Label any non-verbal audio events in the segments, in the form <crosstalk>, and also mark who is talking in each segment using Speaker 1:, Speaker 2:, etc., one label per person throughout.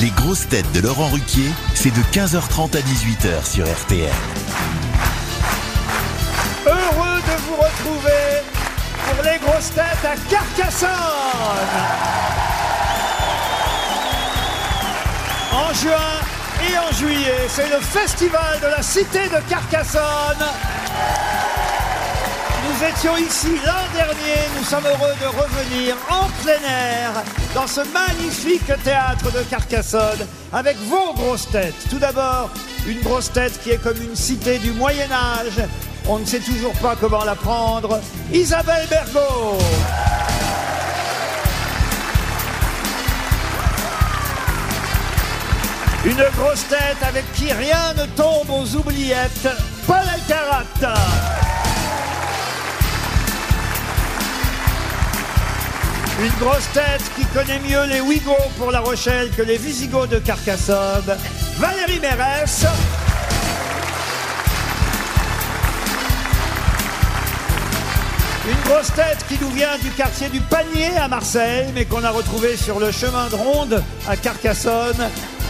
Speaker 1: Les grosses têtes de Laurent Ruquier, c'est de 15h30 à 18h sur RTL.
Speaker 2: Heureux de vous retrouver pour les grosses têtes à Carcassonne. En juin et en juillet, c'est le festival de la cité de Carcassonne. Nous étions ici l'an dernier, nous sommes heureux de revenir en plein air dans ce magnifique théâtre de Carcassonne avec vos grosses têtes. Tout d'abord, une grosse tête qui est comme une cité du Moyen Âge. On ne sait toujours pas comment la prendre. Isabelle Bergot. Une grosse tête avec qui rien ne tombe aux oubliettes. Paul Alcarat. Une grosse tête qui connaît mieux les Ouïghours pour La Rochelle que les Visigoths de Carcassonne, Valérie Mérès. Une grosse tête qui nous vient du quartier du Panier à Marseille, mais qu'on a retrouvée sur le chemin de ronde à Carcassonne,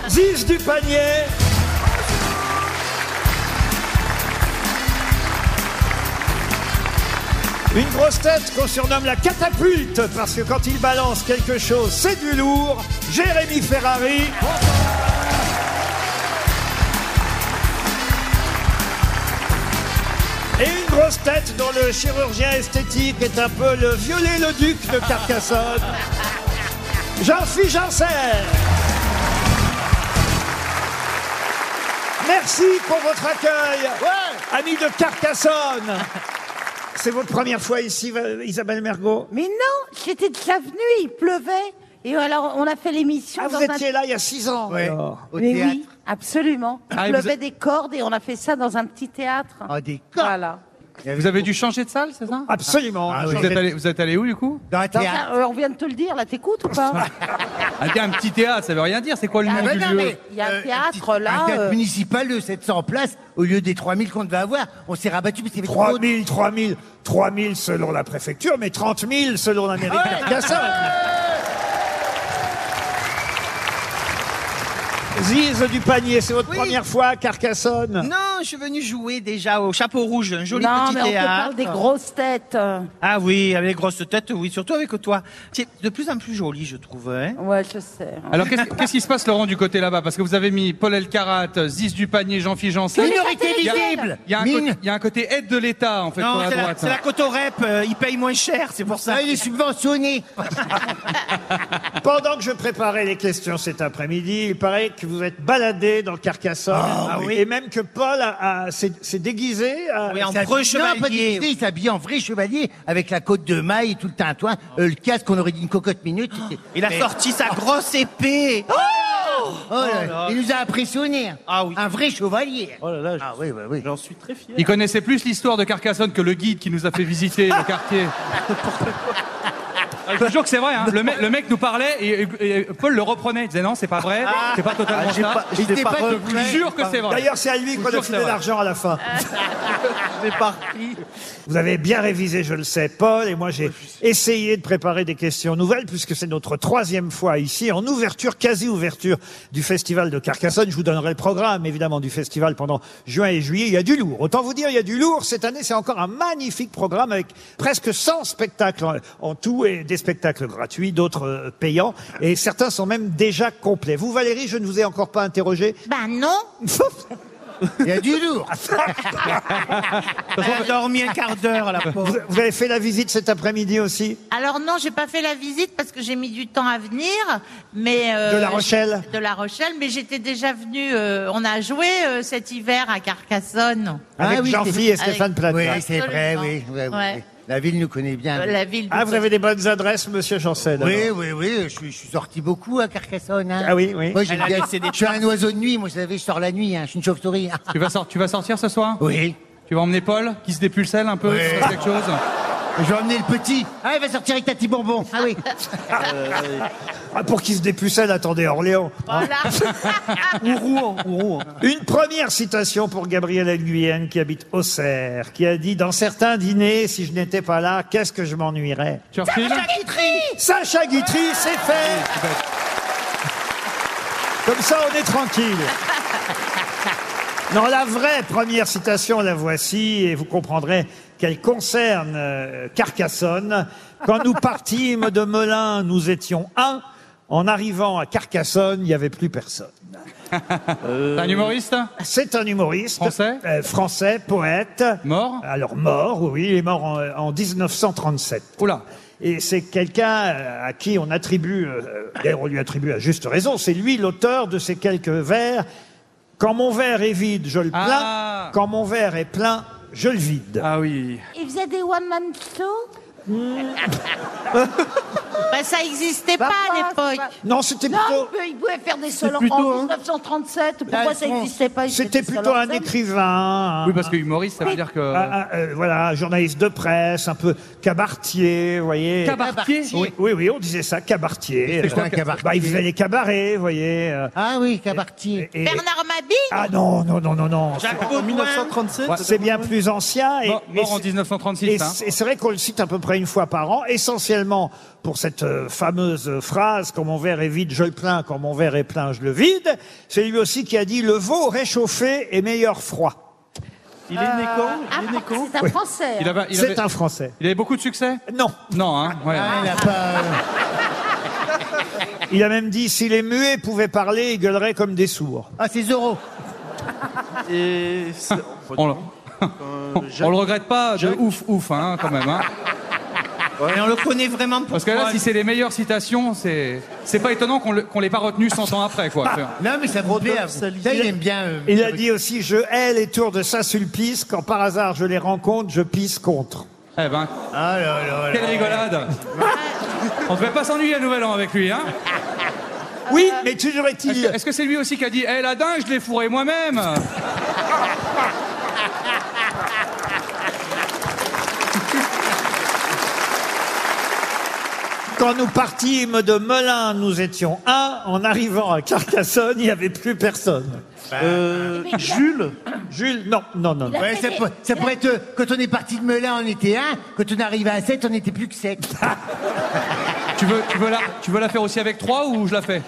Speaker 2: Ziz du Panier. Une grosse tête qu'on surnomme la catapulte parce que quand il balance quelque chose, c'est du lourd. Jérémy Ferrari. Et une grosse tête dont le chirurgien esthétique est un peu le violet-le-duc de Carcassonne. Jean-Philippe Janssen. Merci pour votre accueil, amis de Carcassonne. C'est votre première fois ici, Va- Isabelle Mergot
Speaker 3: Mais non, j'étais de sa venue, il pleuvait. Et alors, on a fait l'émission.
Speaker 2: Ah, vous
Speaker 3: dans un-
Speaker 2: étiez là il y a six ans. alors.
Speaker 4: Au
Speaker 3: Mais
Speaker 4: théâtre.
Speaker 3: oui, absolument. Il
Speaker 5: Ah, et vous
Speaker 3: pleuvait
Speaker 5: êtes-
Speaker 3: des cordes et on a fait ça dans un petit théâtre.
Speaker 4: Ah, des corps.
Speaker 3: Voilà.
Speaker 5: Vous avez dû changer de salle, c'est ça
Speaker 2: Absolument.
Speaker 4: Ah,
Speaker 5: vous,
Speaker 4: oui.
Speaker 5: êtes allé, vous êtes allé où, du coup
Speaker 4: Dans un
Speaker 3: Dans
Speaker 4: théâtre.
Speaker 3: un- euh, on vient de te le dire, là, t'écoutes ou pas
Speaker 5: un, Ah, un petit théâtre, ça veut rien dire. C'est quoi le
Speaker 3: Ah,
Speaker 5: nom
Speaker 3: bah
Speaker 5: du
Speaker 3: non,
Speaker 5: lieu
Speaker 3: mais Il y a un
Speaker 4: Euh,
Speaker 3: théâtre,
Speaker 4: petit-
Speaker 3: là.
Speaker 4: Un théâtre
Speaker 3: euh,
Speaker 4: municipal de 700 places au lieu des 3000 qu'on devait avoir. On s'est rabattu parce qu'il y avait trop
Speaker 2: 3
Speaker 4: de-
Speaker 2: 000, 3 000, 3 000 selon la préfecture, mais 30 000 selon la mairie de Carcassonne. Ziz du panier, c'est votre
Speaker 6: Oui.
Speaker 2: première fois à Carcassonne.
Speaker 6: Non, je suis venu jouer déjà au Chapeau Rouge, un joli
Speaker 3: Non,
Speaker 6: petit
Speaker 3: mais on te
Speaker 6: théâtre.
Speaker 3: parle des grosses têtes. euh.
Speaker 6: Ah oui, avec les grosses têtes, oui, surtout avec toi. C'est de plus en plus joli, je trouve. hein.
Speaker 3: Ouais, je sais.
Speaker 5: Alors, qu'est-ce qu'est-ce qui se passe, Laurent, du côté là-bas Parce que vous avez mis Paul Elkarat, Ziz du Panier, Jean-Philippe Janssen.
Speaker 4: Minorité
Speaker 5: Il y a-
Speaker 4: visible
Speaker 5: Il y, a un
Speaker 4: Mine.
Speaker 5: côté- il y a un côté aide de l'État, en fait,
Speaker 6: Non,
Speaker 5: pour la
Speaker 6: c'est la,
Speaker 5: droite. hein.
Speaker 6: c'est la cote au rep, euh, il paye moins cher, c'est pour ça.
Speaker 4: hein. Ah, il est subventionné.
Speaker 2: <laughs> Pendant que je préparais les questions cet après-midi, il paraît que vous êtes baladé dans Carcassonne. Ah
Speaker 6: oui.
Speaker 2: Et même que Paul a- a- s'est s'est déguisé. à-
Speaker 6: Oui, en
Speaker 4: Ça-
Speaker 6: vrai
Speaker 4: euh, Non, pas déguisé,
Speaker 6: chevalier.
Speaker 4: il s'habille en vrai chevalier avec la côte de maille et tout le tintouin, euh, le casque qu'on aurait dit une cocotte minute. c'était-
Speaker 6: Il a
Speaker 4: Mais-
Speaker 6: sorti sa grosse épée.
Speaker 4: Oh là là, il nous a impressionné.
Speaker 6: Ah oui.
Speaker 4: Un vrai chevalier.
Speaker 6: Oh là là, je-
Speaker 4: Ah oui, bah oui.
Speaker 6: j'en suis très fier.
Speaker 5: Il connaissait plus l'histoire de Carcassonne que le guide qui nous a fait visiter le quartier. Ah, Je vous jure que c'est vrai, hein. le, mec, le mec nous parlait et, et- et Paul le reprenait. Il disait non, c'est pas vrai, c'est pas
Speaker 2: Ah,
Speaker 5: totalement ça.
Speaker 4: Il était pas
Speaker 5: Je vous jure que c'est vrai.
Speaker 2: D'ailleurs, c'est à lui
Speaker 5: vous
Speaker 2: qu'on a
Speaker 5: jure que
Speaker 2: filé
Speaker 5: c'est vrai. Euh,
Speaker 2: l'argent à la fin. Vous avez bien révisé, je le sais, Paul, et moi j'ai essayé de préparer des questions nouvelles puisque c'est notre troisième fois ici en ouverture, quasi ouverture du festival de Carcassonne. Je vous donnerai le programme évidemment du festival pendant juin et juillet. Il y a du lourd. Autant vous dire, il y a du lourd. Cette année, c'est encore un magnifique programme avec presque 100 spectacles en, en tout et des spectacles gratuits, d'autres euh, payants, et certains sont même déjà complets. Vous, Valérie, je ne vous ai encore pas interrogé.
Speaker 3: Ben non
Speaker 2: <laughs>
Speaker 4: Il y a du lourd.
Speaker 6: J'ai dormi un quart d'heure, la
Speaker 2: Vous,
Speaker 6: pauvre.
Speaker 2: vous avez fait la visite cet après-midi aussi
Speaker 7: Alors non, j'ai pas fait la visite parce que j'ai mis du temps à venir, mais euh,
Speaker 2: De La Rochelle
Speaker 7: De La Rochelle, mais j'étais déjà venue. euh, on a joué euh, cet hiver à Carcassonne.
Speaker 2: avec
Speaker 4: Ah oui,
Speaker 2: Jean-Philippe et Stéphane Plaza.
Speaker 4: Oui, c'est vrai, oui. oui, oui.
Speaker 7: Ouais.
Speaker 4: La ville nous connaît bien.
Speaker 7: Euh, La ville. de-
Speaker 2: Ah, vous avez des bonnes adresses, monsieur Janssen.
Speaker 4: Oui,
Speaker 2: alors.
Speaker 4: oui, oui, je suis, je suis sorti beaucoup à Carcassonne. hein.
Speaker 2: Ah oui, oui.
Speaker 4: Moi, j'aime
Speaker 6: Elle a
Speaker 4: bien-
Speaker 6: laissé des
Speaker 4: Je suis un oiseau de nuit, moi, vous savez, je sors la nuit, hein, je suis une chauve-souris.
Speaker 5: <laughs>
Speaker 4: Ah,
Speaker 5: Tu vas, sor- tu vas sortir ce soir
Speaker 4: Oui.
Speaker 5: Tu vas emmener Paul qui se dépulselle un peu
Speaker 4: Oui.
Speaker 5: il se passe quelque chose
Speaker 4: Je vais emmener le petit. Ah, il va sortir avec Tati Bonbon. Ah oui.
Speaker 5: Euh,
Speaker 2: Ah, pour qu'il se dépucelle, attendez, Orléans.
Speaker 7: Voilà.
Speaker 6: Ou Rouen, ou Rouen.
Speaker 2: Une première citation pour Gabriel Nguyen, qui habite Auxerre, qui a dit Dans certains dîners, si je n'étais pas là, qu'est-ce que je m'ennuierais
Speaker 5: Churchill
Speaker 2: Sacha Guitry, c'est fait Comme ça, on est tranquille. Non, la vraie première citation, la voici, et vous comprendrez qu'elle concerne euh, Carcassonne. Quand nous partîmes de Melun, nous étions un. En arrivant à Carcassonne, il n'y avait plus personne.
Speaker 5: T'es un humoriste
Speaker 2: Euh,
Speaker 5: hein
Speaker 2: C'est un humoriste.
Speaker 5: Français
Speaker 2: Euh, Français, poète.
Speaker 5: Mort
Speaker 2: Alors mort, oui, il est mort en, euh, en 1937.
Speaker 5: Oula.
Speaker 2: Et c'est quelqu'un euh, à qui on attribue, euh, d'ailleurs on lui attribue à juste raison, c'est lui l'auteur de ces quelques vers. Quand mon verre est vide, je le plains.
Speaker 5: Ah.
Speaker 2: Quand mon verre est plein, je le vide.
Speaker 5: Ah oui.
Speaker 3: Il faisait des one-man show
Speaker 7: <laughs> Bah, ça n'existait pas à l'époque.
Speaker 2: Non, c'était
Speaker 3: Non,
Speaker 2: plutôt,
Speaker 3: mais il pouvait faire des solos
Speaker 8: plutôt,
Speaker 3: en
Speaker 8: hein.
Speaker 3: 1937. Pourquoi
Speaker 4: Là,
Speaker 3: ça
Speaker 4: ils sont-
Speaker 3: n'existait pas il faisait
Speaker 2: Ah, c'était
Speaker 3: des
Speaker 2: plutôt
Speaker 3: solos
Speaker 2: un
Speaker 3: en scène.
Speaker 2: écrivain.
Speaker 5: Oui,
Speaker 2: un-
Speaker 5: parce que humoriste, ça veut dire que.
Speaker 4: Ah,
Speaker 2: un- un- euh, voilà, un journaliste de presse, un peu cabaretier, vous voyez.
Speaker 5: Cabaretier
Speaker 2: oui, oui, oui, on disait ça, cabaretier.
Speaker 4: C'est quoi, un cabaretier
Speaker 2: Bah, il faisait les cabarets, vous voyez. euh,
Speaker 4: Ah oui, Cabartier.
Speaker 2: et-
Speaker 7: Bernard Mabille
Speaker 2: Ah non, non, non, non, non.
Speaker 6: Jacques
Speaker 8: En
Speaker 6: Baudouin.
Speaker 8: 1937
Speaker 5: Ouais.
Speaker 2: C'est bien plus ancien. Et,
Speaker 5: Mort,
Speaker 2: et
Speaker 5: mort en
Speaker 2: c'est-
Speaker 5: 1936.
Speaker 2: et
Speaker 5: hein.
Speaker 2: c'est et c'est vrai qu'on le cite à peu près une fois par an, essentiellement pour cette euh, fameuse euh, phrase Quand mon verre est vide, je le plains, quand mon verre est plein, je le vide. C'est lui aussi qui a dit Le veau réchauffé est meilleur froid.
Speaker 8: Il est né quand
Speaker 3: Ah,
Speaker 8: Il est né quand
Speaker 3: c'est un français.
Speaker 5: Il,
Speaker 3: hein.
Speaker 5: avait, il,
Speaker 2: C'est
Speaker 5: avait,
Speaker 2: un Français.
Speaker 5: il avait beaucoup de succès
Speaker 2: Non.
Speaker 5: Non, hein. ouais.
Speaker 4: Ah, il a
Speaker 5: <laughs>
Speaker 4: pas, euh,
Speaker 2: Il a même dit Si les muets pouvaient parler, ils gueuleraient comme des sourds.
Speaker 4: ah, c'est Zorro.
Speaker 8: Et c'est- enfin,
Speaker 5: On, le-
Speaker 8: euh,
Speaker 4: ah.
Speaker 5: on
Speaker 8: Jacques-
Speaker 5: le regrette pas de
Speaker 8: Jacques-
Speaker 5: ouf, ouf, hein, quand même. Hein.
Speaker 6: Mais on le connaît vraiment pour
Speaker 5: Parce que là, si c'est les meilleures citations, c'est c'est pas étonnant qu'on le- qu'on l'ait pas retenu 100 ans après, quoi.
Speaker 4: Ah, Non, mais ça me plaît. à- Ça,
Speaker 8: Salier.
Speaker 4: il aime bien. euh,
Speaker 2: Il a dit aussi Je hais les tours de Saint-Sulpice, quand par hasard je les rencontre, je pisse contre.
Speaker 5: Eh ben,
Speaker 4: Ah là là là.
Speaker 5: quelle rigolade On devait pas s'ennuyer à Nouvel An avec lui, hein
Speaker 2: Oui, mais toujours
Speaker 5: Est-ce que-
Speaker 2: est-il.
Speaker 5: est-ce que c'est lui aussi qui a dit Eh la dingue, je l'ai fourré moi-même
Speaker 2: Quand nous partîmes de Melun, nous étions un. En arrivant à Carcassonne, il n'y avait plus personne.
Speaker 8: euh, Jules
Speaker 2: Jules, non, non, non. non.
Speaker 4: Ouais, ça, pour- ça pourrait être. euh, Quand on est parti de Melun, on était un. Quand on arrivait à 7, on n'était plus que 7.
Speaker 5: tu veux, tu, veux la, tu veux la faire aussi avec trois ou Oh, je la fais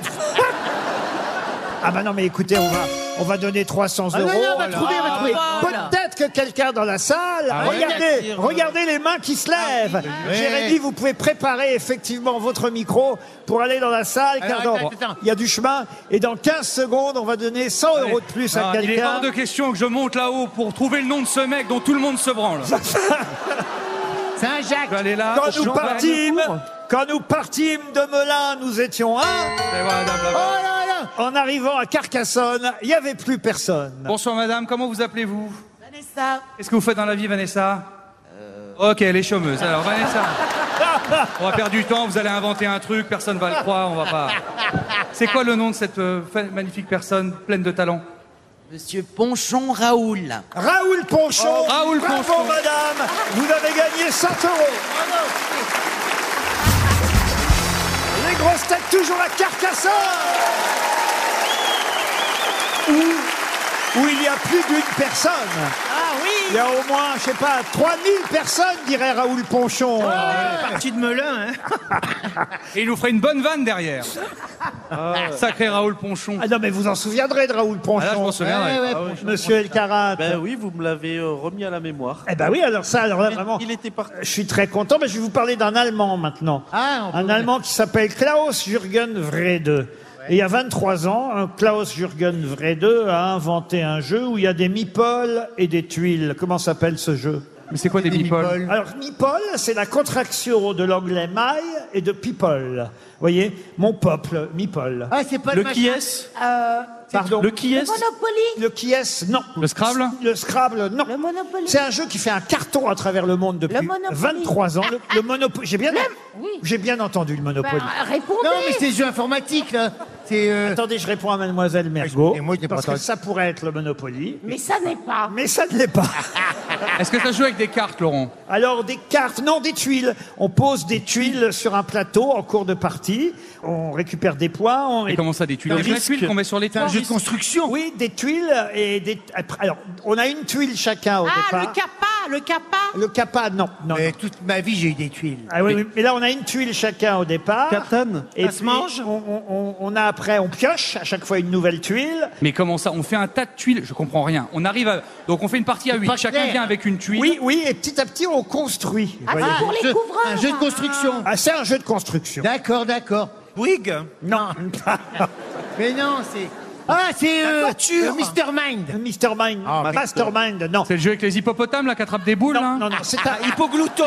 Speaker 2: Ah bah non, mais écoutez, on va, on va donner 300 euros.
Speaker 4: non, on va
Speaker 2: alors. Ah,
Speaker 4: trouver,
Speaker 7: on va trouver. voilà.
Speaker 2: Peut-être que quelqu'un dans la salle. regardez, regardez les mains qui se lèvent.
Speaker 4: oui.
Speaker 2: Jérémy, vous pouvez préparer effectivement votre micro pour aller dans la salle, car
Speaker 4: Alors,
Speaker 2: dans-
Speaker 4: attends, attends.
Speaker 2: il y a du chemin. Et dans 15 secondes, on va donner 100 euros de plus à
Speaker 5: Ah, Il est hors
Speaker 2: quelqu'un.
Speaker 5: de question que je monte là-haut pour trouver le nom de ce mec dont tout le monde se
Speaker 4: <laughs>
Speaker 5: branle. Je
Speaker 4: Saint-Jacques.
Speaker 5: vais aller là.
Speaker 2: Quand nous
Speaker 5: Jean
Speaker 2: partîmes,
Speaker 5: Bernicourt.
Speaker 2: quand nous partîmes de Melun, nous étions un.
Speaker 5: Et voilà, dame, là-bas.
Speaker 4: Oh là là.
Speaker 2: En arrivant à Carcassonne, il n'y avait plus personne.
Speaker 5: Bonsoir madame, comment vous appelez-vous
Speaker 7: Vanessa.
Speaker 5: Qu'est-ce que vous faites dans la vie Vanessa
Speaker 9: Euh.
Speaker 5: Ok, elle est chômeuse. Alors Vanessa, on va perdre du temps, vous allez inventer un truc, personne va le croire, on va pas... C'est quoi le nom de cette euh, fa- magnifique personne pleine de talent
Speaker 9: Monsieur Ponchon Raoul.
Speaker 2: Raoul Ponchon,
Speaker 5: Raoul
Speaker 2: bravo
Speaker 5: Ponchon.
Speaker 2: madame, vous avez gagné 100 euros. Les grosses têtes toujours à Carcassonne où, où il y a plus d'une personne.
Speaker 7: Ah
Speaker 2: Il y
Speaker 7: oui
Speaker 2: a au moins, je sais pas, 3000 personnes, dirait Raoul Ponchon. Ah
Speaker 4: Parti de Melun, hein.
Speaker 5: Et il nous ferait une bonne vanne derrière. Sacré Raoul Ponchon.
Speaker 2: Ah non, mais vous en souviendrez de Raoul Ponchon.
Speaker 5: Ah, là, je m'en souviendrai.
Speaker 4: Ouais, ouais.
Speaker 2: Monsieur Elkarat.
Speaker 8: <laughs> Ben oui, vous me l'avez euh, remis à la mémoire.
Speaker 2: Eh ben oui, alors ça, alors là, vraiment.
Speaker 8: Il était parti.
Speaker 2: Je suis très content, mais je vais vous parler d'un Allemand maintenant.
Speaker 4: Ah, on
Speaker 2: un
Speaker 4: peut-
Speaker 2: Allemand qui s'appelle Klaus Jürgen Vrede. Et il y a 23 ans, un Klaus Jürgen Vrede a inventé un jeu où il y a des mipoles et des tuiles. Comment s'appelle ce jeu
Speaker 5: Mais c'est quoi des bipoles
Speaker 2: Alors, mipole, c'est la contraction de l'anglais my et de people. Vous voyez Mon peuple, mipole.
Speaker 4: Ah, c'est pas
Speaker 8: Le
Speaker 4: le,
Speaker 8: qui
Speaker 4: machin.
Speaker 8: est
Speaker 10: Euh,
Speaker 2: Pardon.
Speaker 8: Le qui est
Speaker 3: Monopoly
Speaker 2: Le qui est Non.
Speaker 5: Le Scrabble
Speaker 2: Le Scrabble, non.
Speaker 3: Le Monopoly.
Speaker 2: C'est un jeu qui fait un carton à travers le monde depuis
Speaker 3: Le Monopoly.
Speaker 2: 23 ans. Le, le Monopoly. J'ai bien,
Speaker 3: Oui.
Speaker 2: j'ai bien entendu le Monopoly.
Speaker 3: Bah, Répondez
Speaker 4: Non, mais c'est jeu informatique, là. C'est. euh,
Speaker 2: Attendez, je réponds à Mademoiselle Mergot.
Speaker 4: Et moi, je n'ai pas
Speaker 2: parce que
Speaker 4: entendu.
Speaker 2: ça pourrait être le Monopoly.
Speaker 3: Mais ça n'est pas.
Speaker 2: Mais ça ne l'est pas.
Speaker 5: <laughs> Est-ce que ça se joue avec des cartes, Laurent
Speaker 2: Alors, des cartes, non, des tuiles. On pose des tuiles sur un plateau en cours de partie. On récupère des points. On...
Speaker 5: Et comment ça, des tuiles
Speaker 8: Un
Speaker 5: Avec la
Speaker 8: risque.
Speaker 5: tuile qu'on met sur les
Speaker 4: C'est un
Speaker 5: toits
Speaker 4: jeu de construction.
Speaker 2: Oui, des tuiles et des. après- Alors, on a une tuile chacun au
Speaker 7: Ah,
Speaker 2: départ.
Speaker 7: le Kappa le kappa.
Speaker 2: Le kappa, non. non, non.
Speaker 4: Mais toute ma vie, j'ai eu des tuiles.
Speaker 2: Ah oui, oui, mais là, on a une tuile chacun au départ.
Speaker 8: Catane
Speaker 2: Et
Speaker 6: Ça se
Speaker 2: puis,
Speaker 6: mange
Speaker 2: on, on- on- on a après, on pioche à chaque fois une nouvelle tuile.
Speaker 5: Mais comment ça On fait un tas de tuiles, je comprends rien. On arrive à. Donc on fait une partie à 8. Chacun
Speaker 4: clair.
Speaker 5: vient avec une tuile.
Speaker 2: Oui, oui, et petit à petit, on construit.
Speaker 3: Ah,
Speaker 2: voyez.
Speaker 3: c'est pour les
Speaker 4: Jeu-
Speaker 3: couvreurs.
Speaker 4: un jeu de construction.
Speaker 2: Ah, c'est un jeu de construction.
Speaker 4: D'accord, d'accord.
Speaker 6: Bouygues
Speaker 2: Non.
Speaker 4: <laughs> Mais non, c'est. Ah, c'est euh, euh, Mr. Mind.
Speaker 2: Mastermind.
Speaker 4: Ah,
Speaker 2: Bah, Mastermind, non.
Speaker 5: C'est le jeu avec les hippopotames, là, qui attrapent des boules,
Speaker 2: Non,
Speaker 5: là
Speaker 2: non, non, c'est un,
Speaker 4: Hypoglouton.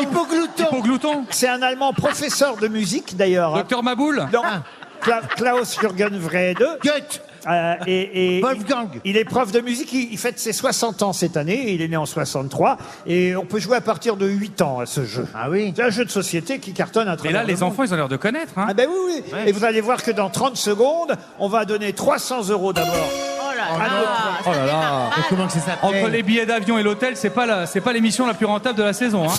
Speaker 5: Ah,
Speaker 4: Hypoglouton.
Speaker 5: Hypoglouton
Speaker 2: Ah, c'est un Allemand professeur de musique, d'ailleurs. hein.
Speaker 5: Docteur Maboule
Speaker 2: Non.
Speaker 4: Ah.
Speaker 2: Cla- Klaus Jürgen Vrede.
Speaker 4: Goethe.
Speaker 2: Euh, et, et-
Speaker 4: Wolfgang.
Speaker 2: Il, il est prof de musique, il, il fête ses 60 ans cette année, il est né en 63, et on peut jouer à partir de 8 ans à ce jeu.
Speaker 4: Ah oui.
Speaker 2: C'est un jeu de société qui cartonne à
Speaker 5: Et
Speaker 2: travers
Speaker 5: là,
Speaker 2: le
Speaker 5: les
Speaker 2: monde.
Speaker 5: enfants, ils ont l'air de connaître. Hein.
Speaker 2: Ah ben oui, oui. Et vous allez voir que dans 30 secondes, on va donner 300 euros d'abord.
Speaker 7: Oh là
Speaker 2: Ah, non.
Speaker 7: là. ça
Speaker 5: Oh là là.
Speaker 7: démarre mal.
Speaker 4: Comment que ça s'appelle
Speaker 5: Entre les billets d'avion et l'hôtel, c'est pas la, c'est pas l'émission la plus rentable de la saison.
Speaker 2: <laughs>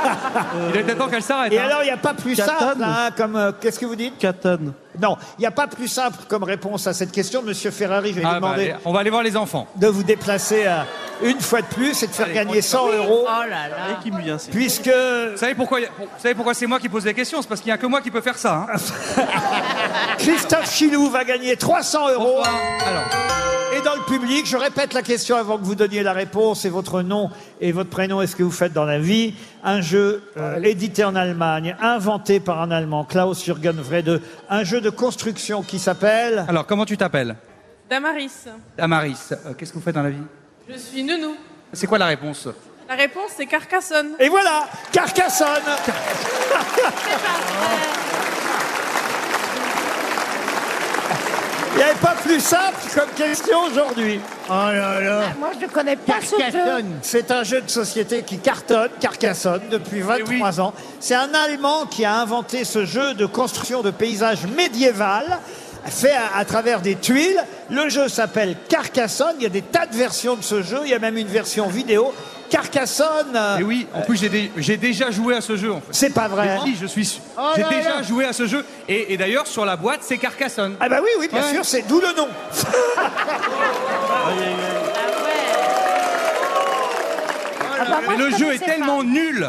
Speaker 5: Hein. Il est peut-être temps qu'elle s'arrête.
Speaker 2: Et
Speaker 5: hein.
Speaker 2: alors, il n'y a pas plus
Speaker 8: Catane.
Speaker 2: simple, hein, comme... euh, Qu'est-ce que vous dites
Speaker 8: Catane.
Speaker 2: Non, il n'y a pas plus simple comme réponse à cette question. Monsieur Ferrari, je vais lui
Speaker 5: Ah, bah,
Speaker 2: demander
Speaker 5: allez, on va aller voir les enfants.
Speaker 2: de vous déplacer euh, une fois de plus et de faire
Speaker 5: Allez, on y
Speaker 2: gagner
Speaker 5: va.
Speaker 2: 100 euros,
Speaker 7: Oh là là.
Speaker 8: Et qui me vient, c'est.
Speaker 2: puisque...
Speaker 5: Vous savez pourquoi, vous savez pourquoi c'est moi qui pose les questions C'est parce qu'il n'y a que moi qui peux faire ça. hein.
Speaker 2: <laughs> Christophe Chilou va gagner 300 euros.
Speaker 5: Alors,
Speaker 2: Et dans le public, je répète la question avant que vous donniez la réponse et votre nom et votre prénom et ce que vous faites dans la vie. Un jeu euh, édité en Allemagne, inventé par un Allemand, Klaus Jürgen Vrede. Un jeu de construction qui s'appelle...
Speaker 5: alors, comment tu t'appelles
Speaker 10: Damaris,
Speaker 5: Amaris, euh, qu'est-ce que vous faites dans la vie
Speaker 10: je suis nounou.
Speaker 5: C'est quoi la réponse
Speaker 10: La réponse c'est Carcassonne.
Speaker 2: Et voilà, Carcassonne
Speaker 11: <laughs>
Speaker 2: Il n'y avait pas plus simple comme question aujourd'hui.
Speaker 4: Oh là là.
Speaker 3: Ah, Moi, je ne connais pas ce jeu.
Speaker 4: Carcassonne.
Speaker 2: C'est un jeu de société qui cartonne, Carcassonne, depuis 23 ans. C'est un Allemand qui a inventé ce jeu de construction de paysages médiéval, fait à, à travers des tuiles. Le jeu s'appelle Carcassonne. Il y a des tas de versions de ce jeu. Il y a même une version vidéo. Carcassonne, euh,
Speaker 5: Et oui, en plus, j'ai, dé- j'ai déjà joué à ce jeu. En fait.
Speaker 2: c'est pas vrai.
Speaker 5: Mais si, je suis sûr.
Speaker 4: Oh
Speaker 5: j'ai
Speaker 4: là
Speaker 5: déjà
Speaker 4: là.
Speaker 5: joué à ce jeu. Et, et d'ailleurs, sur la boîte, c'est Carcassonne.
Speaker 2: Ah bah oui, oui, bien sûr, c'est d'où le nom.
Speaker 3: bah, moi,
Speaker 5: Mais le
Speaker 3: je
Speaker 5: jeu est
Speaker 3: connaissais
Speaker 5: tellement nul.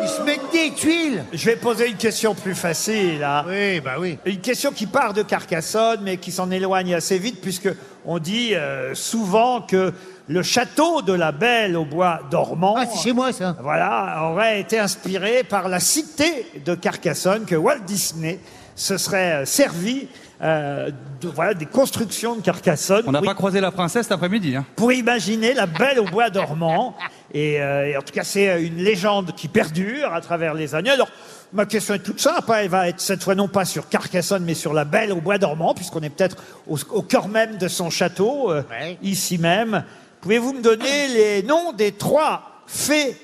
Speaker 4: Ils se mettent des tuiles.
Speaker 2: Je vais poser une question plus facile. hein.
Speaker 4: Oui, bah oui.
Speaker 2: Une question qui part de Carcassonne, mais qui s'en éloigne assez vite, puisque on dit euh, souvent que le château de la Belle au bois dormant.
Speaker 4: Ah, c'est chez moi, ça.
Speaker 2: Voilà, aurait été inspiré par la cité de Carcassonne que Walt Disney se serait euh, servi euh, de, voilà, des constructions de Carcassonne
Speaker 5: On n'a
Speaker 2: pour,
Speaker 5: pas croisé la princesse cet après-midi. hein.
Speaker 2: pour imaginer la Belle au bois dormant. Et, euh, et en tout cas, c'est euh, une légende qui perdure à travers les années. Alors, ma question est toute simple, hein, elle va être cette fois non pas sur Carcassonne, mais sur la Belle au bois dormant, puisqu'on est peut-être au, au cœur même de son château, euh,
Speaker 4: Ouais.
Speaker 2: ici même. Pouvez-vous me donner les noms des trois fées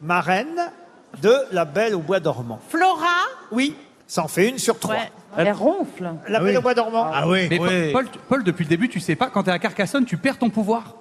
Speaker 2: marraines de la Belle au bois dormant
Speaker 7: Flora.
Speaker 2: Oui, ça en fait une sur trois.
Speaker 7: Ouais.
Speaker 3: Elle ronfle.
Speaker 2: La Belle
Speaker 4: oui.
Speaker 2: au bois dormant.
Speaker 4: Ah oui.
Speaker 5: Mais Paul, Paul, Paul, depuis le début, tu sais pas, quand t'es à Carcassonne, tu perds ton
Speaker 6: <laughs>
Speaker 5: pouvoir.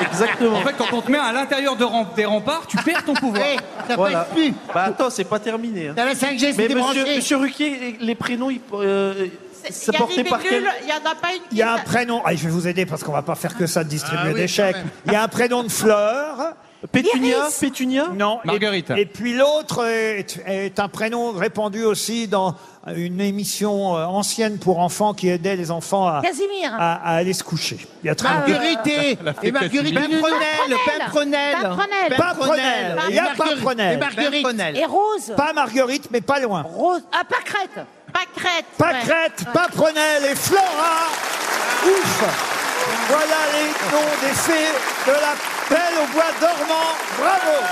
Speaker 8: Exactement.
Speaker 5: En fait, quand on te met à l'intérieur de ram- des remparts, tu perds ton pouvoir.
Speaker 4: Eh, ça
Speaker 8: Voilà.
Speaker 4: passe plus.
Speaker 8: Bah attends, c'est pas terminé. hein.
Speaker 4: T'as la 5G,
Speaker 8: Mais
Speaker 4: c'est
Speaker 8: monsieur,
Speaker 4: débranché.
Speaker 8: monsieur Ruquier, les, les prénoms, ils, euh,
Speaker 7: C'est
Speaker 8: c'est porté par quel
Speaker 7: Il n'y en a pas une qui
Speaker 2: Il y a un
Speaker 7: s'a-
Speaker 2: prénom, ah, je vais vous aider parce qu'on va pas faire que ça de distribuer
Speaker 4: Ah oui,
Speaker 2: des
Speaker 4: quand
Speaker 2: chèques.
Speaker 4: même.
Speaker 2: Il y a un prénom de fleur.
Speaker 8: Pétunia
Speaker 3: Iris.
Speaker 8: Pétunia
Speaker 2: Non. et-
Speaker 5: Marguerite.
Speaker 2: Et, puis l'autre est, est un prénom répandu aussi dans une émission euh, ancienne pour enfants qui aidait les enfants à,
Speaker 3: Casimir.
Speaker 2: à, à aller se coucher. Il y a très longtemps.
Speaker 4: Marguerite et, et Marguerite Pimprenel, Pimprenel,
Speaker 3: Pimprenel.
Speaker 2: Pimprenel, il y a
Speaker 4: Et Marguerite-
Speaker 2: Pimprenel.
Speaker 4: Et Marguerite.
Speaker 3: Et Rose.
Speaker 2: Pas Marguerite, mais pas loin.
Speaker 3: Rose. Ah, pas crête.
Speaker 7: Pâquerette. ouais.
Speaker 2: Pâquerette, Paprenel et Flora. Ouf Voilà les noms des fées de la Belle au bois dormant.
Speaker 7: <laughs>
Speaker 2: Bravo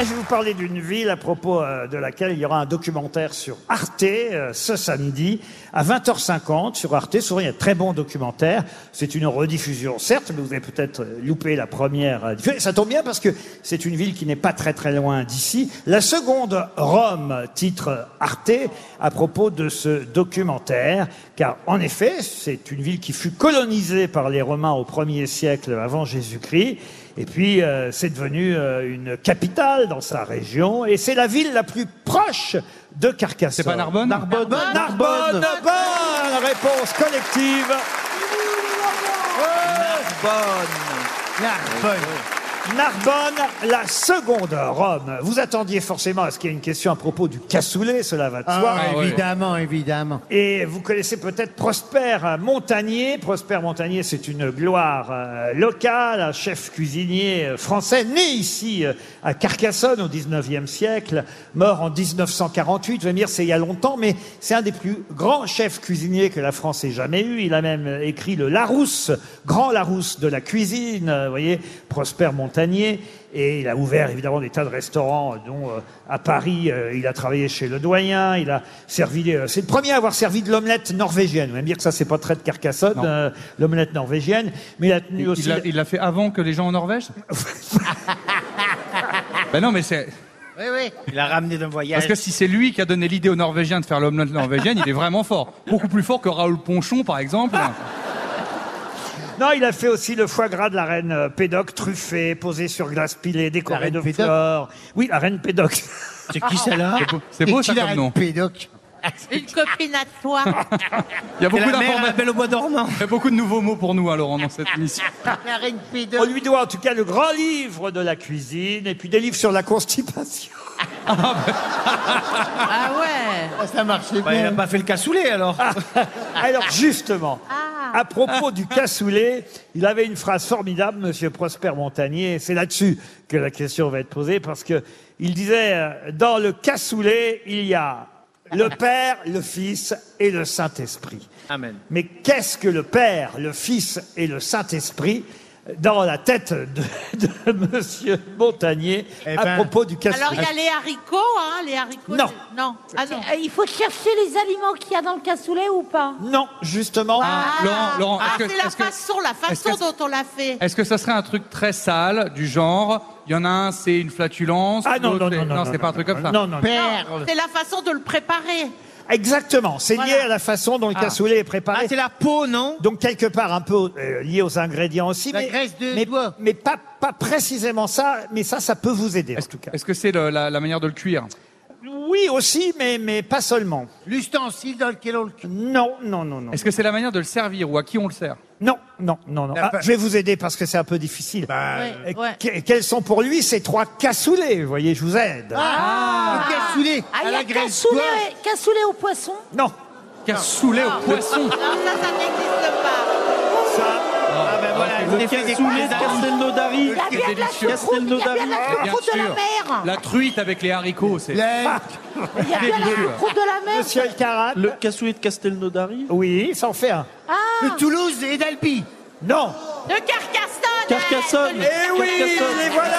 Speaker 2: Ah, je vais vous parler d'une ville à propos euh, de laquelle il y aura un documentaire sur Arte euh, ce samedi à 20h50 sur Arte. Souvent, il y a de très bons documentaires. C'est une rediffusion, certes, mais vous avez peut-être euh, loupé la première. euh, diffusion. Ça tombe bien parce que c'est une ville qui n'est pas très très loin d'ici. La seconde, Rome, titre Arte, à propos de ce documentaire, car en effet, c'est une ville qui fut colonisée par les Romains au 1er siècle avant Jésus-Christ. Et puis, euh, c'est devenu euh, une capitale dans sa région. Et c'est la ville la plus proche de Carcassonne.
Speaker 5: C'est pas Narbonne
Speaker 2: Narbonne. Narbonne. Bonne réponse collective
Speaker 4: Narbonne.
Speaker 2: Narbonne, la seconde Rome. Vous attendiez forcément à ce qu'il y ait une question à propos du cassoulet, cela va de
Speaker 4: Ah,
Speaker 2: soi.
Speaker 4: évidemment, évidemment.
Speaker 2: Et vous connaissez peut-être Prosper Montagnier. Prosper Montagnier, c'est une gloire euh, locale, un chef cuisinier euh, français, né ici euh, à Carcassonne au 19e siècle, mort en 1948. Vous allez me dire, c'est il y a longtemps, mais c'est un des plus grands chefs cuisiniers que la France ait jamais eu. Il a même euh, écrit le Larousse, grand Larousse de la cuisine, euh, vous voyez, Prosper Montagnier. Et il a ouvert évidemment des tas de restaurants, euh, dont euh, à Paris, euh, il a travaillé chez le doyen, il a servi. euh, c'est le premier à avoir servi de l'omelette norvégienne. Vous allez me dire que ça, c'est pas très de Carcassonne,
Speaker 5: Non.
Speaker 2: euh, l'omelette norvégienne, mais il a tenu
Speaker 5: Il-
Speaker 2: aussi.
Speaker 5: Il l'a- il l'a fait avant que les gens en
Speaker 6: <laughs>
Speaker 5: Norvège Ben non, mais c'est.
Speaker 4: Oui, oui.
Speaker 6: Il l'a ramené d'un voyage.
Speaker 5: Parce que si c'est lui qui a donné l'idée aux Norvégiens de faire l'omelette norvégienne, il est vraiment fort. Beaucoup plus fort que Raoul Ponchon, par exemple.
Speaker 6: <laughs>
Speaker 2: Non, il a fait aussi le foie gras de la reine euh, Pédoc, truffé, posé sur glace pilée, décoré
Speaker 4: reine
Speaker 2: de
Speaker 4: Pédoc
Speaker 2: fleurs. Oui, la reine Pédoc.
Speaker 6: C'est qui celle-là
Speaker 5: C'est beau, ça,
Speaker 4: Et qu'il
Speaker 5: comme
Speaker 4: arrête
Speaker 5: nom.
Speaker 4: Pédoc.
Speaker 7: Une copine à toi.
Speaker 5: Il y a
Speaker 6: C'est
Speaker 5: beaucoup
Speaker 6: la mère à
Speaker 5: d'informations.
Speaker 6: Belle au bois dormant.
Speaker 5: Il y a beaucoup de nouveaux mots pour nous, hein, Laurent, dans cette émission.
Speaker 4: La reine
Speaker 2: On
Speaker 4: Pédoc.
Speaker 2: lui doit en tout cas le grand livre de la cuisine et puis des livres sur la constipation.
Speaker 7: Ah ouais.
Speaker 4: Ah, ça marchait
Speaker 6: Bah, il
Speaker 4: bien.
Speaker 6: a pas fait le cassoulet alors.
Speaker 2: Alors Ah, justement,
Speaker 7: Ah.
Speaker 2: à propos du cassoulet, il avait une phrase formidable, Monsieur Prosper Montagnier. et C'est là-dessus que la question va être posée parce que il disait euh, dans le cassoulet il y a le Père, le Fils et le Saint Esprit.
Speaker 6: Amen.
Speaker 2: Mais qu'est-ce que le Père, le Fils et le Saint-Esprit dans la tête de, de <laughs> Monsieur Montagnier
Speaker 4: Eh
Speaker 2: à
Speaker 4: ben.
Speaker 2: propos du cassoulet
Speaker 7: Alors il y a les haricots, hein, les haricots.
Speaker 2: Non.
Speaker 7: Non. Ah non.
Speaker 3: Euh, Il faut chercher les aliments qu'il y a dans le cassoulet ou pas
Speaker 2: Non, justement.
Speaker 7: Ah,
Speaker 5: Laurent, Laurent,
Speaker 7: ah,
Speaker 5: est-ce que-
Speaker 7: c'est la
Speaker 5: est-ce que-
Speaker 7: façon, la façon
Speaker 5: est-ce que-
Speaker 7: dont on l'a fait.
Speaker 5: Est-ce que ça serait un truc très sale, du genre, il y en a un, c'est une flatulence.
Speaker 2: Ah non,
Speaker 5: l'autre,
Speaker 2: non,
Speaker 5: c'est-
Speaker 2: non, non.
Speaker 5: c'est pas un truc comme ça.
Speaker 2: Non, non, non.
Speaker 4: Père.
Speaker 7: C'est la façon de le préparer.
Speaker 2: Exactement. C'est lié
Speaker 7: Voilà.
Speaker 2: à la façon dont le cassoulet est
Speaker 6: Ah,
Speaker 2: préparé.
Speaker 6: c'est la peau, non
Speaker 2: Donc quelque part un peu euh, lié aux ingrédients aussi.
Speaker 4: La
Speaker 2: mais,
Speaker 4: graisse de
Speaker 2: mais,
Speaker 4: doigt.
Speaker 2: mais pas, pas précisément ça, mais ça, ça peut vous aider en
Speaker 5: Est-ce
Speaker 2: tout cas.
Speaker 5: est-ce que c'est le- la, la manière de le cuire
Speaker 2: Oui aussi, mais, mais pas seulement.
Speaker 4: L'ustensile dans lequel on le cuit.
Speaker 2: Non, non, non, non.
Speaker 5: Est-ce que c'est la manière de le servir ou à qui on le sert
Speaker 2: Non, non, non, non.
Speaker 4: La
Speaker 2: Ah,
Speaker 4: fa- Bah,
Speaker 2: je vais vous aider parce que c'est un peu difficile.
Speaker 7: Ouais,
Speaker 2: Et
Speaker 7: ouais.
Speaker 2: que- quels sont pour lui ces trois cassoulets Vous voyez, je vous aide.
Speaker 4: Ah, Le cassoulet.
Speaker 3: Ah,
Speaker 4: à
Speaker 3: il y
Speaker 4: la
Speaker 3: a
Speaker 4: graisse
Speaker 3: cassoulet, cassoulet au poisson
Speaker 2: Non,
Speaker 5: Cassoulet
Speaker 7: Ah.
Speaker 5: au poisson
Speaker 7: Non, ça, ça n'existe pas.
Speaker 2: ça,
Speaker 4: Ah, ben voilà, il fait des
Speaker 8: Cassoulet,
Speaker 2: hein.
Speaker 4: croûtes.
Speaker 8: Castelnaudary.
Speaker 3: Il y a bien de la
Speaker 5: délicieux.
Speaker 3: choucroute, il y a bien de la
Speaker 8: Castelnaudary.
Speaker 3: choucroute de la
Speaker 5: sûr.
Speaker 3: mer
Speaker 5: La truite avec les haricots, c'est. Ah,
Speaker 4: La-
Speaker 3: Il y a bien de la
Speaker 5: délicieux.
Speaker 3: choucroute de la mer
Speaker 2: Monsieur Alcarat.
Speaker 8: Le cassoulet de Castelnaudary.
Speaker 2: Oui, ça en fait un.
Speaker 3: Ah.
Speaker 4: Le Toulouse et d'Albi.
Speaker 2: Non.
Speaker 7: De Carcassonne.
Speaker 8: Carcassonne.
Speaker 7: eh, celui-
Speaker 2: Eh oui,
Speaker 8: Carcassonne.
Speaker 2: les voilà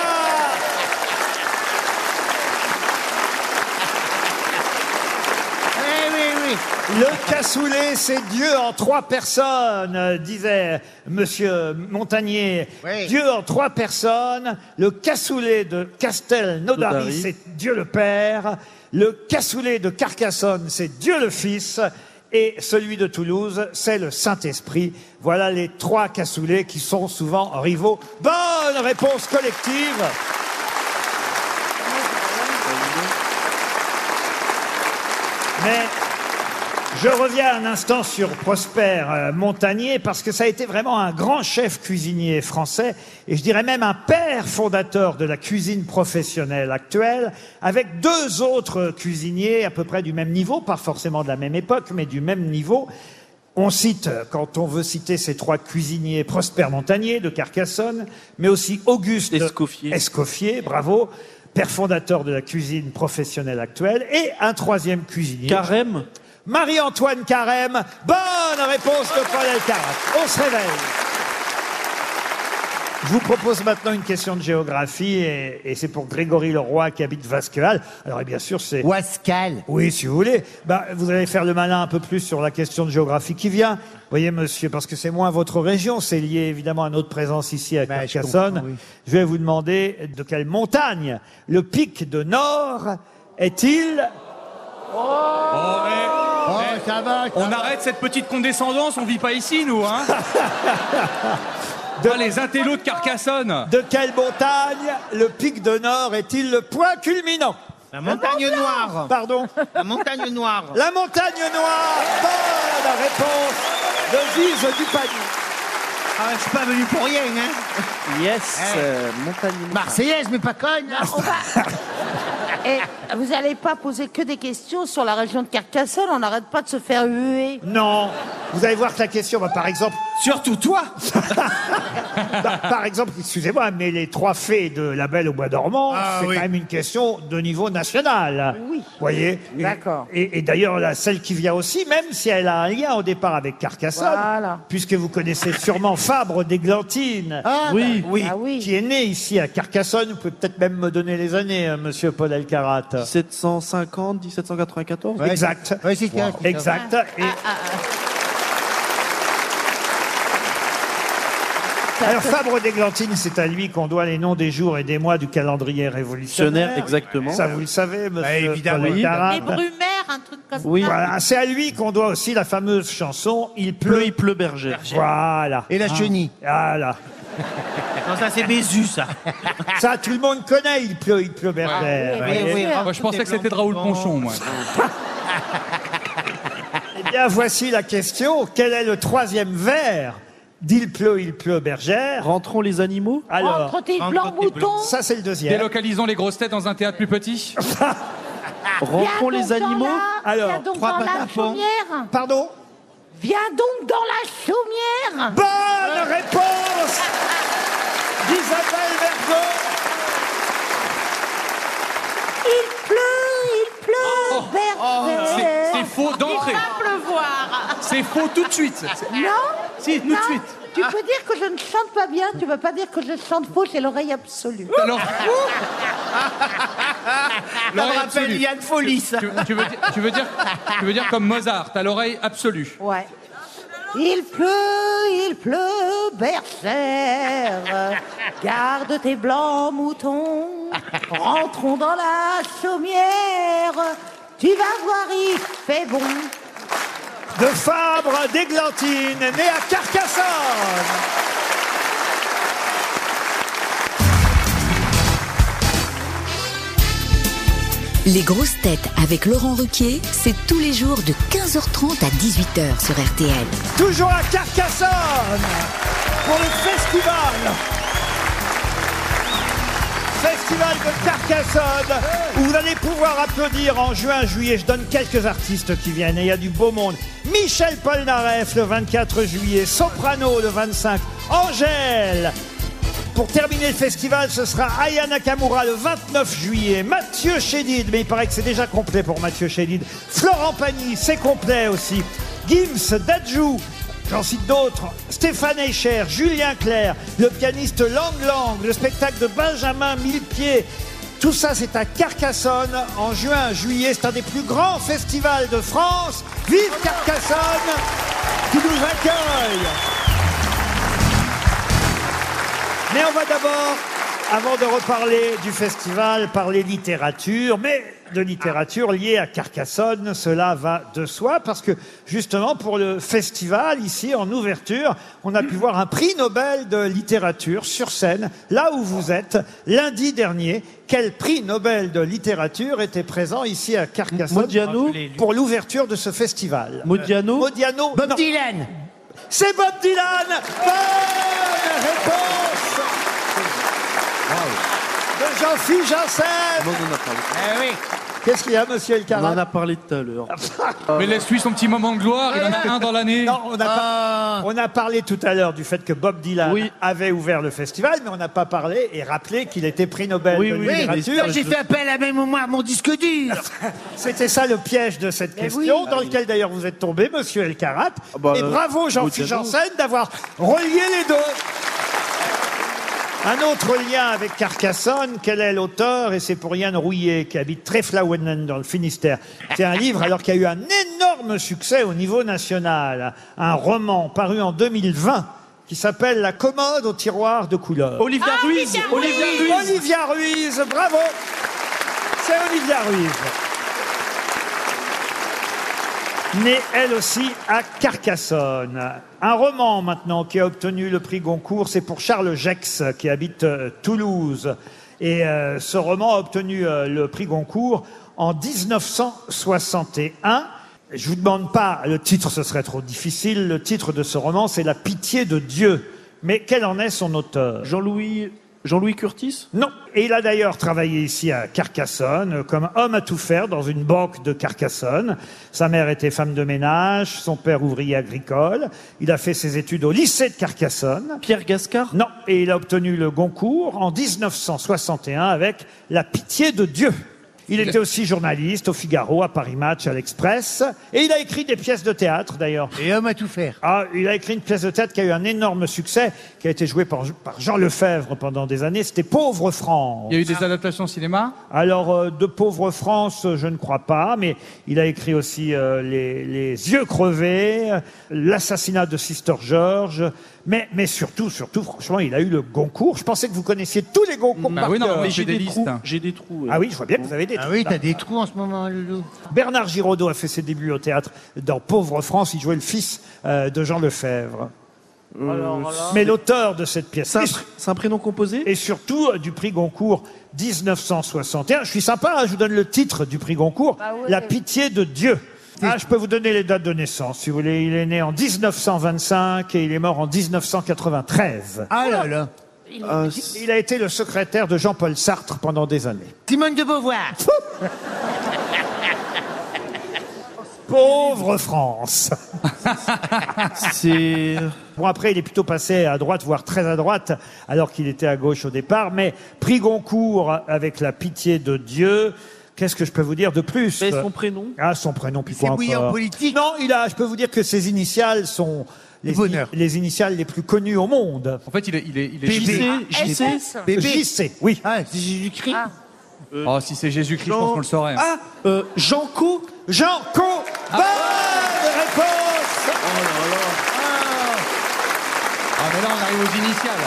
Speaker 4: Eh oui, oui.
Speaker 2: Le cassoulet, c'est Dieu en trois personnes, euh, disait Monsieur Montagnier.
Speaker 4: Oui.
Speaker 2: Dieu en trois personnes. Le cassoulet de Castelnaudary,
Speaker 8: Naudary.
Speaker 2: c'est Dieu le Père. Le cassoulet de Carcassonne, c'est Dieu le Fils. Et celui de Toulouse, c'est le Saint-Esprit. Voilà les trois cassoulets qui sont souvent rivaux. Bonne réponse collective Mais je reviens un instant sur Prosper euh, Montagnier parce que ça a été vraiment un grand chef cuisinier français et je dirais même un père fondateur de la cuisine professionnelle actuelle avec deux autres cuisiniers à peu près du même niveau, pas forcément de la même époque mais du même niveau. On cite, euh, quand on veut citer ces trois cuisiniers, Prosper Montagnier de Carcassonne, mais aussi Auguste
Speaker 8: Escoffier.
Speaker 2: Escoffier, bravo, père fondateur de la cuisine professionnelle actuelle, et un troisième cuisinier.
Speaker 8: Carême.
Speaker 2: Marie-Antoine Carême. Bonne réponse de Paul Elkarat. On se réveille. Je vous propose maintenant une question de géographie et, et c'est pour Grégory Leroy qui habite Vasquehal. Alors, et bien sûr, c'est...
Speaker 4: Wascal.
Speaker 2: Oui, si vous voulez. Bah, vous allez faire le malin un peu plus sur la question de géographie qui vient. Vous voyez, monsieur, parce que c'est moins votre région. C'est lié évidemment à notre présence ici à
Speaker 4: Bah, je
Speaker 2: Carcassonne.
Speaker 4: comprends, oui.
Speaker 2: Je vais vous demander de quelle montagne le pic de Nord est-il
Speaker 5: Oh, mais
Speaker 4: Oh, ça va. ça
Speaker 5: on
Speaker 4: va.
Speaker 5: arrête cette petite condescendance, on vit pas ici,
Speaker 3: <laughs>
Speaker 5: nous, hein
Speaker 2: De-
Speaker 5: Ah, les intellos de Carcassonne
Speaker 2: De quelle montagne le pic de Nord est-il le point culminant
Speaker 6: La montagne noire.
Speaker 2: Pardon
Speaker 6: La montagne noire.
Speaker 2: La montagne noire Bonne réponse de Gise Dupagny.
Speaker 6: Ah, je suis pas venu pour rien, hein
Speaker 8: Yes, euh, Montagnier.
Speaker 4: Eh. Marseillaise, mais pas conne.
Speaker 3: Non, on va- <laughs> Et vous n'allez pas poser que des questions sur la région de Carcassonne, on n'arrête pas de se faire huer.
Speaker 2: Non. Vous allez voir que la question, bah, par exemple,
Speaker 6: Surtout toi
Speaker 2: <laughs> bah, par exemple, excusez-moi, mais les trois fées de La Belle au Bois dormant, c'est quand même une question de niveau national.
Speaker 3: Ah Oui.
Speaker 2: Vous voyez Et-
Speaker 3: D'accord.
Speaker 2: Et, et d'ailleurs, là, celle qui vient aussi, même si elle a un lien au départ avec Carcassonne,
Speaker 3: Voilà.
Speaker 2: puisque vous connaissez sûrement Fabre d'Églantine.
Speaker 3: Ah,
Speaker 8: Oui.
Speaker 3: bah,
Speaker 6: Oui.
Speaker 3: ah oui.
Speaker 2: Qui est né ici à Carcassonne, vous pouvez peut-être même me donner les années, euh, monsieur Paul Alcarat.
Speaker 8: 1750, 1794.
Speaker 4: Ouais,
Speaker 2: Exact.
Speaker 4: ouais, c'est ça, c'est ça.
Speaker 2: Exact. Et-
Speaker 3: Ah,
Speaker 2: Alors Fabre d'Églantine, c'est à lui qu'on doit les noms des jours et des mois du calendrier révolutionnaire.
Speaker 8: Dictionnaire, exactement.
Speaker 2: Ça, vous le savez,
Speaker 12: Bah,
Speaker 3: Bah,
Speaker 2: monsieur.
Speaker 4: évidemment.
Speaker 2: Paul Alcarat.
Speaker 7: Les Brumaires, un truc comme
Speaker 8: Oui.
Speaker 7: ça.
Speaker 2: Voilà, Ah, c'est à lui qu'on doit aussi la fameuse chanson Il
Speaker 8: Pleu,
Speaker 2: pleut.
Speaker 8: il pleut berger.
Speaker 2: Voilà. Ah.
Speaker 4: Et la chenille.
Speaker 2: Voilà.
Speaker 6: Non, ça, c'est Bézu, ça.
Speaker 2: Ça, tout le monde connaît Il pleut, il pleut Berger.
Speaker 3: oui,
Speaker 2: Vous
Speaker 3: oui,
Speaker 2: voyez
Speaker 3: oui.
Speaker 5: Moi, je pensais que c'était de Raoul Ponchon, moi.
Speaker 2: <laughs> Eh bien, voici la question. Quel est le troisième vers d'Il pleut, il pleut Bergère
Speaker 8: Rentrons les animaux.
Speaker 2: Alors,
Speaker 3: Entre tes blancs boutons,
Speaker 2: ça, c'est le deuxième.
Speaker 5: Délocalisons les grosses têtes dans un théâtre
Speaker 3: <laughs>
Speaker 5: plus petit.
Speaker 8: Rentrons
Speaker 3: viens
Speaker 8: les
Speaker 3: donc dans
Speaker 8: animaux.
Speaker 3: la-
Speaker 2: Alors,
Speaker 3: viens donc
Speaker 6: trois
Speaker 3: dans la
Speaker 6: patapons.
Speaker 3: chaumière,
Speaker 2: Pardon
Speaker 3: viens donc dans la chaumière.
Speaker 2: Bonne réponse d'Isabelle Vergo.
Speaker 3: Il pleut, il pleut,
Speaker 5: Oh, C'est c'est
Speaker 3: Berger.
Speaker 5: faux d'entrée.
Speaker 7: Va pleuvoir.
Speaker 5: C'est faux tout de suite.
Speaker 3: Non,
Speaker 6: Si, tout de
Speaker 3: non,
Speaker 6: suite.
Speaker 3: Tu peux dire que je ne chante pas bien, tu peux pas dire que je chante faux, j'ai l'oreille absolue.
Speaker 5: Alors,
Speaker 4: Ça
Speaker 5: l'oreille
Speaker 4: me rappelle
Speaker 5: absolue.
Speaker 4: Yann Folie, ça.
Speaker 5: Tu, tu veux, dire- tu, veux dire, tu veux dire comme Mozart, t'as l'oreille absolue.
Speaker 3: Ouais. Il pleut, il pleut, bergère. Garde tes blancs moutons. Rentrons dans la chaumière. Tu vas voir, il fait bon.
Speaker 2: De Fabre d'Églantine, né à Carcassonne.
Speaker 13: Les grosses têtes avec Laurent Ruquier, c'est tous les jours de 15h30 à 18h sur RTL.
Speaker 2: Toujours à Carcassonne pour le festival. Festival de Carcassonne, où vous allez pouvoir applaudir en juin, juillet. Je donne quelques artistes qui viennent et il y a du beau monde. Michel Polnareff le 24 juillet, Soprano le 25, Angèle. Pour terminer le festival, ce sera Aya Nakamura le 29 juillet, Mathieu Chédid, mais il paraît que c'est déjà complet pour Mathieu Chédid, Florent Pagny, c'est complet aussi, Gims, Dadju, j'en cite d'autres, Stéphane Eicher, Julien Clerc, le pianiste Lang Lang, le spectacle de Benjamin Millepied, tout ça, c'est à Carcassonne en juin, juillet. C'est un des plus grands festivals de France. Vive Carcassonne qui nous accueille. Mais on va d'abord, avant de reparler du festival, parler littérature, mais de littérature liée à Carcassonne, cela va de soi, parce que justement pour le festival, ici en ouverture, on a pu voir un prix Nobel de littérature sur scène, là où vous êtes, lundi dernier. Quel prix Nobel de littérature était présent ici à Carcassonne
Speaker 8: Modiano
Speaker 2: pour l'ouverture de ce festival Euh,
Speaker 8: Modiano
Speaker 2: Modiano,
Speaker 4: Bob
Speaker 2: non.
Speaker 4: Dylan.
Speaker 2: C'est Bob Dylan Bonne réponse De Jean-Philippe Janssen
Speaker 8: On en a parlé.
Speaker 4: Eh oui.
Speaker 2: Qu'est-ce qu'il y a, monsieur El Ah,
Speaker 8: On en a parlé tout à l'heure.
Speaker 5: Mais laisse-lui son petit moment de gloire, il en a un dans l'année.
Speaker 2: Non, on a, pas- on a parlé tout à l'heure du fait que Bob Dylan
Speaker 8: Ah. Oui.
Speaker 2: avait ouvert le festival, mais on n'a pas parlé et rappelé qu'il était prix Nobel
Speaker 8: Oui,
Speaker 2: de
Speaker 8: oui,
Speaker 4: Oui,
Speaker 2: Euh, littérature.
Speaker 4: j'ai fait appel à mes mémoires, mon disque dur.
Speaker 2: C'était ça le piège de cette question, dans lequel d'ailleurs vous êtes tombé, monsieur El Karat.
Speaker 8: bah,
Speaker 2: et
Speaker 8: euh,
Speaker 2: bravo Jean-Philippe
Speaker 8: Modiano.
Speaker 2: Janssen d'avoir relié les deux. Un autre lien avec Carcassonne, quel est l'auteur Et c'est pour Yann Rouillet, qui habite Treflawenen dans le Finistère. C'est un livre, alors qu'il y a eu un énorme succès au niveau national. Un roman paru en 2020 qui s'appelle La commode au tiroir de couleur.
Speaker 8: Olivia Ruiz Olivia Ruiz
Speaker 2: Olivia Ruiz, bravo C'est Olivia Ruiz. Née elle aussi à Carcassonne. Un roman maintenant qui a obtenu le prix Goncourt, c'est pour Charles Gex qui habite euh, Toulouse. Et euh, ce roman a obtenu euh, le prix Goncourt en 1961. Je vous demande pas le titre, ce serait trop difficile. Le titre de ce roman, c'est La pitié de Dieu. Mais quel en est son auteur Jean-Louis Jean-Louis Curtis Non. Et il a d'ailleurs travaillé ici à Carcassonne euh, comme homme à tout faire dans une banque de Carcassonne. Sa mère était femme de ménage, son père ouvrier agricole. Il a fait ses études au lycée de Carcassonne. Pierre Gascard Non. Et il a obtenu le Goncourt en 1961 avec La pitié de Dieu. Il était aussi journaliste au Figaro, à Paris Match, à l'Express. Et il a écrit des pièces de théâtre, d'ailleurs. Et homme à tout faire. Ah, il a écrit une pièce de théâtre qui a eu un énorme succès, qui a été jouée par, par Jean Lefebvre pendant des années. C'était Pauvre France.
Speaker 5: Il y a eu des adaptations cinéma
Speaker 2: Alors, euh, de Pauvre France, euh, je ne crois pas, mais il a écrit aussi euh, les, Les Yeux crevés, euh, L'assassinat de Sister George. Mais, mais surtout, surtout, franchement, il a eu le Goncourt. Je pensais que vous connaissiez tous les Goncourt.
Speaker 5: Bah
Speaker 2: par
Speaker 5: oui, non,
Speaker 2: cœur.
Speaker 5: mais j'ai des listes. J'ai des trous.
Speaker 2: euh,
Speaker 8: euh,
Speaker 2: Ah oui, je vois bien que vous avez des
Speaker 4: Ah
Speaker 2: trous.
Speaker 4: oui, t'as
Speaker 2: des trous en ce moment, Loulou. Bernard Giraudot a fait ses débuts au théâtre dans Pauvre France. Il jouait le fils euh, de Jean Lefebvre. Mais l'auteur de cette pièce. C'est un, prénom composé Et surtout euh, du prix Goncourt 1961. Je suis sympa, hein, je vous donne le titre du prix Goncourt
Speaker 14: Bah ouais.
Speaker 2: La pitié de Dieu. Ah, je peux vous donner les dates de naissance, si vous voulez. Il est né en 1925 et il est mort en 1993. Ah là là Euh, Il a été le secrétaire de Jean-Paul Sartre pendant des années.
Speaker 4: Simone
Speaker 2: <laughs>
Speaker 4: de Beauvoir.
Speaker 2: Pauvre
Speaker 8: <laughs>
Speaker 2: France
Speaker 8: C'est.
Speaker 2: Bon, après, il est plutôt passé à droite, voire très à droite, alors qu'il était à gauche au départ. Mais prix Goncourt avec la pitié de Dieu. Qu'est-ce que je peux vous dire de plus
Speaker 8: Mais son prénom
Speaker 2: Ah, son prénom, puis quoi
Speaker 8: s'est mouillé en
Speaker 2: encore politique Non, il a, je peux vous dire que ses initiales sont les, les initiales les plus connues au monde.
Speaker 5: En fait, il est. Il est, il est
Speaker 2: JC, JC, oui.
Speaker 8: Ah, c'est Jésus-Christ.
Speaker 5: Oh, si c'est Jésus-Christ, je pense qu'on le saurait. hein.
Speaker 8: Ah,
Speaker 4: hein.
Speaker 8: euh, Jean Co.
Speaker 2: Jean Co. Ah. Bonne réponse
Speaker 5: Ah, mais là, on arrive aux initiales.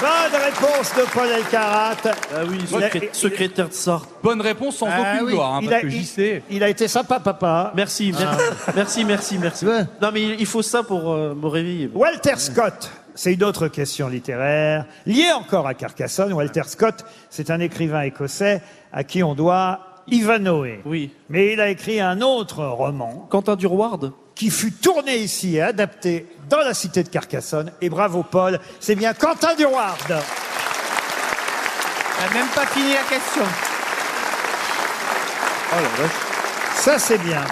Speaker 2: Bonne réponse de Paul Elkarat.
Speaker 8: Ah oui, secré- secrétaire de Sartre.
Speaker 5: Bonne réponse sans
Speaker 8: Ah
Speaker 5: aucune
Speaker 8: oui.
Speaker 5: gloire, hein,
Speaker 8: Il
Speaker 5: parce
Speaker 8: a-
Speaker 5: que
Speaker 8: il-
Speaker 5: j'y sais.
Speaker 2: Il a été sympa, papa. Ah.
Speaker 8: Merci, merci, merci, merci, merci. Non, mais il- il faut ça pour euh, me réveiller.
Speaker 2: Walter Scott, c'est une autre question littéraire, liée encore à Carcassonne. Walter Scott, c'est un écrivain écossais à qui on doit Ivanhoe. Oui. Mais il a écrit un autre roman.
Speaker 8: Quentin Durward
Speaker 2: Qui fut tourné ici et adapté dans la cité de Carcassonne. Et bravo Paul, c'est bien Quentin Durward.
Speaker 6: T'as même pas fini la question.
Speaker 2: Ça, c'est bien.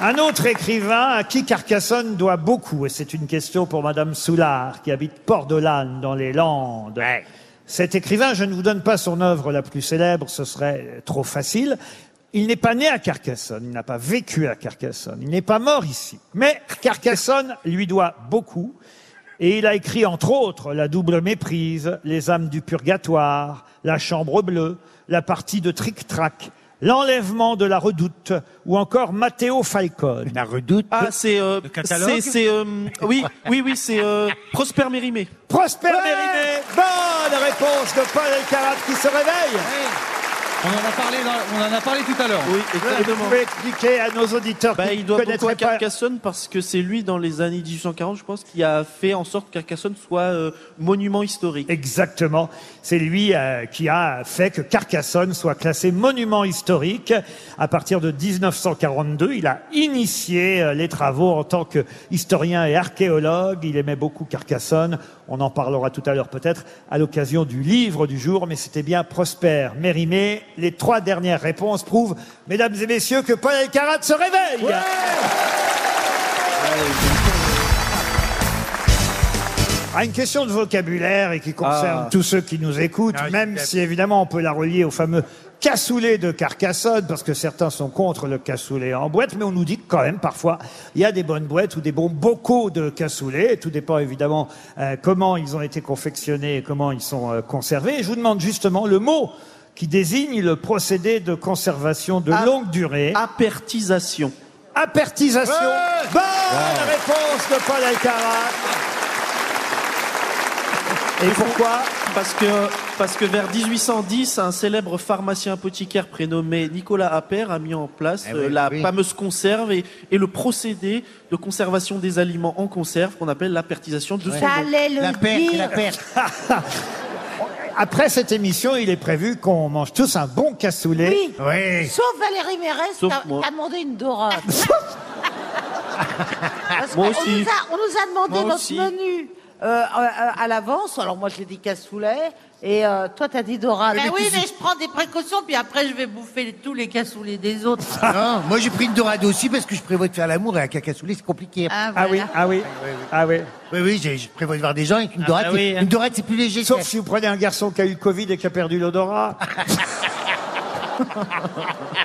Speaker 2: Un autre écrivain à qui Carcassonne doit beaucoup, et c'est une question pour Madame Soulard, qui habite Port-de-Lanne, dans les Landes. Cet écrivain, je ne vous donne pas son œuvre la plus célèbre, ce serait trop facile. Il n'est pas né à Carcassonne, il n'a pas vécu à Carcassonne, il n'est pas mort ici. Mais Carcassonne lui doit beaucoup, et il a écrit entre autres La double méprise, Les âmes du purgatoire, La chambre bleue, la partie de Tric-Trac, L'enlèvement de la redoute, ou encore Matteo Falcone.
Speaker 4: La redoute
Speaker 8: Ah, c'est. euh,
Speaker 2: catalogue
Speaker 8: c'est. c'est, euh, oui, oui, oui, c'est euh, Prosper Mérimée.
Speaker 2: Prosper Mérimée Bonne réponse de Paul Elkarat qui se réveille
Speaker 5: On en a parlé, dans- on en a parlé tout à l'heure.
Speaker 8: Oui,
Speaker 2: Vous
Speaker 8: exactement.
Speaker 2: pouvez expliquer à nos auditeurs
Speaker 8: Bah,
Speaker 2: qui
Speaker 8: il doit
Speaker 2: ne
Speaker 8: beaucoup à
Speaker 2: connaîtraient pas...
Speaker 8: Carcassonne parce que c'est lui dans les années 1840, je pense, qui a fait en sorte que Carcassonne soit euh, monument historique.
Speaker 2: Exactement. C'est lui euh, qui a fait que Carcassonne soit classé monument historique. À partir de 1942, il a initié euh, les travaux en tant que historien et archéologue. Il aimait beaucoup Carcassonne. On en parlera tout à l'heure peut-être à l'occasion du livre du jour, mais c'était bien Prosper Mérimée. Les trois dernières réponses prouvent, mesdames et messieurs, que Paul Elkarat se réveille. à Ah, une question de vocabulaire et qui concerne
Speaker 8: Ah.
Speaker 2: tous ceux qui nous écoutent, même si évidemment on peut la relier au fameux cassoulet de Carcassonne, parce que certains sont contre le cassoulet en boîte, mais on nous dit que quand même parfois il y a des bonnes boîtes ou des bons bocaux de cassoulet. Tout dépend évidemment euh, comment ils ont été confectionnés et comment ils sont euh, conservés. Et je vous demande justement le mot qui désigne le procédé de conservation de longue durée.
Speaker 8: Apertisation.
Speaker 2: Apertisation. Bonne réponse de Paul Alcarat. Et pourquoi
Speaker 8: parce que, parce que vers 1810, un célèbre pharmacien apothicaire prénommé Nicolas Appert a mis en place
Speaker 4: Eh
Speaker 8: euh,
Speaker 4: oui,
Speaker 8: la
Speaker 4: oui.
Speaker 8: fameuse conserve et, et le procédé de conservation des aliments en conserve qu'on appelle l'apertisation de son nom.
Speaker 3: J'allais le dire.
Speaker 2: Après cette émission, il est prévu qu'on mange tous un bon cassoulet.
Speaker 3: Oui. Sauf Valérie Mérès, qui
Speaker 2: Sauf
Speaker 3: a
Speaker 2: moi.
Speaker 3: qui a demandé une dorade. Parce
Speaker 2: <laughs> Moi
Speaker 3: qu'on
Speaker 2: aussi.
Speaker 3: nous a- On nous a, demandé
Speaker 2: Moi
Speaker 3: notre
Speaker 2: aussi.
Speaker 3: menu. euh, à, à- à l'avance. Alors moi, je l'ai dit cassoulet. Et euh, toi, t'as dit Dora.
Speaker 7: Ben oui, mais je prends des précautions, puis après je vais bouffer les- tous les cassoulets des autres.
Speaker 2: <laughs>
Speaker 4: Ah. Non, moi j'ai pris une dorado aussi parce que je prévois de faire l'amour et un cacassoulet, c'est compliqué.
Speaker 7: Ah, voilà. Ah oui,
Speaker 2: ah oui, ah oui. Ah,
Speaker 4: Oui, oui, j'ai- je prévois de voir des gens avec une dorade.
Speaker 2: dorade,
Speaker 4: c'est-
Speaker 2: c'est-
Speaker 4: Une dorade, c'est plus léger.
Speaker 2: hein. Sauf si vous prenez un garçon qui a eu le Covid et qui a perdu l'odorat.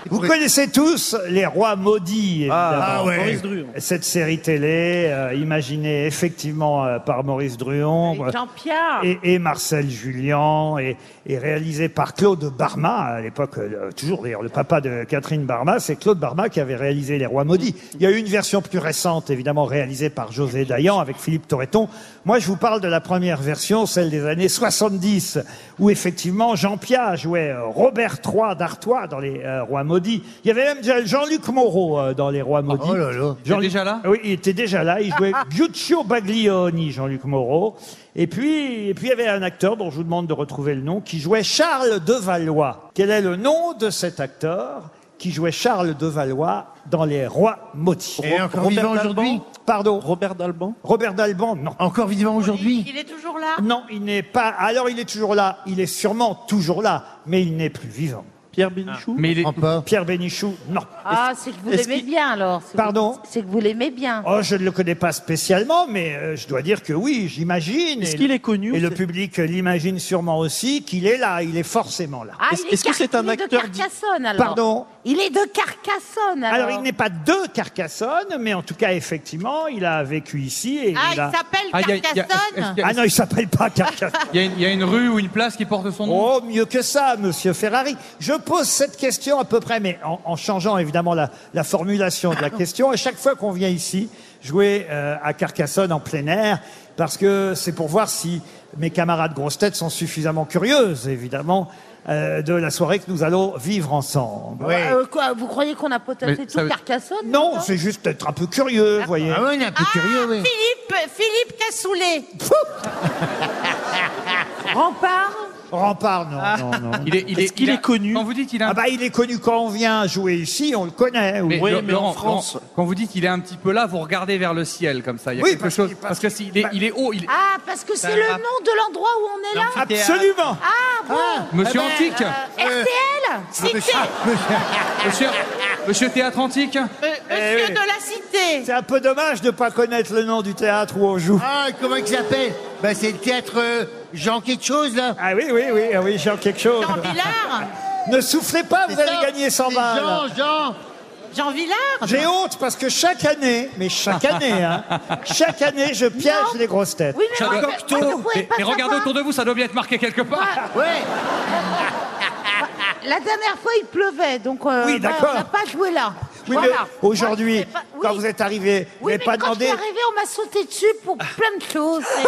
Speaker 2: vous connaissez tous les rois maudits, évidemment.
Speaker 8: Ah, ah ouais. Maurice Druon.
Speaker 2: Cette série télé, euh, imaginée effectivement euh, par Maurice Druon.
Speaker 3: Jean-Pierre.
Speaker 2: Et, et Marcel Julien, et, et réalisé par Claude Barma, à l'époque, euh, toujours d'ailleurs, le papa de Catherine Barma, c'est Claude Barma qui avait réalisé Les Rois Maudits. Il y a eu une version plus récente, évidemment, réalisée par José Dayan avec Philippe Torreton. Moi, je vous parle de la première version, celle des années 70, où effectivement Jean Pia jouait euh, Robert III d'Artois dans Les euh, Rois Maudits. Il y avait même déjà Jean-Luc Moreau euh, dans Les Rois Maudits.
Speaker 4: Oh là là.
Speaker 2: Jean déjà là Oui, il était déjà là. Il jouait Guccio Baglioni, Jean-Luc Moreau. Et puis, et puis, il y avait un acteur dont je vous demande de retrouver le nom, qui jouait Charles de Valois. Quel est le nom de cet acteur qui jouait Charles de Valois dans Les Rois Maudits
Speaker 4: Et encore vivant aujourd'hui
Speaker 2: Pardon
Speaker 8: Robert Dalban
Speaker 2: Robert Dalban, non.
Speaker 4: Encore vivant aujourd'hui
Speaker 7: Il est toujours là
Speaker 2: Non, il n'est pas. Alors, il est toujours là. Il est sûrement toujours là, mais il n'est plus vivant. Ah.
Speaker 8: Pierre Bénichou
Speaker 5: Mais il est...
Speaker 2: Pierre Bénichou, non.
Speaker 3: Ah, c'est que vous
Speaker 2: est-ce
Speaker 3: l'aimez
Speaker 2: qu'il-
Speaker 3: bien alors. C'est que-
Speaker 2: Pardon
Speaker 3: C'est que vous l'aimez bien.
Speaker 2: Oh, je ne le connais pas spécialement, mais euh, je dois dire que oui, j'imagine.
Speaker 8: Est-ce
Speaker 2: Et
Speaker 8: qu'il
Speaker 2: le-
Speaker 8: est connu
Speaker 2: Et
Speaker 8: ou
Speaker 2: le
Speaker 8: c'est-
Speaker 2: public euh, l'imagine sûrement aussi qu'il est là, il est forcément là.
Speaker 3: Ah,
Speaker 8: Est-ce-
Speaker 3: il est
Speaker 8: est-ce que c'est
Speaker 3: car-
Speaker 8: un
Speaker 3: il est
Speaker 8: acteur
Speaker 3: de
Speaker 8: dit-
Speaker 3: Carcassonne alors.
Speaker 2: Pardon
Speaker 3: Il est de Carcassonne alors.
Speaker 2: alors, il n'est pas de Carcassonne, mais en tout cas, effectivement, il a vécu ici. Et
Speaker 7: Ah,
Speaker 2: il
Speaker 7: il
Speaker 2: a-
Speaker 7: s'appelle
Speaker 5: Ah, il y a- il y a-
Speaker 7: Carcassonne
Speaker 5: est-ce- est-ce-
Speaker 2: Ah non, il s'appelle pas Carcassonne.
Speaker 5: Il y, a une- il y a une rue ou une place qui porte son nom
Speaker 2: Oh, mieux que ça, monsieur Ferrari. Je pose cette question à peu près, mais en, en changeant évidemment la, la formulation de la question. À chaque fois qu'on vient ici jouer euh, à Carcassonne en plein air, parce que c'est pour voir si mes camarades grosses têtes sont suffisamment curieuses, évidemment, euh, de la soirée que nous allons vivre ensemble.
Speaker 4: Oui.
Speaker 3: Euh, quoi, vous croyez qu'on a potassé
Speaker 5: Mais
Speaker 3: tout
Speaker 5: ça veut-
Speaker 3: Carcassonne
Speaker 2: Non,
Speaker 3: maintenant
Speaker 2: c'est juste être un peu curieux, vous voyez.
Speaker 4: Ah ouais, on est un peu curieux, oui.
Speaker 7: Philippe, Philippe Cassoulet
Speaker 3: <laughs> Rempart
Speaker 2: Rempart, non, non, non.
Speaker 5: Il est, il
Speaker 8: Est-ce qu'il
Speaker 5: il a-
Speaker 8: est connu
Speaker 5: Quand vous dites qu'il a
Speaker 2: Ah bah, il est connu quand on vient jouer ici, on le connaît. oui.
Speaker 5: Mais
Speaker 8: Oui,
Speaker 5: Lo-
Speaker 8: mais en
Speaker 5: Laurent,
Speaker 8: France.
Speaker 5: Laurent, quand vous dites qu'il est un petit peu là, vous regardez vers le ciel comme ça. Il y a
Speaker 2: Oui,
Speaker 5: quelque
Speaker 2: parce
Speaker 5: chose.
Speaker 2: qu'il-
Speaker 5: Parce
Speaker 2: parce
Speaker 5: que s'il est, il est haut. Il est...
Speaker 3: Ah, parce que c'est
Speaker 5: un
Speaker 3: le
Speaker 5: rap-
Speaker 3: nom de l'endroit où on est là
Speaker 2: Absolument.
Speaker 3: Ah, euh, bon
Speaker 5: Monsieur Antique
Speaker 3: RTL
Speaker 7: Cité
Speaker 5: monsieur, monsieur Théâtre Antique
Speaker 7: Euh, Monsieur
Speaker 2: Eh oui.
Speaker 7: de la Cité
Speaker 2: C'est un peu dommage de ne pas connaître le nom du théâtre où on joue.
Speaker 4: Ah, comment il s'appelle Bah, c'est le théâtre euh, Jean quelque chose, là.
Speaker 2: Ah oui, oui, oui, ah oui, Jean quelque chose.
Speaker 5: Euh,
Speaker 7: Jean Villard
Speaker 2: Ne soufflez pas, vous
Speaker 4: C'est
Speaker 2: allez
Speaker 4: ça
Speaker 2: gagner 100
Speaker 4: C'est
Speaker 2: balles.
Speaker 4: Jean, Jean
Speaker 7: Jean Villard
Speaker 2: J'ai honte parce que chaque année, mais chaque année, hein, chaque année, je piège
Speaker 3: Non.
Speaker 2: les grosses têtes.
Speaker 3: Oui, mais
Speaker 5: Ça
Speaker 3: moi,
Speaker 5: doit-
Speaker 3: moi, je pouvais
Speaker 5: Mais,
Speaker 3: pas
Speaker 5: mais regardez
Speaker 3: savoir.
Speaker 5: autour de vous, ça doit bien être marqué quelque part.
Speaker 4: Ouais
Speaker 3: La dernière fois, il pleuvait, donc euh,
Speaker 2: Oui,
Speaker 3: bah,
Speaker 2: d'accord.
Speaker 3: on n'a pas joué là.
Speaker 2: Oui, mais
Speaker 3: Voilà. Moi,
Speaker 2: aujourd'hui,
Speaker 3: je pouvais pas- oui.
Speaker 2: quand vous êtes arrivé, vous
Speaker 3: Oui,
Speaker 2: n'avez
Speaker 3: mais
Speaker 2: pas
Speaker 3: quand
Speaker 2: demandé.
Speaker 3: je suis arrivée, on m'a sauté dessus pour plein de choses.
Speaker 2: <laughs>
Speaker 3: et, euh,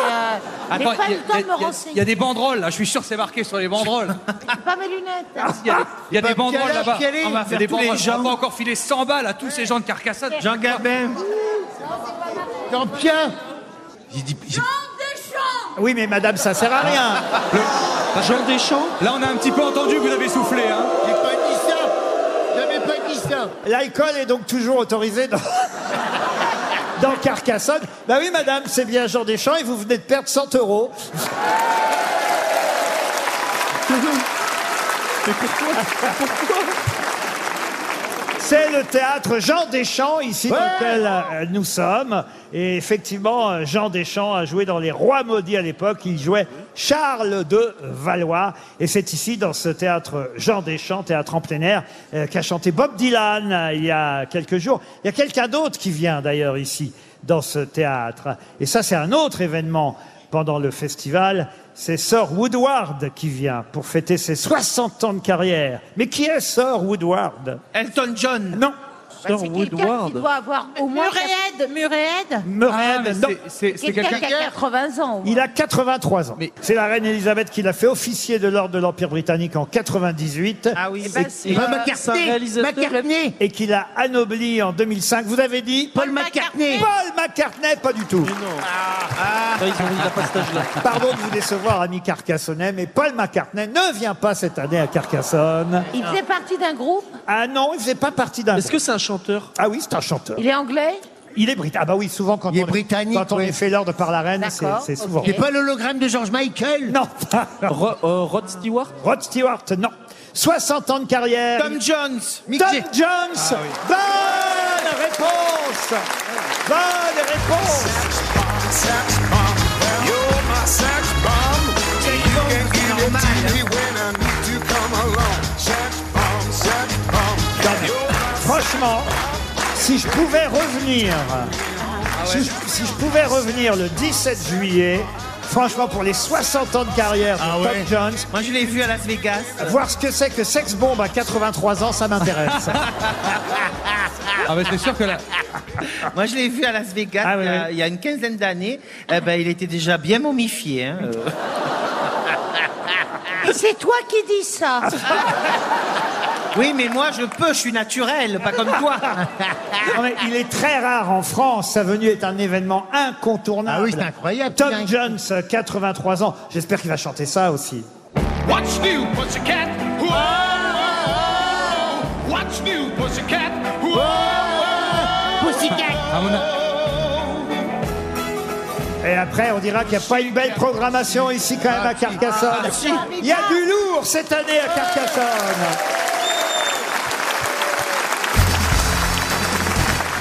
Speaker 5: Attends,
Speaker 3: j'ai pas eu
Speaker 5: il y a-
Speaker 3: le temps de
Speaker 5: il y a-
Speaker 3: me
Speaker 5: il y a- il y
Speaker 3: renseigner.
Speaker 5: a des banderoles là, je suis sûr que c'est marqué sur les banderoles.
Speaker 3: Pas mes lunettes.
Speaker 5: Il y a des, il y a
Speaker 4: Bah,
Speaker 5: des banderoles
Speaker 4: Piala,
Speaker 5: là-bas.
Speaker 4: Piali,
Speaker 5: On va
Speaker 4: tous
Speaker 5: faire des
Speaker 4: les
Speaker 5: banderoles.
Speaker 4: gens.
Speaker 5: On va encore filer 100 balles à tous ces gens de Carcassonne.
Speaker 4: Jean Gabin Jean Pierre J'ai dit... j'ai-
Speaker 2: Oui, mais madame, ça sert à rien.
Speaker 8: Jean Deschamps
Speaker 5: Là, on a un petit peu entendu, vous avez soufflé. Hein.
Speaker 4: J'ai pas dit ça J'avais pas dit ça
Speaker 2: L'alcool est donc toujours autorisé dans. <laughs> Dans Carcassonne. Bah oui, madame, c'est bien Jean Deschamps et vous venez de perdre 100
Speaker 4: <laughs>
Speaker 2: euros. C'est le théâtre Jean Deschamps, ici, dans lequel euh, nous sommes. Et effectivement, euh, Jean Deschamps a joué dans Les Rois Maudits à l'époque. Il jouait Charles de Valois. Et c'est ici, dans ce théâtre Jean Deschamps, théâtre en plein air, euh, qu'a chanté Bob Dylan euh, il y a quelques jours. Il y a quelqu'un d'autre qui vient d'ailleurs ici, dans ce théâtre. Et ça, c'est un autre événement pendant le festival. C'est Sir Woodward qui vient pour fêter ses 60 ans de carrière. Mais qui est Sir Woodward
Speaker 6: Elton John.
Speaker 2: Non.
Speaker 3: Bah, c'est quelqu'un qui doit avoir au moins...
Speaker 7: Muréed Muréed
Speaker 5: Ah,
Speaker 2: Murray,
Speaker 5: mais
Speaker 2: non.
Speaker 5: c'est- c'est c'est
Speaker 3: C'est quelqu'un qui
Speaker 5: quelqu'un.
Speaker 3: a 80 ans. au moins.
Speaker 2: Il a 83 ans.
Speaker 5: Mais-
Speaker 2: C'est la reine Elisabeth qui l'a fait officier de l'ordre de l'Empire britannique en 98
Speaker 6: Ah
Speaker 3: Eh
Speaker 6: oui.
Speaker 3: ben,
Speaker 8: C'est
Speaker 4: Bah,
Speaker 8: c'est un
Speaker 4: McCartney
Speaker 8: réalisateur.
Speaker 4: McCartney
Speaker 2: et qui l'a anobli en 2005. Vous avez dit
Speaker 4: Paul McCartney
Speaker 2: Paul McCartney, pas du tout. Ah,
Speaker 8: Mais non. Non, ils ont- il a pas cet âge-là.
Speaker 2: Pardon de vous décevoir, ami Carcassonnais, mais Paul McCartney ne vient pas cette année à Carcassonne.
Speaker 3: Il faisait partie d'un groupe.
Speaker 2: Ah non, il faisait pas partie d'un.
Speaker 8: Est-ce que c'est un chanteur
Speaker 2: Ah oui, c'est un chanteur.
Speaker 3: Il est anglais.
Speaker 2: Il est britannique. Ah bah oui, souvent quand, on, britannique, quand on est fait l'ordre par la reine, c'est
Speaker 4: D'accord,
Speaker 2: c'est souvent.
Speaker 4: ok. C'est pas
Speaker 2: l'hologramme de George Michael Non.
Speaker 5: euh,
Speaker 2: Rod Stewart Rod Stewart, non. 60 ans de carrière. Tom Jones. Tom Jones.
Speaker 8: Ah
Speaker 2: Bonne réponse. Bonne réponse. Non, mais Franchement, si je pouvais revenir, si, je, si je pouvais revenir le 17 juillet, franchement pour les 60 ans de carrière de Tom Jones,
Speaker 6: Ah Moi, je l'ai vu à Las Vegas. <laughs>
Speaker 2: voir ce que c'est que Sex Bomb à 83 ans, ça <laughs> m'intéresse.
Speaker 5: Ah, mais c'est sûr que là.
Speaker 6: Moi, je l'ai vu à Las Vegas
Speaker 2: Ah, oui,
Speaker 6: il, y a,
Speaker 2: oui.
Speaker 6: il y a une quinzaine d'années. Eh ben, il était déjà bien momifié. hein, euh.
Speaker 5: <laughs>
Speaker 3: C'est toi qui dis ça.
Speaker 6: <laughs> Oui, mais moi, je peux, je suis naturel, pas comme toi.
Speaker 2: Non, mais il est très rare en France. Sa venue est un événement incontournable. Ah oui, c'est incroyable. Tom Jones, 83 ans. J'espère qu'il va chanter ça aussi.
Speaker 14: What's new, pussycat? Whoa, whoa. What's new, pussycat? Whoa, whoa.
Speaker 5: Ah, mon a-
Speaker 2: Et après, on dira qu'il n'y a pas une belle programmation ici quand même à Carcassonne.
Speaker 14: Ah, si.
Speaker 2: Il y a du lourd cette année à Carcassonne.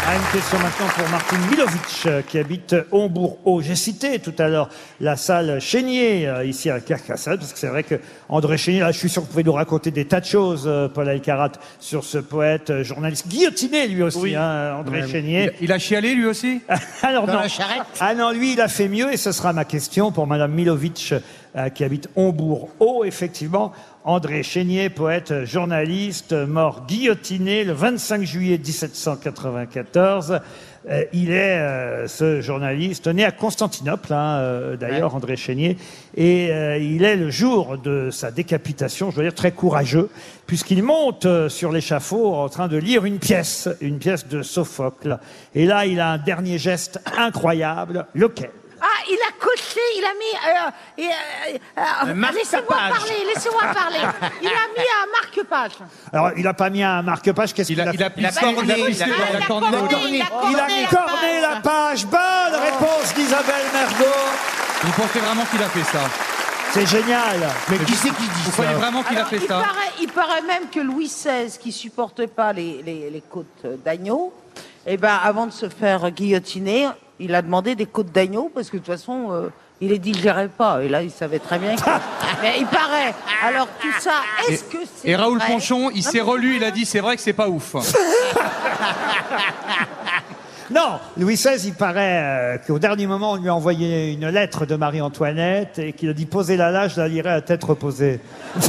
Speaker 2: Ah, une question maintenant pour Martin Milovic, euh, qui habite Hombourg-Haut. J'ai cité tout à l'heure la salle Chénier, euh, ici à Carcassonne, parce que c'est vrai que André Chénier, là, je suis sûr que vous pouvez nous raconter des tas de choses, euh, Paul Alcarat, sur ce poète, euh, journaliste, guillotiné lui aussi, hein, André
Speaker 5: Ouais.
Speaker 2: Chénier.
Speaker 5: Il a chialé lui aussi
Speaker 2: <laughs> Alors
Speaker 5: Dans
Speaker 2: non.
Speaker 5: la charrette
Speaker 2: Ah non, lui, il a fait mieux et ce sera ma question pour Madame Milovic euh, qui habite Hombourg-Haut. Effectivement, André Chénier, poète, euh, journaliste, euh, mort guillotiné le 25 juillet 1794. Euh, il est, euh, ce journaliste, né à Constantinople, hein, euh, d'ailleurs, André Chénier, et euh, il est le jour de sa décapitation, je dois dire très courageux, puisqu'il monte euh, sur l'échafaud en train de lire une pièce, une pièce de Sophocle. Et là, il a un dernier geste incroyable, lequel
Speaker 3: Ah, il a coché, il a mis. euh, et, euh, euh,
Speaker 2: Un marque-page.
Speaker 3: laissez-moi parler, laissez-moi parler. Il a mis un marque-page.
Speaker 2: Alors, il n'a pas mis un marque-page, qu'est-ce qu'il a, Il a
Speaker 3: il a corné, il a- il a corné.
Speaker 2: Il
Speaker 3: Il
Speaker 2: a
Speaker 3: a
Speaker 2: corné,
Speaker 12: <laughs>
Speaker 3: corné la
Speaker 2: la page. Bonne réponse d'Isabelle Mergot.
Speaker 5: Vous pensez vraiment qu'il a fait ça
Speaker 2: C'est génial.
Speaker 5: Mais qui c'est qui dit Vous croyez vraiment qu'il a
Speaker 3: Alors,
Speaker 5: fait
Speaker 3: il
Speaker 5: ça
Speaker 3: paraît, il paraît même que Louis XVI, qui supportait pas les, les- les côtes d'agneau, eh ben, avant de se faire guillotiner, il a demandé des côtes d'agneau parce que de toute façon, euh, il les digérait pas. Et là, il savait très
Speaker 5: <laughs>
Speaker 3: bien. Que... Mais il paraît. Alors tout ça,
Speaker 5: Et,
Speaker 3: est-ce que c'est
Speaker 5: et Raoul
Speaker 3: vrai
Speaker 5: Ponchon, il
Speaker 3: Non,
Speaker 5: s'est
Speaker 12: Ah
Speaker 3: mais-
Speaker 5: relu, il a dit c'est vrai que c'est pas ouf.
Speaker 3: <laughs>
Speaker 2: Non, Louis XVI, il paraît euh, qu'au dernier moment, on lui a envoyé une lettre de Marie-Antoinette et qu'il a dit posez-la là, je la lirai à tête reposée.
Speaker 5: Mais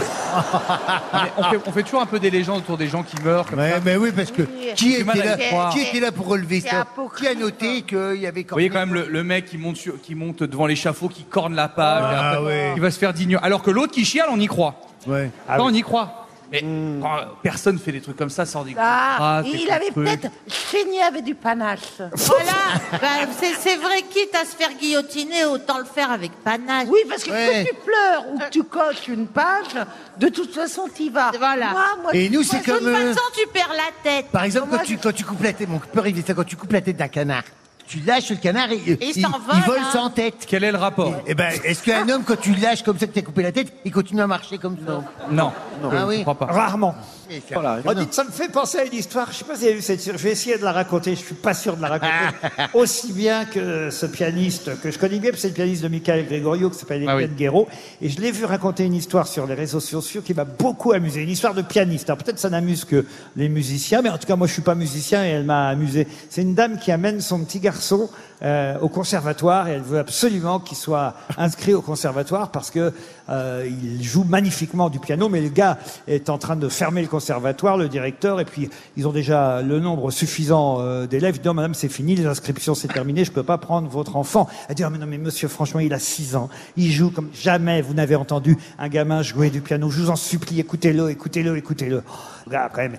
Speaker 5: on, fait, on fait toujours un peu des légendes autour des gens qui meurent. Comme ça.
Speaker 4: Mais oui, parce que qui
Speaker 5: J'ai du mal
Speaker 4: était,
Speaker 5: à
Speaker 4: là,
Speaker 5: y croire.
Speaker 4: qui était là pour relever
Speaker 5: C'est
Speaker 4: ça Qui a noté qu'il y avait
Speaker 5: Vous voyez quand même le, le mec qui monte, sur- qui monte devant l'échafaud, qui corne la page,
Speaker 4: Ah,
Speaker 5: et après,
Speaker 4: ouais.
Speaker 5: il va se faire digner. Alors que l'autre qui chiale, on y croit.
Speaker 4: Ouais. Hmm.
Speaker 5: Ça, on y croit. Mais quand, euh, personne fait des trucs comme ça sans des
Speaker 3: Ah,
Speaker 5: contrats, des
Speaker 3: il avait
Speaker 5: trucs.
Speaker 3: peut-être saigné avec du panache.
Speaker 7: Voilà, Bah, c'est c'est vrai, quitte à se faire guillotiner, autant le faire avec panache.
Speaker 3: Oui, parce que que tu pleures ou que tu coches une page, de toute façon, t'y vas. Voilà.
Speaker 4: Et nous, c'est comme,
Speaker 7: De toute
Speaker 4: euh,
Speaker 7: façon, tu perds la tête.
Speaker 4: Par exemple,
Speaker 7: Moi,
Speaker 4: quand tu, quand tu coupes la tête, mon père, il dit ça, quand tu coupes la tête d'un canard, tu lâches le canard et, euh,
Speaker 7: Et il
Speaker 4: il,
Speaker 7: s'envole,
Speaker 4: il vole
Speaker 7: hein.
Speaker 4: sans tête.
Speaker 5: Quel est le rapport
Speaker 4: Eh ben, est-ce qu'un homme, quand tu le lâches comme ça, que t'as coupé la tête, il continue à marcher comme ça
Speaker 5: Non,
Speaker 4: Ah oui.
Speaker 2: Rarement.
Speaker 4: Et ça-
Speaker 2: Oh, dites, ça me fait penser à une histoire. Je sais pas si vous avez vu cette histoire. Je vais essayer de la raconter. Je suis pas sûr de la raconter aussi bien que ce pianiste que je connais bien, parce que c'est le pianiste de Michael Gregorio qui s'appelle Étienne Guéraud. Et je l'ai vu raconter une histoire sur les réseaux sociaux qui m'a beaucoup amusé. Une histoire de pianiste. Alors peut-être ça n'amuse que les musiciens, mais en tout cas moi je suis pas musicien et elle m'a amusé. C'est une dame qui amène son petit garçon euh, au conservatoire et elle veut absolument qu'il soit inscrit au conservatoire parce que euh, il joue magnifiquement du piano, mais le gars est en train de fermer le conservatoire, le directeur, et puis ils ont déjà le nombre suffisant euh, d'élèves. Ils disent, Non, madame, c'est fini, les inscriptions, c'est terminé, je peux pas prendre votre enfant. Elle dit, Ah, mais non, mais monsieur, franchement, il a 6 ans. Il joue comme jamais vous n'avez entendu un gamin jouer du piano. Je vous en supplie, écoutez-le, écoutez-le, écoutez-le. Oh, le gars, quand même,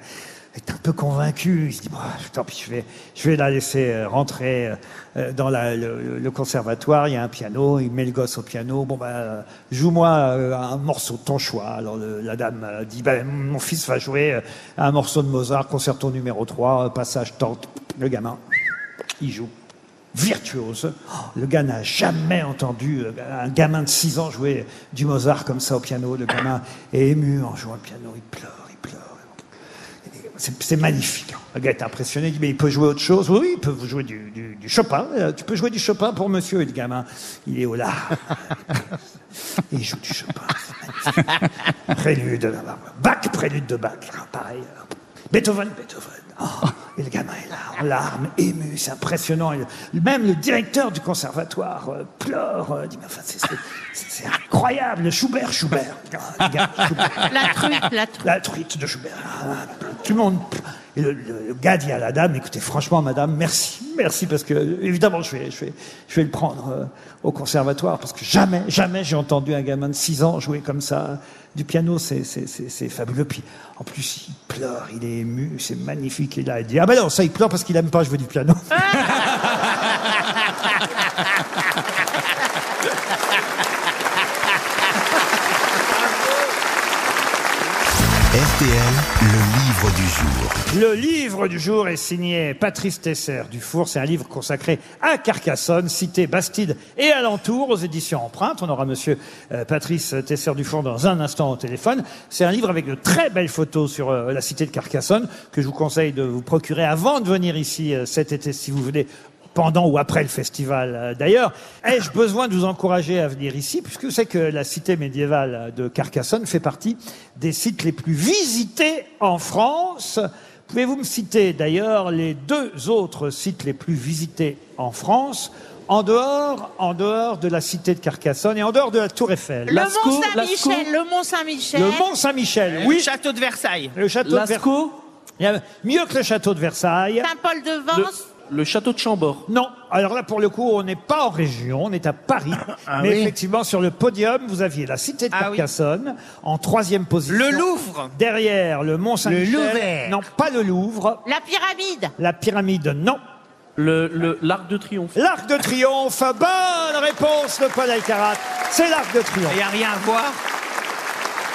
Speaker 2: est un peu convaincu. Il se dit, bon, tant pis, je vais, je vais la laisser euh, rentrer euh, dans la- le, le conservatoire. Il y a un piano, il met le gosse au piano. Bon, bah, euh, joue-moi euh, un morceau de ton choix. Alors le- la dame euh, dit, bah, mon fils va jouer euh, un morceau de Mozart, concerto numéro 3, euh, passage tant. Le gamin Il joue virtuose. Le gars n'a jamais entendu euh, un gamin de 6 ans jouer du Mozart comme ça au piano. Le gamin est ému en jouant le piano. Il pleure, il pleure. C'est c'est magnifique. Le gars est impressionné. Il dit, mais il peut jouer autre chose. Oui, il peut vous jouer du, du- du Chopin. Euh, Tu peux jouer du Chopin pour monsieur. Et le gamin, il est au là. Et il joue du Chopin. C'est magnifique. Prélude. Bach, prélude de Bach. Ah, Pareil. Beethoven, Beethoven. Oh, et le gamin est là, en larmes, ému, c'est impressionnant. Et Même le directeur du conservatoire euh, pleure. euh, dit, mais enfin, c'est- c'est- c'est c'est incroyable. Schubert,
Speaker 7: <laughs>
Speaker 2: Schubert. Putain, le gars, Schubert.
Speaker 7: La truite, la truite.
Speaker 2: La truite de Schubert. Ah, Tout le monde. Et le, le- le gars dit à la dame, écoutez, franchement, madame, merci, merci, parce que, évidemment, je vais, je vais, je vais le prendre euh, au conservatoire, parce que jamais, jamais j'ai entendu un gamin de 6 ans jouer comme ça du piano, c'est, c'est, c'est, c'est fabuleux. Puis, en plus, il pleure, il est ému, c'est magnifique. Et là, il dit, ah ben non, ça, il pleure parce qu'il aime pas jouer du piano.
Speaker 1: RTL, le livre du jour.
Speaker 2: Le livre du jour est signé Patrice Tesser Dufour. C'est un livre consacré à Carcassonne, cité Bastide et alentour aux éditions Empreinte. On aura monsieur euh, Patrice Tesser Dufour dans un instant au téléphone. C'est un livre avec de très belles photos sur euh, la cité de Carcassonne que je vous conseille de vous procurer avant de venir ici euh, cet été si vous venez pendant ou après le festival. Euh, D'ailleurs, ai-je besoin de vous encourager à venir ici, puisque c'est que la cité médiévale de Carcassonne fait partie des sites les plus visités en France. Pouvez-vous me citer d'ailleurs les deux autres sites les plus visités en France en dehors, en dehors de la cité de Carcassonne et en dehors de la Tour Eiffel.
Speaker 7: Le Mont Saint-Michel, le Mont Saint-Michel.
Speaker 2: Le Mont Saint-Michel, oui.
Speaker 6: Le château de Versailles.
Speaker 2: Le château de
Speaker 6: Lascaux.
Speaker 2: Versailles. Mieux que le château de Versailles.
Speaker 7: Saint-Paul-de-Vence.
Speaker 2: Le château de Chambord. Non. Alors là, pour le coup, on n'est pas en région, on est à Paris. mais
Speaker 6: oui.
Speaker 2: effectivement, sur le podium, vous aviez la cité de
Speaker 6: Ah oui.
Speaker 2: Carcassonne en troisième position.
Speaker 6: Le Louvre.
Speaker 2: Derrière le Mont Saint-Michel.
Speaker 6: Le Louvre.
Speaker 2: Non, pas le Louvre.
Speaker 7: La pyramide.
Speaker 2: La pyramide, non.
Speaker 8: Le, le- l'arc de triomphe.
Speaker 2: L'arc de triomphe. Bonne réponse de Paul Alcarat. C'est l'arc de triomphe.
Speaker 6: Il n'y a rien à voir.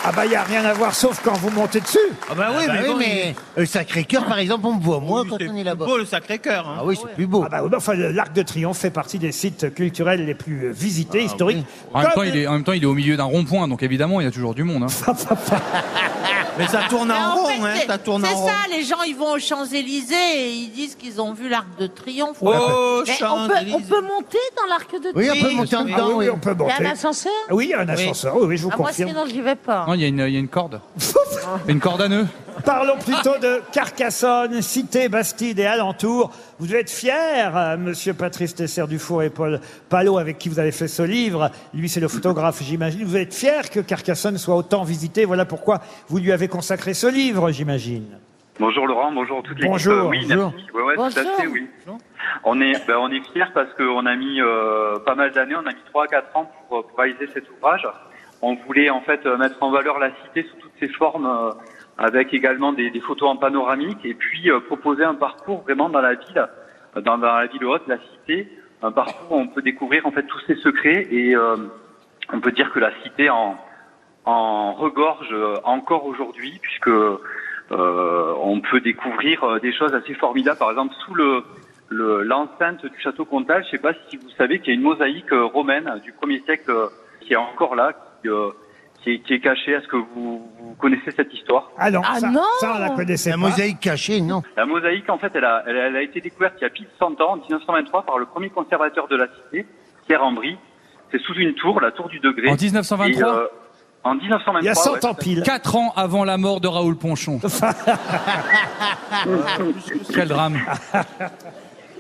Speaker 2: Ah bah, il n'y a rien à voir sauf quand vous montez dessus.
Speaker 4: Ah bah oui,
Speaker 2: Ah bah
Speaker 4: mais,
Speaker 2: oui,
Speaker 4: bon,
Speaker 2: mais-
Speaker 4: il- le Sacré-Cœur, par exemple, on me voit moins quand on est là-bas.
Speaker 6: beau, le Sacré-Cœur.
Speaker 4: Ah oui, c'est plus beau.
Speaker 2: Ah bah oui, mais enfin, le- l'Arc de Triomphe fait partie des sites culturels les plus euh,
Speaker 4: Ah,
Speaker 2: visités, historiques.
Speaker 5: En même, temps,
Speaker 2: Comme-
Speaker 5: il est, en même temps, il est au milieu d'un rond-point, donc évidemment, il y a toujours du monde. hein.
Speaker 6: Mais ça tourne
Speaker 3: Ah,
Speaker 7: Mais
Speaker 6: en rond,
Speaker 7: fait,
Speaker 6: hein,
Speaker 7: c'est-
Speaker 6: ça tourne en
Speaker 7: C'est
Speaker 6: rond.
Speaker 7: ça, les gens, ils vont aux Champs-Élysées et ils disent qu'ils ont vu l'Arc de Triomphe.
Speaker 6: Oh,
Speaker 7: Mais
Speaker 3: on, peut, on peut monter dans l'arc de
Speaker 2: Oui, on peut
Speaker 3: Triomphe
Speaker 2: monter en dedans, Ah oui, oui, oui. on peut
Speaker 3: Il y
Speaker 2: monter.
Speaker 3: a un ascenseur
Speaker 2: Oui, il y a un ascenseur, oui, oui, je vous
Speaker 3: Ah, moi,
Speaker 2: confirme.
Speaker 3: sinon, j'y vais pas.
Speaker 5: Non, il y, a une- il y a une corde.
Speaker 3: Ah.
Speaker 5: une corde à nœuds.
Speaker 2: Parlons plutôt de Carcassonne, cité, Bastide et alentour. Vous devez être fiers, euh, monsieur Patrice Tesser-Dufour et Paul Palot, avec qui vous avez fait ce livre. Lui, c'est le photographe, j'imagine. Vous êtes fiers que Carcassonne soit autant visitée. Voilà pourquoi vous lui avez consacré ce livre, j'imagine.
Speaker 15: Bonjour Laurent, bonjour toute l'équipe.
Speaker 2: Bonjour,
Speaker 15: Euh, oui,
Speaker 2: bonjour.
Speaker 15: merci. Ouais, ouais, tout à fait, oui. On est, ben, on est fiers parce qu'on a mis euh, pas mal d'années, on a mis 3 à 4 ans pour, pour réaliser cet ouvrage. On voulait en fait euh, mettre en valeur la cité sous toutes ses formes, euh, avec également des, des photos en panoramique, et puis euh, proposer un parcours vraiment dans la ville, euh, dans, dans la ville haute, la cité, un parcours où on peut découvrir en fait tous ses secrets, et euh, on peut dire que la cité en, en regorge euh, encore aujourd'hui, puisque euh, on peut découvrir euh, des choses assez formidables. Par exemple, sous le le- l'enceinte du château Comtal, je ne sais pas si vous savez qu'il y a une mosaïque euh, romaine du 1er siècle euh, qui est encore là, qui, euh, qui est, qui est cachée. Est-ce que vous, vous connaissez cette histoire
Speaker 2: Ah non,
Speaker 15: Ah
Speaker 2: ça,
Speaker 15: non
Speaker 2: ça, on la connaissait
Speaker 15: La
Speaker 2: pas.
Speaker 15: mosaïque
Speaker 4: cachée, non.
Speaker 15: La mosaïque, en fait, elle a, elle, a- elle a été découverte il y a pile 100 ans, en 1923, par le premier conservateur de la cité, Pierre Ambry. C'est sous une tour, la tour du degré.
Speaker 5: En 1923?
Speaker 15: Et, euh, En 1923. ouais.
Speaker 5: Quatre ans avant la mort de Raoul Ponchon.
Speaker 2: <laughs>
Speaker 5: Quel drame.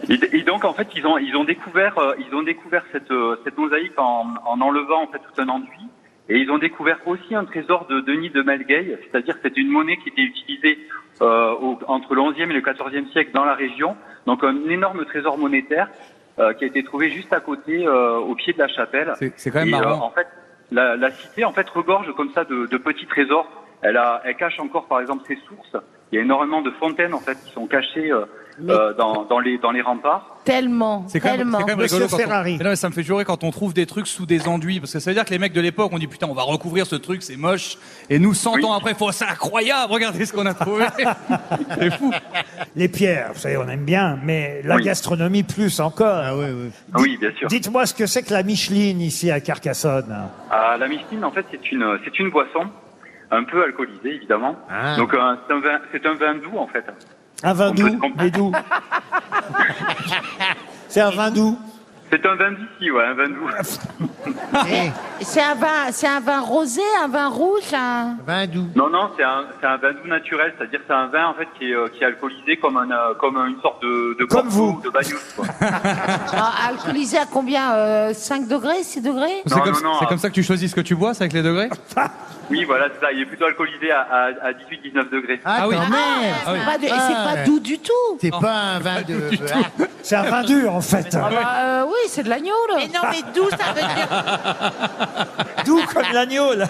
Speaker 15: Et, et donc en fait ils ont ils ont découvert euh, ils ont découvert cette euh, cette mosaïque en, en enlevant en fait tout un enduit et ils ont découvert aussi un trésor de Denis de Malgueil, c'est-à-dire que c'est une monnaie qui était utilisée euh, au- entre le 11e et le 14e siècle dans la région, donc un énorme trésor monétaire euh, qui a été trouvé juste à côté euh, au pied de la chapelle.
Speaker 5: C'est- c'est quand même
Speaker 15: Et, euh,
Speaker 5: marrant.
Speaker 15: en fait la, la cité en fait regorge comme ça de, de petits trésors. Elle a elle cache encore par exemple ses sources. Il y a énormément de fontaines en fait qui sont cachées euh, euh, dans, dans les, dans les remparts.
Speaker 7: Tellement.
Speaker 5: C'est quand, même-
Speaker 7: tellement.
Speaker 5: c'est quand même rigolo. quand on- Mais non, mais ça me fait jurer quand on trouve des trucs sous des enduits. Parce que ça veut dire que les mecs de l'époque ont dit putain, on va recouvrir ce truc, c'est moche. Et nous, 100 ans après, faut- c'est incroyable, regardez ce qu'on a
Speaker 15: <laughs>
Speaker 5: trouvé. c'est fou.
Speaker 2: Les pierres, vous savez, on aime bien, mais la
Speaker 15: Oui.
Speaker 2: gastronomie plus encore.
Speaker 15: Ah oui, bien sûr.
Speaker 2: Dites-moi ce que c'est que la Micheline ici à Carcassonne.
Speaker 15: Ah, la mistine, en fait, c'est une, c'est une boisson, un peu alcoolisée, évidemment. Donc, euh, c'est un vin, c'est un vin doux, en <laughs> fait.
Speaker 2: Un vin doux, mais doux. c'est un
Speaker 3: <laughs>
Speaker 2: vin doux.
Speaker 15: C'est un vin d'ici, ouais, un vin <laughs> doux. Eh,
Speaker 3: Eh, C'est un vin, c'est un vin rosé, un vin rouge,
Speaker 2: <laughs>
Speaker 3: un.
Speaker 15: Vin doux. Non, non, c'est un, c'est un vin doux naturel, c'est-à-dire c'est un vin, en fait, qui est, euh, qui est alcoolisé comme, un, euh, comme une sorte de, de Comme vous. De bagnole, <laughs> quoi.
Speaker 3: Ah, alcoolisé à combien euh, 5 degrés, 6 degrés
Speaker 5: C'est comme,
Speaker 15: hein.
Speaker 5: c'est comme ça que tu choisis ce que tu bois, c'est avec les degrés
Speaker 15: Oui, voilà, c'est ça. Il est plutôt alcoolisé à, à, à 18-19 degrés.
Speaker 12: Ah,
Speaker 3: c'est pas, de- c'est pas doux du tout.
Speaker 4: C'est pas un vin
Speaker 2: <laughs>
Speaker 4: de. ah.
Speaker 2: C'est un vin dur, en fait.
Speaker 3: Ah bah, euh, oui, c'est de l'agneau, là. Mais non, mais doux, ça veut dire.
Speaker 2: <laughs> Doux comme l'agneau, là.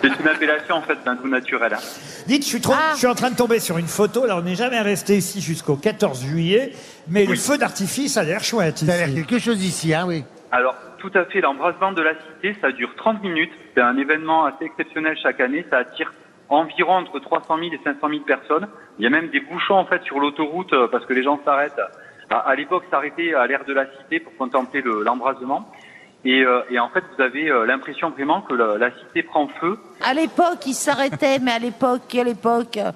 Speaker 15: C'est une appellation, en fait, d'un doux naturel. hein.
Speaker 2: Dites, je suis, trop-
Speaker 3: Ah.
Speaker 2: je suis en train de tomber sur une photo. Là, on n'est jamais resté ici jusqu'au 14 juillet, mais le feu d'artifice a l'air chouette ici. Ça a l'air quelque chose ici, hein, oui.
Speaker 15: Alors, tout à fait, l'embrassement de la cité, ça dure 30 minutes. C'est un événement assez exceptionnel chaque année. Ça attire environ entre 300 000 et 500 000 personnes. Il y a même des bouchons, en fait, sur l'autoroute euh, parce que les gens s'arrêtent. À, à l'époque, s'arrêter à l'aire de la cité pour contempler le- l'embrasement. et, euh, et en fait, vous avez euh, l'impression vraiment que la, la cité prend feu.
Speaker 3: <laughs> À l'époque, ils s'arrêtaient, mais à l'époque, quelle époque euh,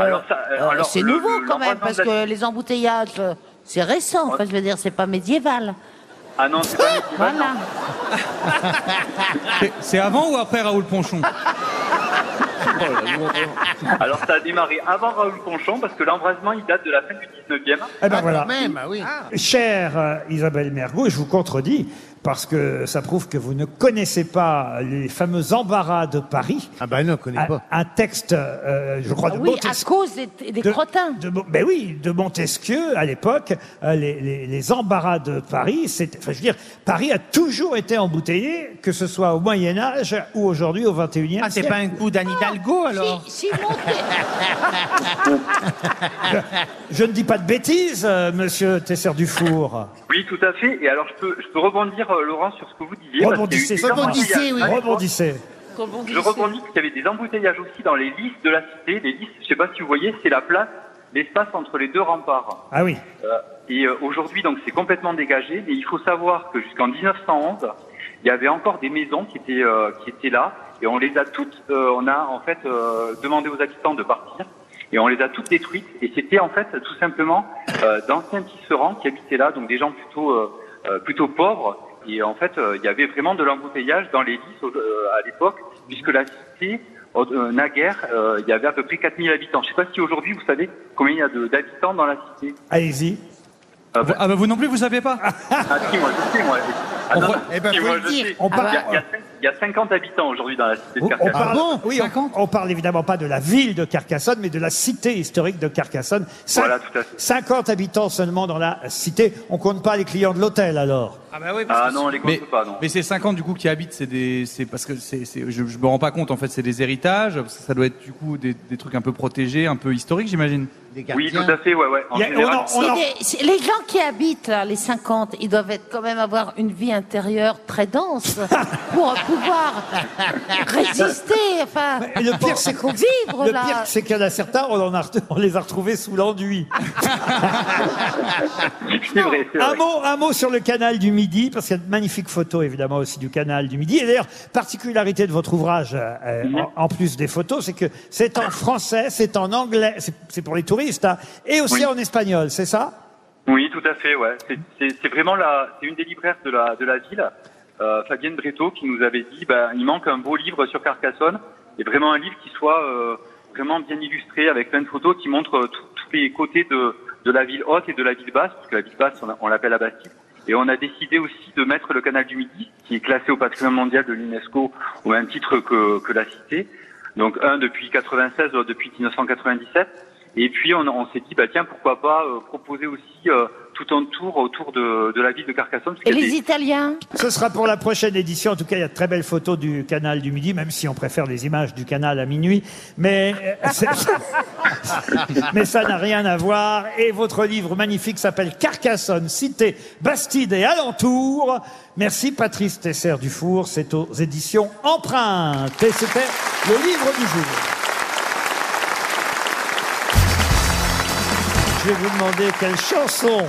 Speaker 15: Alors ça, euh,
Speaker 3: euh,
Speaker 15: alors
Speaker 3: C'est
Speaker 15: le-
Speaker 3: nouveau
Speaker 15: le- <laughs>
Speaker 3: quand même,
Speaker 15: l'embrasement
Speaker 3: parce
Speaker 15: de la-
Speaker 3: que les embouteillages, euh, c'est récent, enfin, je veux dire, c'est pas médiéval.
Speaker 15: Ah non, c'est pas médiéval,
Speaker 3: Voilà.
Speaker 5: C'est- C'est avant ou après Raoul Ponchon
Speaker 15: Alors ça a démarré avant Raoul Conchon parce que l'embrasement il date de la fin du 19e.
Speaker 2: Eh ben voilà.
Speaker 4: oui.
Speaker 2: Chère euh, Isabelle Mergo, je vous contredis parce que ça prouve que vous ne connaissez pas les fameux embarras de Paris. Ah ben non, on connaît pas. Un texte, euh, je crois, de
Speaker 3: Ah oui, à
Speaker 2: Montesquieu.
Speaker 3: cause des, des
Speaker 2: de-
Speaker 3: crottins.
Speaker 2: de Mo- ben oui, de Montesquieu à l'époque, euh, les, les- les embarras de Paris. c'est- Enfin, je veux dire, Paris a toujours été embouteillé, que ce soit au Moyen Âge ou aujourd'hui au 21e
Speaker 6: Ah, c'est
Speaker 2: siècle.
Speaker 6: pas un coup d'Anne Hidalgo hein. alors
Speaker 3: Si,
Speaker 2: Je ne dis pas de bêtises, euh, Monsieur Tesser Dufour.
Speaker 15: Oui, tout à fait. Et alors je peux, je peux rebondir euh, Laurent sur ce que vous disiez. parce qu'il y a eu
Speaker 2: Rebondissez,
Speaker 15: des
Speaker 2: c'est normal.
Speaker 15: embouteillages. Ah,
Speaker 2: Rebondissez.
Speaker 15: Je rebondis parce qu'il y avait des embouteillages aussi dans les listes de la cité. Les listes, je sais pas si vous voyez, c'est la place, l'espace entre les deux remparts.
Speaker 2: Ah oui.
Speaker 15: Euh, et euh, aujourd'hui, donc, c'est complètement dégagé. Mais il faut savoir que jusqu'en 1911, il y avait encore des maisons qui étaient euh, qui étaient là, et on les a toutes. euh, on a en fait euh, demandé aux habitants de partir, et on les a toutes détruites. Et c'était en fait tout simplement euh, d'anciens tisserands qui habitaient là, donc des gens plutôt euh, euh, plutôt pauvres. Et en fait, euh, il y avait vraiment de l'embouteillage dans les lys au- euh, à l'époque, puisque la cité euh, naguère, euh, il y avait à peu près 4000 habitants. Je sais pas si aujourd'hui vous savez combien il y a de- d'habitants dans la cité.
Speaker 2: Allez-y.
Speaker 15: Ah bah,
Speaker 5: Ah bah vous non plus, vous savez pas
Speaker 15: ah si, moi je sais, moi. Ah, non,
Speaker 5: eh ben,
Speaker 15: si,
Speaker 5: faut
Speaker 15: moi,
Speaker 5: le
Speaker 15: je
Speaker 5: dire.
Speaker 15: sais. Ah,
Speaker 5: On Oh,
Speaker 15: Il y a-
Speaker 5: parle-
Speaker 15: il y a cinq- Il y a 50 habitants aujourd'hui dans la cité de
Speaker 6: Ah
Speaker 2: On on
Speaker 15: Carcassonne.
Speaker 2: parle, oui, on, on parle évidemment pas de la ville de Carcassonne, mais de la cité historique de Carcassonne. Cin-
Speaker 15: Voilà, tout à fait.
Speaker 2: 50 habitants seulement dans la cité. On compte pas les clients de l'hôtel alors.
Speaker 5: Ah bah oui,
Speaker 15: Ah non, on les compte
Speaker 5: mais,
Speaker 15: pas, non.
Speaker 5: Mais ces 50 du coup qui habitent, c'est des, c'est parce que c'est, c'est- je, je me rends pas compte en fait, c'est des héritages, parce que ça doit être du coup des, des trucs un peu protégés, un peu historiques, j'imagine.
Speaker 15: Oui, tout à fait, ouais, ouais. En
Speaker 5: Il y a-
Speaker 15: général,
Speaker 5: on
Speaker 3: C'est
Speaker 5: en-
Speaker 3: des- c'est- les gens qui habitent là, les 50, ils doivent être quand même avoir une vie intérieure très
Speaker 2: <laughs>
Speaker 3: dense pour pouvoir résister. Enfin,
Speaker 2: Et le pire,
Speaker 3: pour-
Speaker 2: c'est
Speaker 3: pour
Speaker 2: qu'on
Speaker 3: vivre
Speaker 2: Le
Speaker 3: là.
Speaker 2: pire, c'est qu'il y en a certains, on, en a ret- on les a retrouvés sous l'enduit.
Speaker 15: c'est vrai, Ah, c'est
Speaker 2: Un
Speaker 15: vrai.
Speaker 2: mot, un mot sur le canal du Midi, parce qu'il y a de magnifiques photos évidemment aussi du canal du Midi. Et d'ailleurs, particularité de votre ouvrage, euh, euh,
Speaker 15: Mm-hmm.
Speaker 2: en, en plus des photos, c'est que c'est en français, c'est en anglais, c'est c'est pour les touristes, hein, et aussi
Speaker 15: Oui.
Speaker 2: en espagnol, c'est ça
Speaker 15: Oui, tout à fait, ouais. C'est- C'est c'est vraiment la, c'est une des libraires de la, de la ville, euh, Fabienne Breto, qui nous avait dit, bah, il manque un beau livre sur Carcassonne, et vraiment un livre qui soit euh, vraiment bien illustré, avec plein de photos qui montrent euh, tout- tous les côtés de, de la ville haute et de la ville basse, parce que la ville basse, on, a- on l'appelle la Bastille. Et on a décidé aussi de mettre le canal du Midi, qui est classé au patrimoine mondial de l'UNESCO au même titre que, que la cité. Donc un depuis 96, l'autre depuis 1997. Et puis on, on s'est dit, bah tiens, pourquoi pas euh, proposer aussi euh, tout entour autour de, de la ville de Carcassonne. parce
Speaker 12: Et
Speaker 15: qu'il y a
Speaker 12: les
Speaker 15: des-
Speaker 12: Italiens
Speaker 2: Ce sera pour la prochaine édition. En tout cas, il y a de très belles photos du canal du Midi, même si on préfère les images du canal à minuit. Mais, euh, c'est- <laughs> mais ça n'a rien à voir. Et votre livre magnifique s'appelle Carcassonne, cité, Bastide et alentour. Merci Patrice Tesser-Dufour. C'est aux éditions Empreinte. Et c'était le livre du jour. Je vais vous demander quelle chanson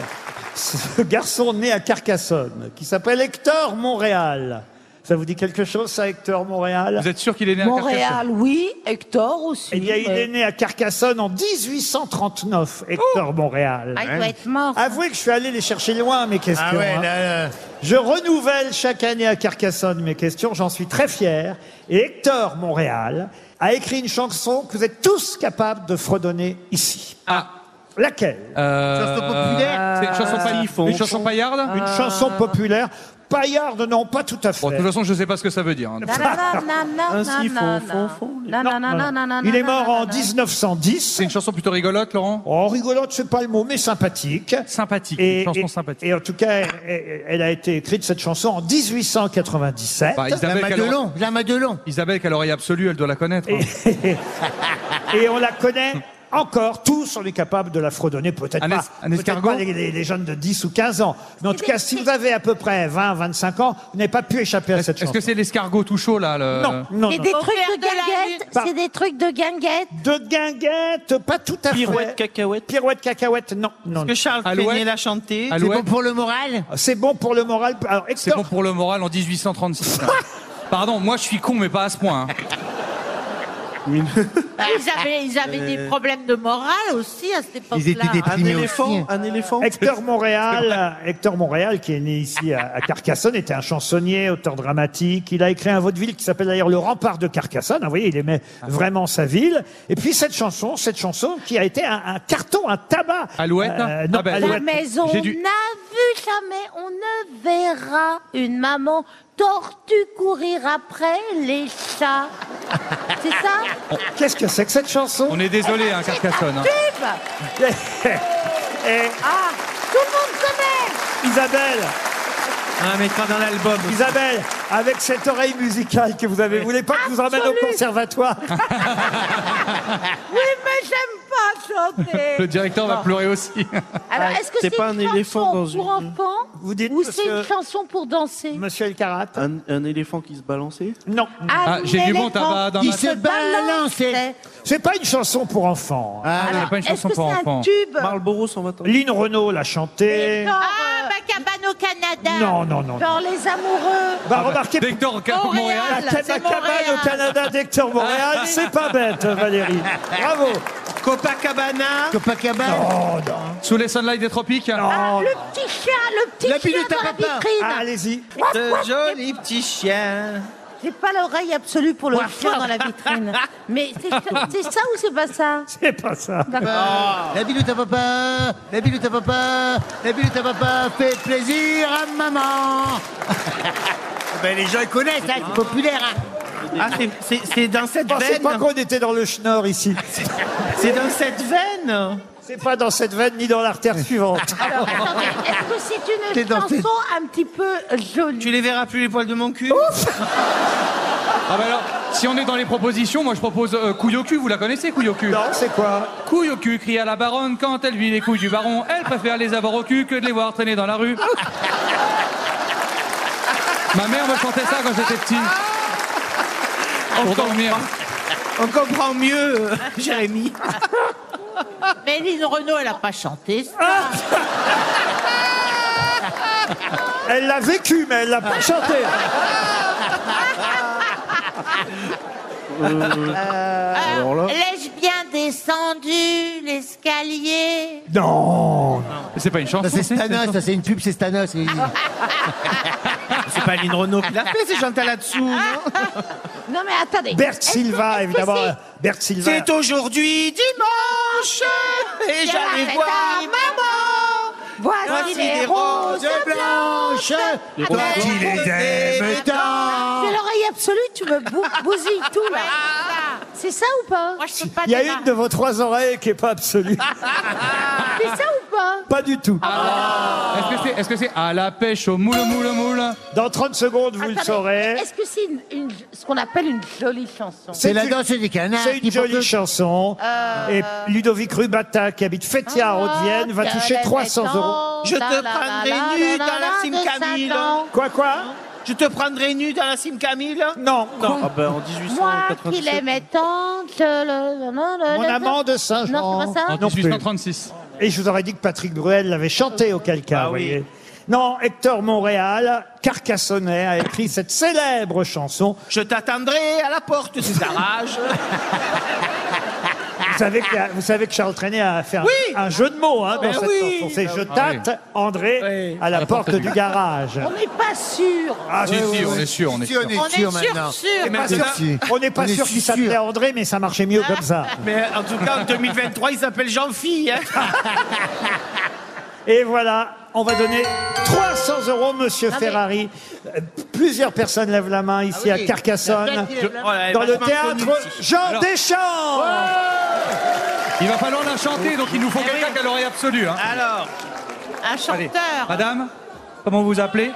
Speaker 2: ce garçon né à Carcassonne, qui s'appelle Hector Montréal. Ça vous dit quelque chose, ça, Hector Montréal
Speaker 5: Vous êtes sûr qu'il est né à
Speaker 12: Montréal,
Speaker 5: Carcassonne
Speaker 12: oui. Hector aussi.
Speaker 2: Eh bien, il
Speaker 12: mais-
Speaker 2: est né à Carcassonne en 1839, Hector Montréal.
Speaker 12: Ah, il doit être mort.
Speaker 2: Avouez que je suis allé les chercher loin, mes questions.
Speaker 4: Ah ouais,
Speaker 2: hein.
Speaker 4: là, là.
Speaker 2: Je renouvelle chaque année à Carcassonne mes questions, j'en suis très fier. Et Hector Montréal a écrit une chanson que vous êtes tous capables de fredonner ici.
Speaker 5: Ah.
Speaker 2: Laquelle
Speaker 5: Chanson populaire Euh, C'est une chanson pa-
Speaker 2: Siphon.
Speaker 5: une chanson paillarde
Speaker 2: Euh, Une chanson populaire. Paillarde, non, pas tout à fait.
Speaker 5: Bon, de toute façon, je ne sais pas ce que ça veut dire. hein.
Speaker 2: Il est mort en 1910. C'est
Speaker 5: une chanson plutôt rigolote, Laurent
Speaker 2: Oh, rigolote, c'est pas le mot, mais sympathique.
Speaker 5: Sympathique,
Speaker 2: Et,
Speaker 5: une chanson
Speaker 2: et-
Speaker 5: sympathique.
Speaker 2: et en tout cas, elle, elle a été écrite, cette chanson, en 1897.
Speaker 5: Bah, Isabelle Calor- Isabelle, qu'à l'oreille absolue, elle doit la connaître. hein.
Speaker 2: Et on la connaît encore, tous, on est capable de la fredonner, peut-être
Speaker 5: Un
Speaker 2: pas,
Speaker 5: es- un
Speaker 2: peut-être
Speaker 5: escargot
Speaker 2: pas les, les- les jeunes de 10 ou 15 ans. Mais en tout cas, si vous avez à peu près 20, 25 ans, vous n'avez pas pu échapper à cette
Speaker 5: Est-ce
Speaker 2: chanson.
Speaker 5: que c'est l'escargot tout chaud, là le-
Speaker 2: Non, non,
Speaker 12: C'est
Speaker 2: non.
Speaker 12: des trucs de guinguette.
Speaker 2: Par-
Speaker 12: C'est des trucs de guinguette.
Speaker 2: De guinguette, pas tout à
Speaker 8: Pirouette,
Speaker 2: fait.
Speaker 8: cacahuète.
Speaker 2: Pirouette, cacahuète, non. non
Speaker 11: Que Charles
Speaker 5: Alouette.
Speaker 11: Trenet l'a chanté.
Speaker 5: Alouette. C'est bon
Speaker 2: pour le moral C'est bon pour le moral. Alors,
Speaker 5: C'est
Speaker 2: Hector,
Speaker 5: bon pour le moral en
Speaker 2: <laughs>
Speaker 5: 1836. hein. Pardon, moi je suis con, mais pas à ce point. hein.
Speaker 16: Ils avaient, ils avaient des
Speaker 2: Euh.
Speaker 16: problèmes de morale aussi à cette époque-là.
Speaker 2: Ah,
Speaker 5: hein.
Speaker 2: hein.
Speaker 8: un éléphant. <laughs>
Speaker 2: Hector Montréal, Hector Montréal, qui est né ici à, à Carcassonne, était un chansonnier, auteur dramatique. Il a écrit un vaudeville qui s'appelle d'ailleurs Le Rempart de Carcassonne. Vous voyez, il aimait
Speaker 5: Ah
Speaker 2: vraiment sa ville. Et puis cette chanson, cette chanson qui a été un, un carton, un tabac.
Speaker 5: Alouette
Speaker 2: Euh, non,
Speaker 5: Ah ben,
Speaker 2: Alouette.
Speaker 12: La maison on n'a
Speaker 5: J'ai
Speaker 12: vu
Speaker 5: dû-
Speaker 12: jamais, on ne verra une maman tortue courir après les
Speaker 5: <laughs>
Speaker 12: chats. C'est ça
Speaker 2: Qu'est-ce que c'est que cette chanson
Speaker 5: On est désolé, hein, Carcassonne. hein.
Speaker 12: Pub
Speaker 2: <laughs> Et
Speaker 12: Ah, tout le monde connaît
Speaker 2: Isabelle,
Speaker 5: Ah,
Speaker 8: Un mettra dans l'album.
Speaker 2: Isabelle, avec cette oreille musicale que vous avez, vous voulez pas que je vous emmène au
Speaker 12: Absolue.
Speaker 2: conservatoire
Speaker 5: Ah,
Speaker 12: Oui, mais j'aime pas chanter.
Speaker 5: Le directeur va
Speaker 12: Bon.
Speaker 5: pleurer aussi.
Speaker 12: <laughs> Alors, est-ce que
Speaker 8: C'est
Speaker 12: c'est
Speaker 8: pas
Speaker 12: une
Speaker 8: un éléphant
Speaker 12: chanson
Speaker 8: dans
Speaker 12: pour
Speaker 8: une-
Speaker 12: enfants
Speaker 2: Vous dites
Speaker 12: ou
Speaker 2: parce
Speaker 12: c'est une
Speaker 2: que-
Speaker 12: chanson pour danser
Speaker 2: Monsieur El Karat
Speaker 8: Un, un éléphant qui se balançait
Speaker 2: Non.
Speaker 5: Ah, j'ai du bon tabac dans
Speaker 4: Qui
Speaker 5: ma
Speaker 4: se balançait.
Speaker 2: C'est pas une chanson pour enfants. hein.
Speaker 5: Ah, c'est pas une
Speaker 12: Est-ce
Speaker 5: chanson
Speaker 12: que c'est
Speaker 5: pour
Speaker 12: un
Speaker 5: enfants.
Speaker 12: tube
Speaker 8: Marlboro 120 ans.
Speaker 2: Lynn Renault l'a chantée.
Speaker 12: Genre,
Speaker 16: Ah, Macabane au Canada.
Speaker 2: Non, non, non.
Speaker 12: euh, genre les
Speaker 5: Ah,
Speaker 12: amoureux.
Speaker 2: Bah, remarquez,
Speaker 5: Hector Cap-
Speaker 16: Montréal.
Speaker 2: la
Speaker 16: c'est
Speaker 2: cabane
Speaker 16: Montréal.
Speaker 2: au Canada d'Hector Montréal, c'est pas bête, Valérie. Bravo.
Speaker 11: Copacabana.
Speaker 4: Copacabana.
Speaker 2: Oh, non.
Speaker 5: Sous les sunlights des tropiques
Speaker 12: Ah, le petit chien, le petit
Speaker 4: La
Speaker 12: chien
Speaker 4: pilule
Speaker 12: dans
Speaker 4: à
Speaker 12: la
Speaker 4: papa.
Speaker 12: vitrine.
Speaker 2: Ah, Allez-y.
Speaker 11: De Euh, joli petit chien.
Speaker 12: J'ai pas l'oreille absolue pour le chien dans la vitrine. Mais c'est
Speaker 11: <laughs>
Speaker 12: ça- c'est ça ou c'est pas ça
Speaker 2: C'est pas ça.
Speaker 4: La biloute à papa, la biloute à papa, la biloute à papa fait plaisir à maman. <laughs> ben, les gens ils connaissent, hein, c'est populaire. hein. Oh,
Speaker 11: Ah, c'est- c'est c'est dans cette
Speaker 2: Je pensais pas
Speaker 11: veine.
Speaker 2: qu'on était dans le schnorr ici.
Speaker 11: <laughs> C'est dans cette veine.
Speaker 2: C'est pas dans cette veine ni dans l'artère suivante.
Speaker 12: <laughs> Alors, attendez, est-ce que c'est
Speaker 4: T'es
Speaker 12: une
Speaker 4: dans
Speaker 12: chanson un petit peu jolie
Speaker 11: Tu les verras plus les poils de mon cul.
Speaker 5: <laughs> Ah bah alors, si on est dans les propositions, moi je propose euh, couille au cul, vous la connaissez couille au cul
Speaker 2: Non, c'est quoi
Speaker 5: Couille au cul, cria la baronne quand elle vit les couilles du baron. Elle préfère les avoir au cul que de les voir traîner dans la rue. Ma mère me chantait ça quand j'étais petit. Pour dormir.
Speaker 11: On comprend mieux, euh,
Speaker 12: <laughs>
Speaker 11: Jérémy.
Speaker 16: Mais Lise Renault, elle a pas chanté ça.
Speaker 11: Ah.
Speaker 12: hein
Speaker 2: Elle l'a vécu, mais elle l'a
Speaker 12: Ah,
Speaker 2: pas chanté.
Speaker 12: Euh,
Speaker 16: L'ai-je bien descendu l'escalier
Speaker 2: Non.
Speaker 5: C'est pas une chanson.
Speaker 4: Ça c'est
Speaker 5: c'est-
Speaker 4: Stanos, ça c'est une pub, c'est Stanos. oui.
Speaker 11: C'est pas Lynn Renault qui l'a fait, c'est Chantal là-dessous, non
Speaker 12: <laughs> Non mais attendez.
Speaker 2: Bert
Speaker 12: Est-ce que- est-ce
Speaker 2: Silva,
Speaker 12: que
Speaker 2: évidemment.
Speaker 12: c'est-
Speaker 2: Bert Silva.
Speaker 11: C'est aujourd'hui dimanche et j'allais voir maman.
Speaker 12: hein. Voici
Speaker 11: Voici
Speaker 12: les
Speaker 11: des
Speaker 12: roses
Speaker 11: roses
Speaker 12: blanches.
Speaker 11: blanches.
Speaker 12: Toi qui
Speaker 11: les aimes tant.
Speaker 12: J'ai l'oreille absolue, tu me bou- bousilles tout là. C'est ça ou pas
Speaker 16: Moi, je peux pas
Speaker 2: Il y a
Speaker 16: démarrer.
Speaker 12: Ah.
Speaker 2: une de vos trois oreilles qui est pas absolue.
Speaker 12: C'est ça ou ou pas
Speaker 2: Pas du tout.
Speaker 12: Ah.
Speaker 5: Est-ce que c'est est-ce que c'est à la pêche au moule, moule, moule
Speaker 2: Dans 30 secondes, vous
Speaker 12: Attendez, Est-ce que c'est une- une- ce qu'on appelle une jolie chanson
Speaker 2: une- C'est une jolie chanson.
Speaker 12: Euh,
Speaker 2: Et Ludovic Rubata, qui habite Fétia en Haute-Vienne,
Speaker 12: Ah,
Speaker 2: va toucher 300 euros.
Speaker 6: Je te prendrai nu dans la cime Camille.
Speaker 2: Quoi, quoi
Speaker 6: Je te prendrai nu dans la cime Camille
Speaker 2: Non,
Speaker 6: non.
Speaker 8: Ah ben, en
Speaker 12: Moi qui
Speaker 8: 1897.
Speaker 12: l'aimais tant, je le- le-
Speaker 2: Mon
Speaker 12: le-
Speaker 2: amant de Saint-Jean.
Speaker 12: Non, c'est pas ça
Speaker 2: Non plus. Et je vous aurais dit que Patrick Bruel l'avait chanté au calcaire, vous voyez. Non, Hector Montréal, Carcassonnet, a écrit cette célèbre chanson.
Speaker 6: Je t'attendrai à la porte sous ta <laughs> rage.
Speaker 2: Vous savez que, vous savez que Charles Traîné a fait un,
Speaker 6: Oui.
Speaker 2: un jeu de mots hein, dans
Speaker 6: Mais
Speaker 2: cette
Speaker 6: oui.
Speaker 2: chanson. C'est Je
Speaker 5: Ah oui.
Speaker 2: tâte André à
Speaker 5: Ah,
Speaker 2: la, porte, du garage.
Speaker 12: On n'est pas sûr.
Speaker 2: Ah,
Speaker 5: Si,
Speaker 2: ouais,
Speaker 5: si,
Speaker 2: ouais,
Speaker 5: on
Speaker 2: ouais.
Speaker 5: est sûr, on est
Speaker 2: Si,
Speaker 5: sûr.
Speaker 2: on est On est sûr sûr, maintenant. sûr. On est pas sûr- on n'est pas sûr qu'il s'appelait André, mais ça marchait mieux comme ça.
Speaker 6: Mais en tout cas, en 2023, il s'appelle Jean-Fille. hein.
Speaker 2: Et voilà, on va donner 300 euros, Monsieur
Speaker 6: Ah oui.
Speaker 2: Ferrari. Euh, Plusieurs personnes lèvent la main ici
Speaker 6: Ah
Speaker 2: à
Speaker 6: oui, la
Speaker 2: Carcassonne,
Speaker 6: plaque, il lève la main. Oh là, elle est
Speaker 2: dans le
Speaker 6: vachement
Speaker 2: théâtre
Speaker 6: connue, ici.
Speaker 2: Jean
Speaker 6: Alors-
Speaker 2: Deschamps.
Speaker 5: Il va falloir la chanter, donc il nous faut quelqu'un qui a l'oreille absolue.
Speaker 6: Alors,
Speaker 5: un chanteur. madame, comment vous vous appelez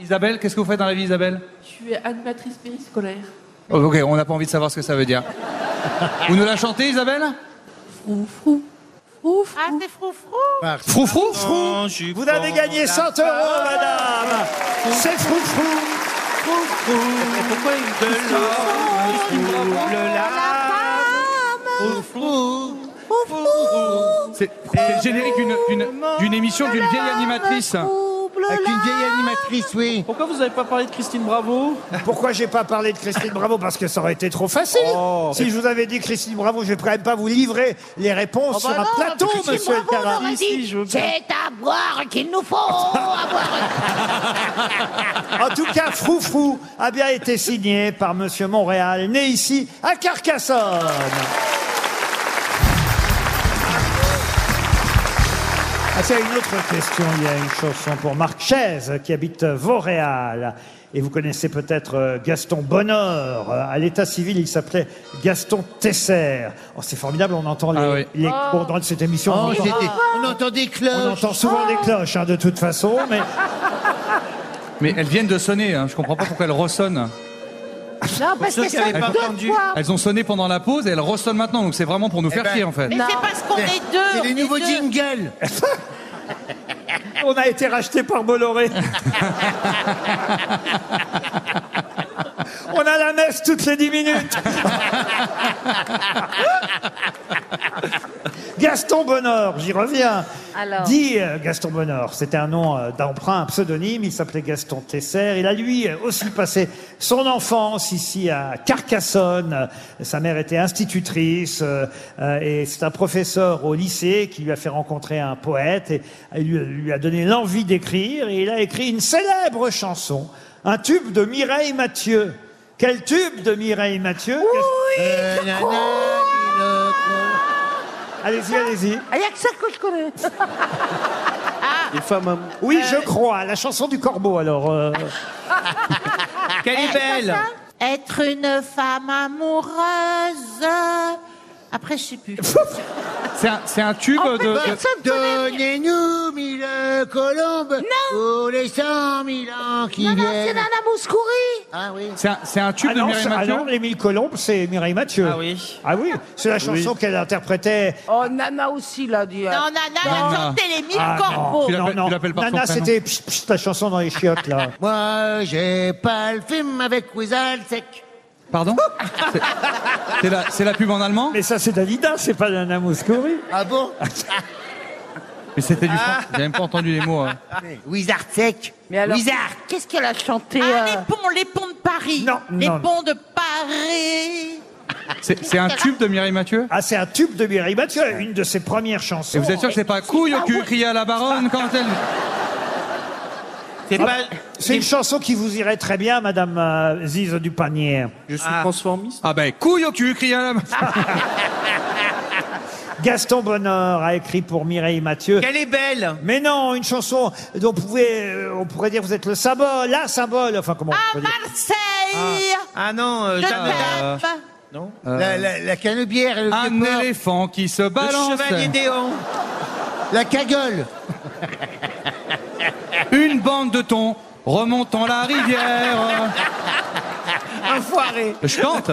Speaker 5: Isabelle, qu'est-ce que vous faites dans la vie, Isabelle
Speaker 10: Je suis animatrice périscolaire.
Speaker 5: Oh, Ok, on n'a pas envie de savoir ce que ça veut dire. vous nous la chantez, Isabelle
Speaker 7: Ouf. Ah, c'est froufrou.
Speaker 5: Frou, frou,
Speaker 2: frou. Vous
Speaker 5: Oh,
Speaker 2: avez gagné 100 euros, madame. C'est frou, frou.
Speaker 6: Pourquoi il de l'or le
Speaker 5: C'est c'est le générique d'une- d'une- d'une émission d'une vieille animatrice.
Speaker 4: Avec une vieille animatrice, oui. Pourquoi vous n'avez pas parlé de Christine Bravo
Speaker 2: Pourquoi j'ai pas parlé de Christine Bravo Parce que ça aurait été trop facile.
Speaker 6: Oh.
Speaker 2: Si je vous avais dit Christine Bravo, je vais quand même pas vous livrer les réponses
Speaker 12: Oh, bah
Speaker 2: sur un
Speaker 12: non,
Speaker 2: plateau,
Speaker 12: parce que
Speaker 2: monsieur
Speaker 12: Christine Bravo
Speaker 2: Elkarat.
Speaker 12: l'aurait dit, C'est à boire qu'il
Speaker 2: <laughs>
Speaker 12: nous faut. à boire.
Speaker 2: En tout cas, Froufrou a bien été signé par Monsieur Montréal, né ici à Carcassonne. Ah, c'est une autre question. Il y a une chanson pour Marc Chaise qui habite Vauréal. Et vous connaissez peut-être euh, Gaston Bonheur. Euh, À l'état civil, il s'appelait Gaston Tesser. Oh, c'est formidable, on entend les, les cours dans cette émission.
Speaker 4: Oh,
Speaker 2: on, entend,
Speaker 4: j'étais- On entend des cloches. Oh.
Speaker 2: on entend souvent des cloches, hein, de toute façon.
Speaker 5: <laughs>
Speaker 2: Mais
Speaker 5: Mais elles viennent de sonner, hein, je comprends pas pourquoi elles ressonnent.
Speaker 12: Non, parce
Speaker 5: ceux
Speaker 12: que
Speaker 5: qui
Speaker 12: ça
Speaker 5: avaient pas
Speaker 12: deux
Speaker 5: entendu.
Speaker 12: fois.
Speaker 5: Elles ont sonné pendant la pause et elles ressonnent maintenant, donc c'est vraiment pour
Speaker 2: Eh
Speaker 5: nous faire
Speaker 12: ben,
Speaker 5: chier en fait.
Speaker 12: mais
Speaker 7: Eh C'est parce qu'on est deux.
Speaker 4: C'est les
Speaker 7: on est
Speaker 4: nouveaux
Speaker 7: deux.
Speaker 4: jingles.
Speaker 2: <laughs> on a été racheté par
Speaker 4: <laughs>
Speaker 2: Bolloré. On a la messe toutes les 10
Speaker 4: <laughs>
Speaker 2: minutes. Gaston Bonheur, j'y reviens.
Speaker 12: Alors.
Speaker 2: Dit euh, Gaston Bonheur, c'était un nom euh, d'emprunt, un pseudonyme, il s'appelait Gaston Tesser. Il a lui euh, aussi passé son enfance ici à Carcassonne. Euh, Sa mère était institutrice euh, euh, et c'est un professeur au lycée qui lui a fait rencontrer un poète et euh, lui, lui a donné l'envie d'écrire et il a écrit une célèbre chanson, un tube de Mireille Mathieu. Quel tube de Mireille Mathieu
Speaker 4: Euh, nanana, lilotro.
Speaker 2: Allez-y, allez-y.
Speaker 12: Ah, Il n'y a que ça que je connais.
Speaker 2: Les femmes Oui,
Speaker 7: Euh,
Speaker 2: je crois. La chanson du corbeau, alors. euh.
Speaker 12: <laughs>
Speaker 6: Quelle est belle
Speaker 7: Être une femme amoureuse. Après, je sais plus.
Speaker 5: <laughs> C'est un, c'est un tube
Speaker 4: Oh,
Speaker 5: de, de-
Speaker 4: Donnez-nous mille colombes pour les cent mille ans qui
Speaker 12: Non, non, c'est
Speaker 4: viennent.
Speaker 12: Nana Mouskouri.
Speaker 4: Ah oui.
Speaker 5: C'est un, c'est un tube
Speaker 2: Ah
Speaker 5: de
Speaker 2: non,
Speaker 5: Mireille
Speaker 2: c'est- ah
Speaker 5: Mathieu
Speaker 2: non, les mille colombes, c'est Mireille Mathieu. Ah
Speaker 6: oui.
Speaker 2: Ah oui, c'est la chanson qu'elle interprétait.
Speaker 12: Oh, Nana aussi hein. l'a dit.
Speaker 7: Non, Nana, elle a
Speaker 2: Non.
Speaker 7: chanté les mille
Speaker 2: Ah
Speaker 7: corbeaux.
Speaker 2: non, non, non. Nana, c'était pss, pss, la chanson dans les chiottes, là.
Speaker 4: Moi, j'ai pas le film avec Wizard Sec.
Speaker 5: <laughs> Pardon C'est- c'est la, c'est la pub en allemand
Speaker 2: Mais ça, c'est Dalida, c'est pas Nana Mouskouri.
Speaker 4: Ah bon
Speaker 5: Mais c'était du français. J'ai même pas entendu les
Speaker 12: <laughs>
Speaker 5: mots. hein.
Speaker 4: Wizard Sec.
Speaker 12: Mais alors,
Speaker 4: Wizard.
Speaker 12: qu'est-ce qu'elle a chanté
Speaker 7: Ah,
Speaker 12: euh,
Speaker 7: les ponts, les ponts de Paris. les
Speaker 5: non.
Speaker 7: ponts de Paris.
Speaker 5: C'est c'est un tube de Mireille Mathieu
Speaker 2: Ah, c'est un tube de Mireille Mathieu, une de ses premières chansons.
Speaker 5: Et vous êtes sûr que c'est pas couille au cul crié à la baronne quand elle.
Speaker 2: Ah, C'est une chanson qui vous irait très bien, Madame euh, Zize du Panier.
Speaker 8: Je suis transformiste.
Speaker 5: Ah ben couille au cul crié à la
Speaker 6: <laughs>
Speaker 2: Gaston Bonheur a écrit pour Mireille Mathieu.
Speaker 6: Quelle est belle
Speaker 2: Mais non, une chanson dont vous pouvez, euh, on pourrait dire vous êtes le symbole, la symbole, enfin comment on peut dire.
Speaker 7: Marseille.
Speaker 6: Ah non, euh,
Speaker 7: Je
Speaker 6: Jeanne d'Arc.
Speaker 7: tape.
Speaker 6: Non
Speaker 5: Euh,
Speaker 4: La, la, la canebière et le
Speaker 5: Un
Speaker 4: vieux porc.
Speaker 5: éléphant qui se <laughs>
Speaker 6: Le
Speaker 5: balance.
Speaker 6: chevalier Déon.
Speaker 4: La cagole
Speaker 5: Une bande de thon remontant la
Speaker 6: <laughs>
Speaker 5: rivière.
Speaker 2: Enfoiré
Speaker 5: Je chante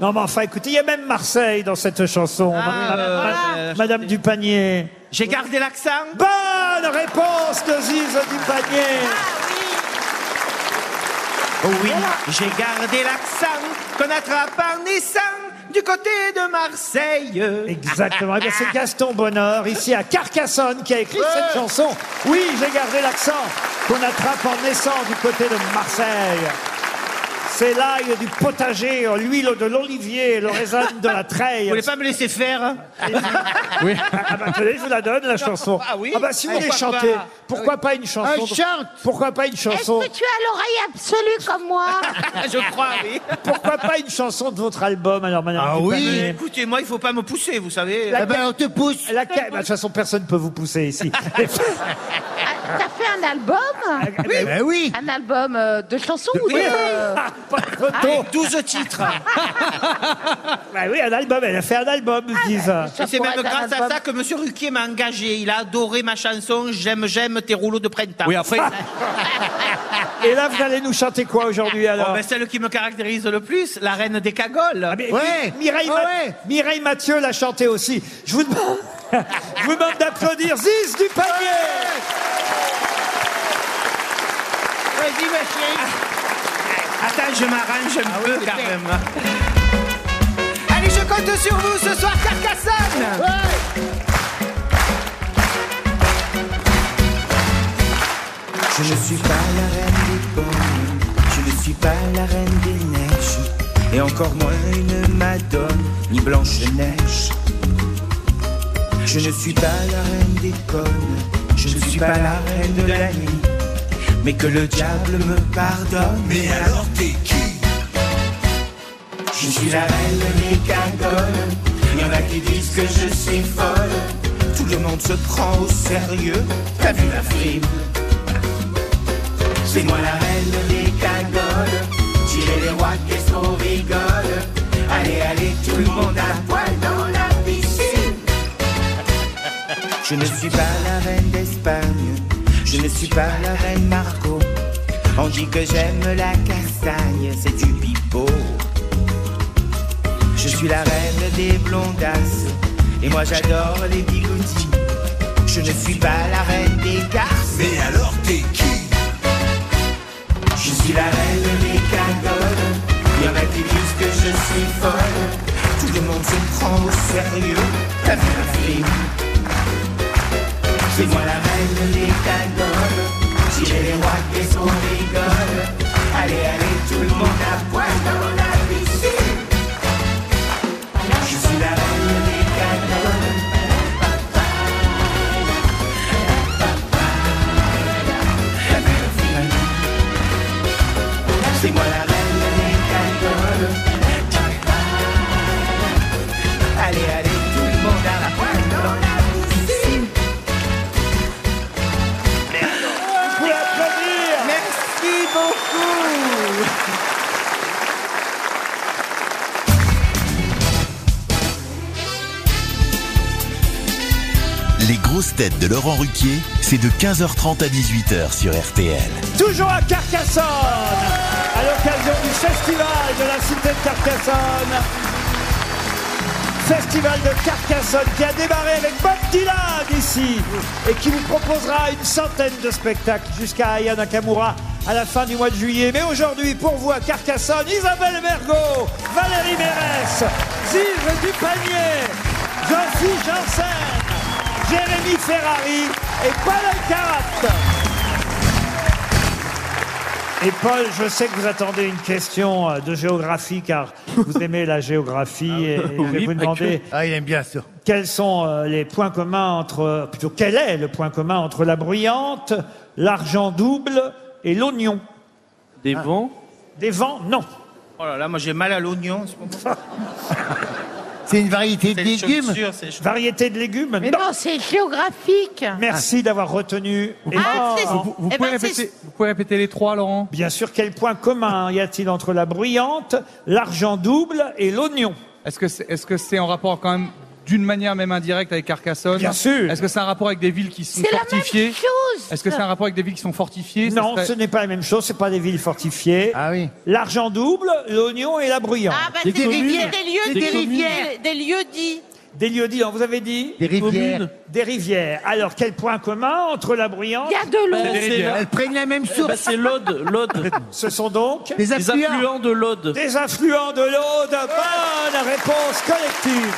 Speaker 2: Non, mais enfin, écoutez, il y a même Marseille dans cette chanson. Ma- ma-
Speaker 6: euh,
Speaker 2: ma- Madame Dupanier.
Speaker 6: J'ai gardé l'accent
Speaker 2: Bonne réponse de Ziz Dupanier
Speaker 6: Oh oui, j'ai gardé l'accent qu'on attrape en naissant du côté de Marseille.
Speaker 2: Exactement. Eh bien,
Speaker 6: <laughs>
Speaker 2: c'est Gaston Bonheur, ici à Carcassonne, qui a écrit cette chanson. Oui, j'ai gardé l'accent qu'on attrape en naissant du côté de Marseille. C'est l'ail du potager, l'huile de l'olivier, le raisin de la treille.
Speaker 6: Vous voulez pas me laisser faire hein
Speaker 2: <laughs> Oui. Ah bah, attendez, je vous la donne, la chanson.
Speaker 6: Ah oui
Speaker 2: bah, si vous voulez
Speaker 6: Pourquoi
Speaker 2: chanter,
Speaker 6: pas
Speaker 2: pourquoi pas une chanson
Speaker 12: Ah, chante
Speaker 2: Pourquoi pas une chanson
Speaker 12: Est-ce que tu as l'oreille absolue comme
Speaker 5: <laughs>
Speaker 12: moi
Speaker 6: Je crois, oui.
Speaker 2: Pourquoi pas une chanson de votre album, alors, madame
Speaker 6: Ah oui Eh
Speaker 2: Dupanier
Speaker 6: Écoutez, moi, il faut pas me pousser, vous savez. ben,
Speaker 2: La- La- bah, de toute façon, personne ne peut vous pousser
Speaker 6: <laughs>
Speaker 2: ici.
Speaker 12: Ah, T'as fait un album
Speaker 2: Oui. Eh ben oui.
Speaker 12: Un album euh, de chansons ou de...
Speaker 2: Oui. <laughs> Ah,
Speaker 12: euh,
Speaker 2: Avec
Speaker 6: 12 titres.
Speaker 2: <laughs> bah oui, un album, elle a fait un album, ils disent.
Speaker 6: Et C'est même grâce à ça que Monsieur Ruquier m'a engagé. Il a adoré ma chanson J'aime, j'aime tes rouleaux de printemps.
Speaker 2: Oui, après- Et là, vous allez nous chanter quoi aujourd'hui alors
Speaker 6: <laughs> Oh, ben, celle qui me caractérise le plus, la reine des cagoles.
Speaker 2: Mi- Ah, Mireille,
Speaker 6: Oh,
Speaker 2: Ma- Mireille Mathieu l'a chanté aussi. Je vous demande, <laughs> je vous demande d'applaudir Ziz du panier.
Speaker 6: Vas-y, ma chérie. Ah. Attends, je m'arrange un
Speaker 11: Ah
Speaker 6: peu quand même. Allez, je compte sur vous ce soir, Carcassonne.
Speaker 11: Je ne suis pas la reine des pommes, je ne suis pas la reine des neiges, et encore moins une madone, ni blanche neige. Je ne suis pas la reine des connes, je ne suis pas la reine de la nuit, mais que le diable me pardonne. Mais alors t'es qui Je suis la reine des cagoles, il y en a qui disent que je suis folle, tout le monde se prend au sérieux, t'as vu la frime c'est moi la reine des cagoles, tirez les rois, qu'est-ce qu'on rigole Allez, allez, tout le monde à poil dans la piscine Je ne suis pas la reine d'Espagne, je ne suis pas la reine Margot On dit que j'aime la castagne, c'est du pipeau Je suis la reine des blondasses, et moi j'adore les bigoudis Je ne suis pas la reine des garces Mais alors t'es qui je suis la reine des cagoles. Il y en a qui disent que je suis folle. Tout le monde se prend au sérieux. T'as vu la film C'est moi la reine des cagoles. J'ai les rois, qu'est-ce qu'on rigole Allez, allez, tout le monde à poil dans la piscine. Je suis la reine des cagoles. T'as vu la film c'est moi la reine des cagoles. Allez, allez, tout le monde à la pointe dans la piscine.
Speaker 2: Vous pouvez applaudir.
Speaker 6: Merci beaucoup.
Speaker 1: Les grosses têtes de Laurent Ruquier, c'est de 15h30 à 18h sur RTL.
Speaker 2: Toujours à Carcassonne, à l'occasion du festival de la cité de Carcassonne. Festival de Carcassonne qui a démarré avec Bob Dylan ici et qui vous proposera une centaine de spectacles jusqu'à Aya Nakamura à la fin du mois de juillet. Mais aujourd'hui, pour vous à Carcassonne, Isabelle Mergot, Valérie Mérès, Ziv Dupanier, Jean-Philippe Janssen, Jérémy Ferrari et Paul Carat. Et Paul, je sais que vous attendez une question euh, de géographie, car vous aimez la géographie. et je vais
Speaker 4: Ah
Speaker 2: vous
Speaker 4: Oui, pas
Speaker 2: demander
Speaker 4: que. Ah, il aime bien sûr.
Speaker 2: quels sont euh, les points communs entre, euh, plutôt quel est le point commun entre la bruyante, l'argent double et l'oignon Ah.
Speaker 8: Des vents
Speaker 2: Des vents, non.
Speaker 6: Oh là là, moi j'ai mal à l'oignon en ce moment.
Speaker 11: <laughs>
Speaker 4: C'est une variété de
Speaker 6: C'est les
Speaker 4: légumes
Speaker 6: chaussures, c'est les chaussures.
Speaker 2: Variété de légumes
Speaker 12: Mais
Speaker 2: non.
Speaker 12: non, c'est géographique.
Speaker 2: Merci d'avoir retenu. Et
Speaker 12: Ah, c'est-
Speaker 5: Vous, vous
Speaker 12: Eh
Speaker 5: pouvez
Speaker 12: ben, c'est-
Speaker 5: répéter, vous pouvez répéter les trois, Laurent
Speaker 2: Bien sûr, quel point commun y a-t-il entre la bruyante, l'argent double et l'oignon
Speaker 5: Est-ce que c'est est -ce c'est en rapport quand même d'une manière même indirecte avec Carcassonne
Speaker 2: Bien sûr.
Speaker 5: Est-ce que c'est un rapport avec des villes qui sont
Speaker 12: C'est la même
Speaker 5: fortifiées
Speaker 12: chose.
Speaker 5: Est-ce que c'est un rapport avec des villes qui sont fortifiées Ça
Speaker 2: Non,
Speaker 5: serait-
Speaker 2: ce n'est pas la même chose, c'est pas des villes fortifiées. Ah oui. L'argent double, l'oignon et la bruyante.
Speaker 7: Ah, bah, c'est des, lieux- des lieux, des, rivières, des lieux dits.
Speaker 2: Des lieux dits, on vous avez dit Des
Speaker 4: rivières. Communes.
Speaker 2: Des rivières. Alors, quel point commun entre la bruyante
Speaker 12: Il y a de l'eau.
Speaker 8: C'est des rivières.
Speaker 4: Elles prennent la
Speaker 5: Eh ben,
Speaker 4: même source.
Speaker 8: c'est l'Aude, l'Aude.
Speaker 2: <laughs> Ce sont donc
Speaker 8: Des affluents. de l'Aude.
Speaker 2: Des affluents de l'Aude. Bonne réponse collective.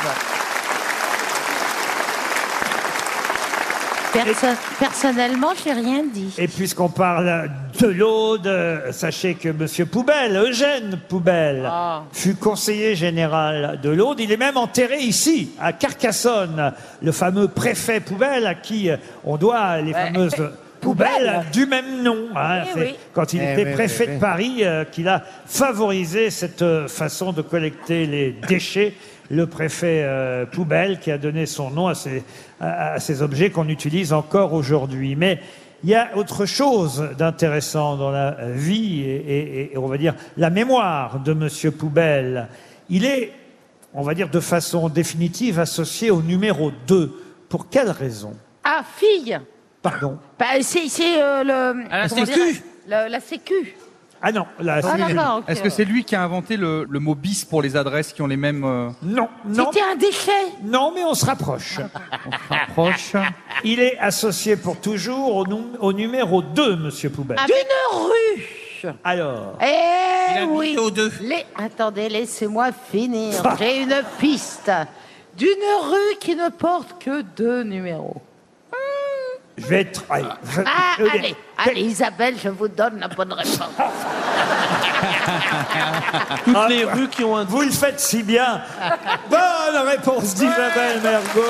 Speaker 12: Perso- personnellement, j'ai rien dit.
Speaker 2: Et puisqu'on parle de l'Aude, euh, sachez que Monsieur Poubelle, Eugène Poubelle, fut conseiller général de l'Aude. Il est même enterré ici, à Carcassonne, le fameux préfet Poubelle à qui euh, on doit les fameuses poubelles du même nom. hein.
Speaker 12: Eh
Speaker 2: C'est
Speaker 12: oui.
Speaker 2: Quand il
Speaker 4: Eh
Speaker 2: était
Speaker 4: oui,
Speaker 2: préfet
Speaker 4: oui, oui.
Speaker 2: de Paris, euh, qu'il a favorisé cette euh, façon de collecter
Speaker 4: <laughs>
Speaker 2: les déchets. Le préfet euh, Poubelle qui a donné son nom à ces, à- à ces objets qu'on utilise encore aujourd'hui. Mais il y a autre chose d'intéressant dans la vie et, et- et on va dire la mémoire de Monsieur Poubelle. Il est, on va dire de façon définitive, associé au numéro 2. Pour quelle raison
Speaker 12: Ah, fille
Speaker 2: Pardon
Speaker 12: Bah, c'est c'est, euh, le.
Speaker 5: À la
Speaker 12: comment
Speaker 5: sécu.
Speaker 12: dire, La, la sécu.
Speaker 2: Ah non, la
Speaker 12: Ah,
Speaker 5: Est-ce que-
Speaker 12: d'accord, ok.
Speaker 5: Est-ce que c'est lui qui a inventé le, le mot bis pour les adresses qui ont les mêmes euh,
Speaker 2: Non, non.
Speaker 12: C'était un déchet.
Speaker 2: Non, mais on se rapproche.
Speaker 5: approches
Speaker 2: Il est associé pour toujours au, num- au numéro 2, Monsieur Poubelle.
Speaker 12: D'une rue.
Speaker 2: Alors,
Speaker 12: Eh oui. Les- Attendez, laissez-moi finir. J'ai une piste. D'une rue qui ne porte que deux numéros.
Speaker 2: je vais être. allez, je-
Speaker 6: <laughs>
Speaker 12: Ah,
Speaker 2: euh,
Speaker 12: allez, allez, Isabelle, je vous donne la bonne réponse.
Speaker 8: Toutes les rues qui ont un.
Speaker 2: Vous le faites
Speaker 12: <laughs>
Speaker 2: si bien. Bonne réponse d'Isabelle Mergo.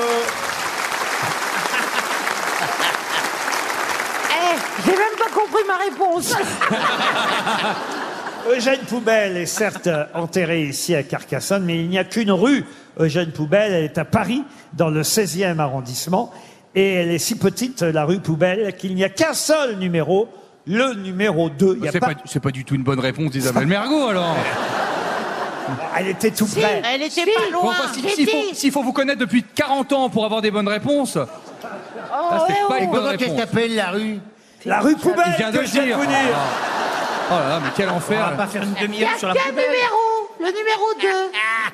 Speaker 12: Eh, j'ai même pas compris ma
Speaker 6: <laughs>
Speaker 12: réponse.
Speaker 2: <laughs> Eugène Poubelle est certes enterré ici à Carcassonne, mais il n'y a qu'une rue. Eugène Poubelle, elle est à Paris, dans le 16e arrondissement. Et elle est si petite, la rue Poubelle, qu'il n'y a qu'un seul numéro, le numéro 2. Il y a
Speaker 5: C'est
Speaker 2: pas-
Speaker 5: pas... c'est pas du tout une bonne réponse d'Isabelle Mergo alors.
Speaker 2: Elle était tout
Speaker 12: Si,
Speaker 2: près.
Speaker 7: Elle était
Speaker 12: Si.
Speaker 7: pas
Speaker 5: Bon,
Speaker 7: loin.
Speaker 5: enfin, si-
Speaker 12: j'ai
Speaker 5: S'il
Speaker 12: dit.
Speaker 5: faut, s'il faut vous connaître depuis 40 ans pour avoir des bonnes réponses,
Speaker 12: Oh,
Speaker 5: là, Ah, c'est
Speaker 12: eh
Speaker 5: pas
Speaker 12: oh.
Speaker 5: une bonne
Speaker 4: Comment qu'elle
Speaker 5: réponse.
Speaker 4: s'appelle la rue
Speaker 2: La rue Poubelle,
Speaker 5: Il vient de
Speaker 2: que
Speaker 5: le
Speaker 2: je viens
Speaker 5: dire.
Speaker 2: de vous dire.
Speaker 5: Oh là là, mais quel enfer.
Speaker 6: faire une
Speaker 12: Il y a
Speaker 6: demi-heure sur la
Speaker 12: qu'un numéro, le numéro
Speaker 6: <laughs>
Speaker 12: 2.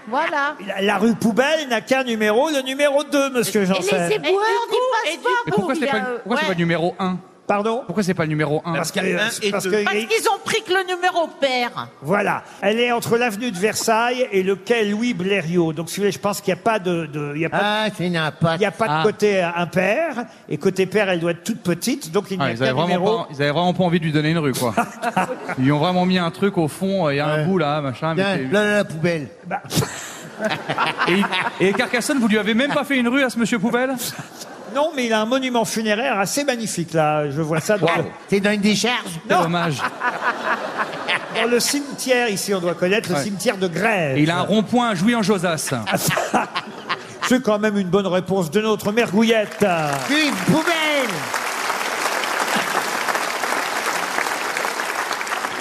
Speaker 12: Voilà.
Speaker 2: La- La rue Poubelle n'a qu'un numéro, le numéro 2, monsieur
Speaker 12: Et les éboueurs
Speaker 2: Janssen.
Speaker 12: n'y
Speaker 7: et
Speaker 12: passent
Speaker 7: du
Speaker 12: pas
Speaker 5: Mais
Speaker 12: pour
Speaker 5: pourquoi c'est
Speaker 12: il y
Speaker 5: pas,
Speaker 12: a,
Speaker 5: le-
Speaker 12: euh,
Speaker 5: pourquoi c'est
Speaker 12: ouais.
Speaker 5: pas le numéro 1
Speaker 2: Pardon
Speaker 5: Pourquoi c'est pas le numéro 1
Speaker 2: Parce que,
Speaker 6: un et
Speaker 2: parce
Speaker 6: deux.
Speaker 2: que-
Speaker 7: Parce qu'ils ont pris que le numéro pair.
Speaker 2: voilà, elle est entre l'avenue de Versailles et le quai Louis Blériot. Donc, si vous voulez, je pense qu'il n'y a pas de, de- il y a pas,
Speaker 4: Ah, c'est une
Speaker 2: il
Speaker 4: pâte.
Speaker 2: y a pas
Speaker 5: Ah.
Speaker 2: de côté euh, impair et côté pair, elle doit être toute petite. Donc, il n'y
Speaker 5: Ah,
Speaker 2: a
Speaker 5: ils, avaient
Speaker 2: qu'un
Speaker 5: vraiment
Speaker 2: numéro.
Speaker 5: pas, ils avaient vraiment pas envie de lui donner une rue,
Speaker 2: <laughs>
Speaker 5: quoi. Ils lui ont vraiment mis un truc au fond, euh, il y a un bout là, machin. mais
Speaker 4: Tiens,
Speaker 5: c'est-
Speaker 4: là, là, la poubelle.
Speaker 5: et, et Carcassonne, vous lui avez même pas fait une rue à ce monsieur Poubelle
Speaker 2: <laughs> Non, mais il a un monument funéraire assez magnifique là. Je vois ça dans, le-
Speaker 4: C'est dans une décharge.
Speaker 5: Quel
Speaker 2: Non.
Speaker 5: Dommage.
Speaker 2: <laughs> dans le cimetière ici. On doit connaître le
Speaker 5: Ouais.
Speaker 2: cimetière de Grève.
Speaker 5: Et il a un rond-point à jouer en Josas.
Speaker 2: <laughs> C'est quand même une bonne réponse de notre mergouillette.
Speaker 4: Une poubelle.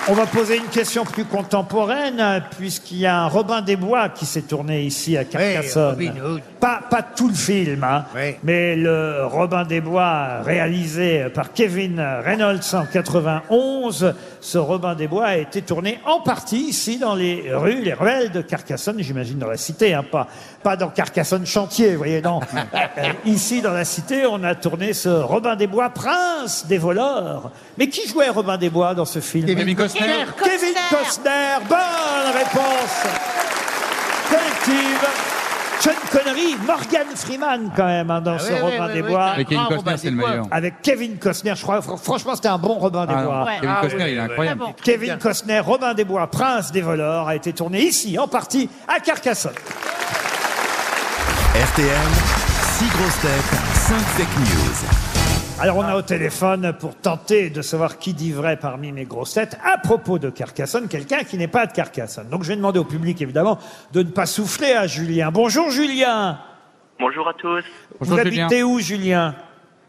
Speaker 2: On va poser une question plus contemporaine, euh, puisqu'il y a un Robin des Bois qui s'est tourné ici à Carcassonne.
Speaker 4: Robin Hood.
Speaker 2: pas, pas tout le film, hein,
Speaker 4: Oui.
Speaker 2: mais le Robin des Bois réalisé par Kevin Reynolds en 91. Ce Robin des Bois a été tourné en partie ici dans les rues, les ruelles de Carcassonne, j'imagine dans la cité, hein, pas, pas dans Carcassonne Chantier, vous
Speaker 5: <laughs>
Speaker 2: voyez, non. Euh, ici dans la cité, on a tourné ce Robin des Bois, prince des voleurs. Mais qui jouait Robin des Bois dans ce film
Speaker 5: Kevin Costner.
Speaker 2: Kevin Costner, bonne réponse collective. Sean Connery, Morgan Freeman quand même hein, dans
Speaker 4: Ah
Speaker 2: ce
Speaker 4: oui, oui,
Speaker 2: Robin
Speaker 4: oui,
Speaker 2: des
Speaker 4: oui.
Speaker 2: Bois.
Speaker 5: Et Kevin Costner, c'est le meilleur.
Speaker 2: Avec Kevin Costner, je crois. fr- Franchement, c'était un bon Robin des
Speaker 5: Ah,
Speaker 2: Bois.
Speaker 5: non, Kevin
Speaker 7: Ouais.
Speaker 5: Costner, il est incroyable.
Speaker 7: Ah bon.
Speaker 2: Kevin Costner, Robin des Bois, prince des voleurs, a été tourné ici, en partie, à Carcassonne.
Speaker 1: RTL, 6 grosses têtes, 5 fake news.
Speaker 2: Alors, on
Speaker 7: Ah.
Speaker 2: a au téléphone pour tenter de savoir qui dit vrai parmi mes grosses têtes à propos de Carcassonne, quelqu'un qui n'est pas de Carcassonne. Donc, je vais demander au public, évidemment, de ne pas souffler à Julien. Bonjour, Julien.
Speaker 17: Bonjour à tous.
Speaker 5: Bonjour,
Speaker 2: Vous
Speaker 5: Julien.
Speaker 2: habitez où, Julien euh.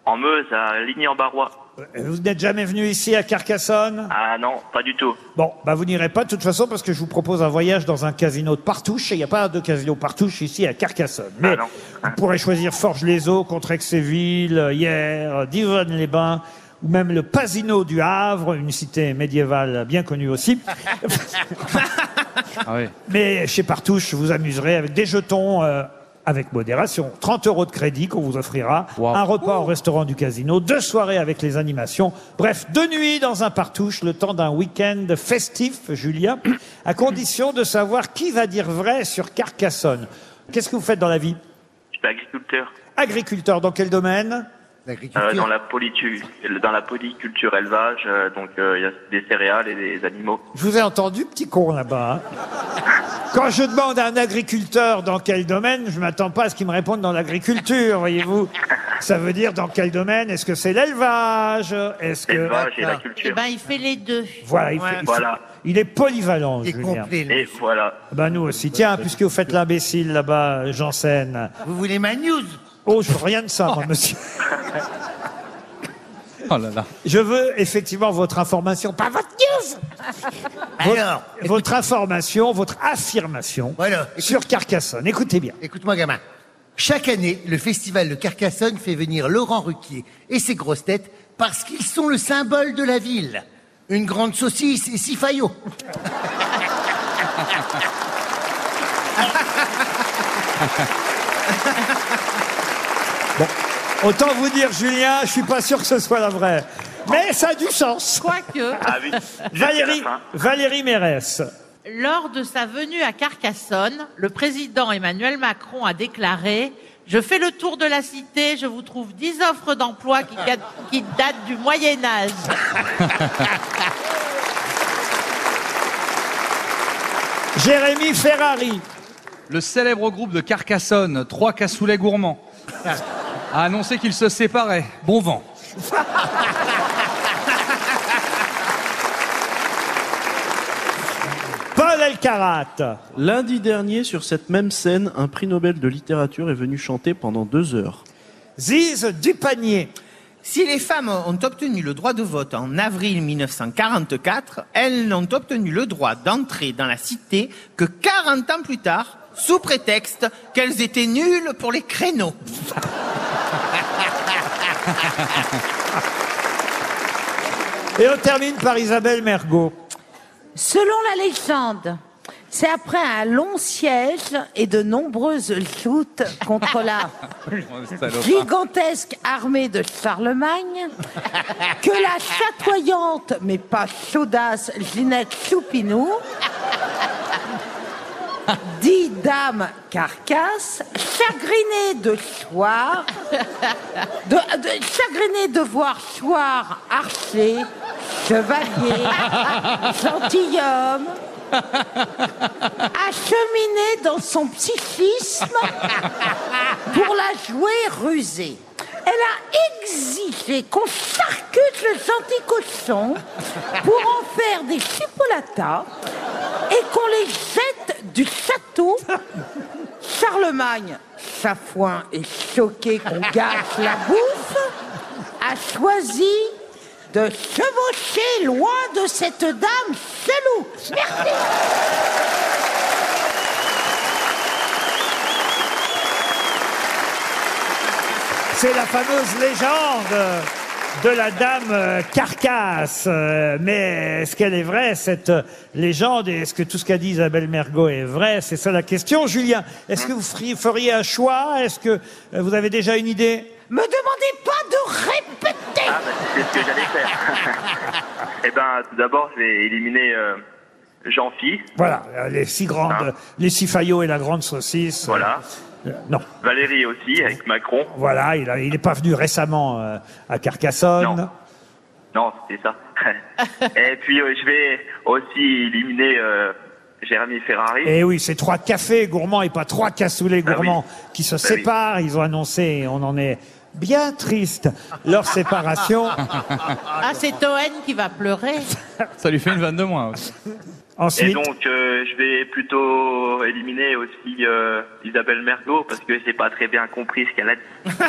Speaker 17: En Meuse, à Ligny-en-Barrois.
Speaker 2: Vous n'êtes jamais venu ici à Carcassonne
Speaker 17: Ah non, pas du tout.
Speaker 2: Bon, bah vous n'irez pas de toute façon parce que je vous propose un voyage dans un casino de Partouche et il n'y a pas de casino Partouche ici à Carcassonne. Mais vous pourrez choisir Forges-les-Eaux, Contrexéville, Hier, Divonne-les-Bains ou même le Pasino du Havre, une cité médiévale bien connue aussi.
Speaker 11: <laughs>
Speaker 2: Mais chez Partouche, vous vous amuserez avec des jetons euh, avec modération. 30 euros de crédit qu'on vous offrira, un repas au restaurant du casino, deux soirées avec les animations. Bref, deux nuits dans un Partouche, le temps d'un week-end festif, Julien, <clears throat> à condition de savoir qui va dire vrai sur Carcassonne. Qu'est-ce que vous faites dans la vie
Speaker 17: Je suis agriculteur.
Speaker 2: Agriculteur, dans quel domaine
Speaker 17: Euh, dans la politu- dans la polyculture élevage, euh, donc euh, il y a des céréales et des animaux.
Speaker 2: Je vous ai entendu, petit con, là-bas. hein. Quand je demande à un agriculteur dans quel domaine, je m'attends pas à ce qu'il me réponde dans l'agriculture, voyez-vous. Ça veut dire dans quel domaine Est-ce que c'est l'élevage Est-ce que
Speaker 17: L'élevage et la
Speaker 7: Eh
Speaker 17: culture.
Speaker 7: ben, il fait les deux.
Speaker 2: Voilà, il, fait- il fait-
Speaker 17: Voilà.
Speaker 2: il est polyvalent, Julien.
Speaker 17: Et voilà.
Speaker 2: Ben nous aussi. Tiens, puisque vous faites l'imbécile là-bas, Janssen.
Speaker 4: Vous voulez ma news
Speaker 2: Oh, je veux rien de ça, moi, monsieur.
Speaker 5: Oh là là.
Speaker 2: Je veux effectivement votre information, pas votre news Votre-
Speaker 11: <laughs>
Speaker 2: votre information, votre affirmation sur Carcassonne. Écoutez bien.
Speaker 4: Écoute-moi, gamin. Chaque année, le festival de Carcassonne fait venir Laurent Ruquier et ses grosses têtes parce qu'ils sont le symbole de la ville. Une grande saucisse et six faillots.
Speaker 2: Bon, autant vous dire, Julien, je suis pas sûr que ce soit la vraie. Mais ça a du sens.
Speaker 7: Quoique.
Speaker 17: Ah oui.
Speaker 2: Valérie, Valérie Mérès.
Speaker 7: Lors de sa venue à Carcassonne, le président Emmanuel Macron a déclaré Je fais le tour de la cité, je vous trouve 10 offres d'emploi qui, ga- qui datent du Moyen-Âge.
Speaker 2: Jérémy Ferrari.
Speaker 5: Le célèbre groupe de Carcassonne, trois cassoulets gourmands, a annoncé qu'ils se séparaient. Bon vent.
Speaker 2: Paul Elkarat.
Speaker 8: Lundi dernier, sur cette même scène, un prix Nobel de littérature est venu chanter pendant deux heures.
Speaker 2: Ziz Dupanier.
Speaker 6: Si les femmes ont obtenu le droit de vote en avril 1944, elles n'ont obtenu le droit d'entrer dans la cité que 40 ans plus tard, sous prétexte qu'elles étaient nulles pour les créneaux.
Speaker 2: Et on termine par Isabelle Mergot.
Speaker 12: Selon la légende, c'est après un long siège et de nombreuses joutes contre la <laughs> gigantesque armée de Charlemagne que la chatoyante, mais pas chaudasse, Ginette Choupinou, dit dame carcasse, chagrinée de soir, de, de- chagrinée de voir soir archer, chevalier, gentilhomme, acheminé dans son psychisme pour la jouer rusée. Elle a exigé qu'on charcute le gentil cochon pour en faire des chipolatas et qu'on les jette du château. Charlemagne, chafouin et choqué qu'on gâche la bouffe, a choisi de chevaucher loin de cette dame chelou. Merci.
Speaker 2: C'est la fameuse légende de la dame euh, carcasse. Euh, Mais est-ce qu'elle est vraie, cette euh, légende Et est-ce que tout ce qu'a dit Isabelle Mergot est vrai C'est ça la question, Julien. Est-ce que vous feriez- feriez un choix Est-ce que euh, vous avez déjà une idée
Speaker 12: Me demandez pas de répéter
Speaker 17: Ah, bah, c'est ce que j'allais faire. eh ben, tout d'abord, je vais éliminer euh, Jean-Phi,
Speaker 2: Voilà, euh, les six grandes, les six faillots et la grande saucisse.
Speaker 17: Ah. Voilà.
Speaker 2: Euh, non,
Speaker 17: Valérie aussi, avec Macron.
Speaker 2: voilà, il n'est pas venu récemment euh, à Carcassonne.
Speaker 17: Non, c'était ça. Et puis, euh, je vais aussi éliminer euh, Jérémy Ferrari.
Speaker 2: Et Eh oui, c'est trois cafés gourmands et pas trois cassoulets
Speaker 17: Ah oui.
Speaker 2: gourmands qui se
Speaker 17: Ah oui.
Speaker 2: séparent. Ils ont annoncé, on en est bien triste, leur séparation.
Speaker 7: Ah, c'est Toen qui va pleurer.
Speaker 5: Ça lui fait une vanne de moins. aussi.
Speaker 17: Et donc, euh, je vais plutôt éliminer aussi euh, Isabelle Mergot parce que j'ai pas très bien compris ce qu'elle a dit.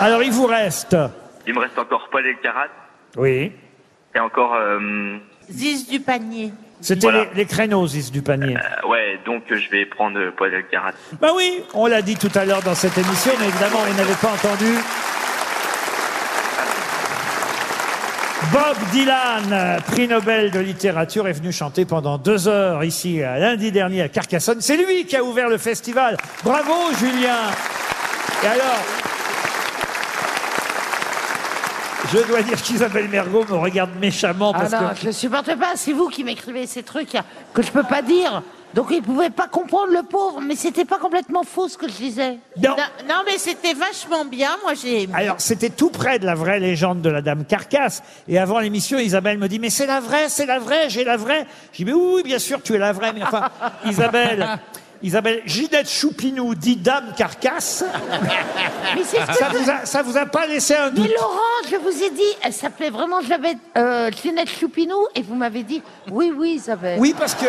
Speaker 2: Alors, il vous reste
Speaker 17: Il me reste encore Paul Elkarat
Speaker 2: Oui.
Speaker 17: et encore. euh,
Speaker 7: Ziz du panier.
Speaker 2: C'était les, les créneaux, Ziz, du panier.
Speaker 17: euh, ouais, donc euh, je vais prendre euh, Paul Elkarat.
Speaker 2: Ben oui, on l'a dit tout à l'heure dans cette émission, mais évidemment, vous n'avez pas entendu. Bob Dylan, euh, prix Nobel de littérature, est venu chanter pendant deux heures ici euh, lundi dernier à Carcassonne. C'est lui qui a ouvert le festival. Bravo, Julien. Et alors, je dois dire qu'Isabelle Mergot me regarde méchamment
Speaker 12: Ah
Speaker 2: Oh, parce
Speaker 12: non,
Speaker 2: que
Speaker 12: je ne supporte pas, c'est vous qui m'écrivez ces trucs que je peux pas dire. Donc il pouvait pas comprendre le pauvre, mais c'était pas complètement faux ce que je disais.
Speaker 2: Non. Ah,
Speaker 7: Non, mais c'était vachement bien. Moi, j'ai aimé.
Speaker 2: Alors, c'était tout près de la vraie légende de la dame Carcasse. Et avant l'émission, Isabelle me dit, mais c'est la vraie, c'est la vraie, j'ai la vraie. J'ai dit, mais oui, oui, bien sûr, tu es la vraie. Mais enfin, Isabelle, Isabelle, Ginette Choupinou dit dame Carcasse.
Speaker 12: Mais c'est ce que
Speaker 2: ça,
Speaker 12: je-
Speaker 2: vous a, ça vous a pas laissé un doute.
Speaker 12: Mais Laurent, je vous ai dit, elle s'appelait vraiment, je l'avais, euh, Ginette Choupinou, et vous m'avez dit, oui, oui, Isabelle.
Speaker 2: Oui, parce que-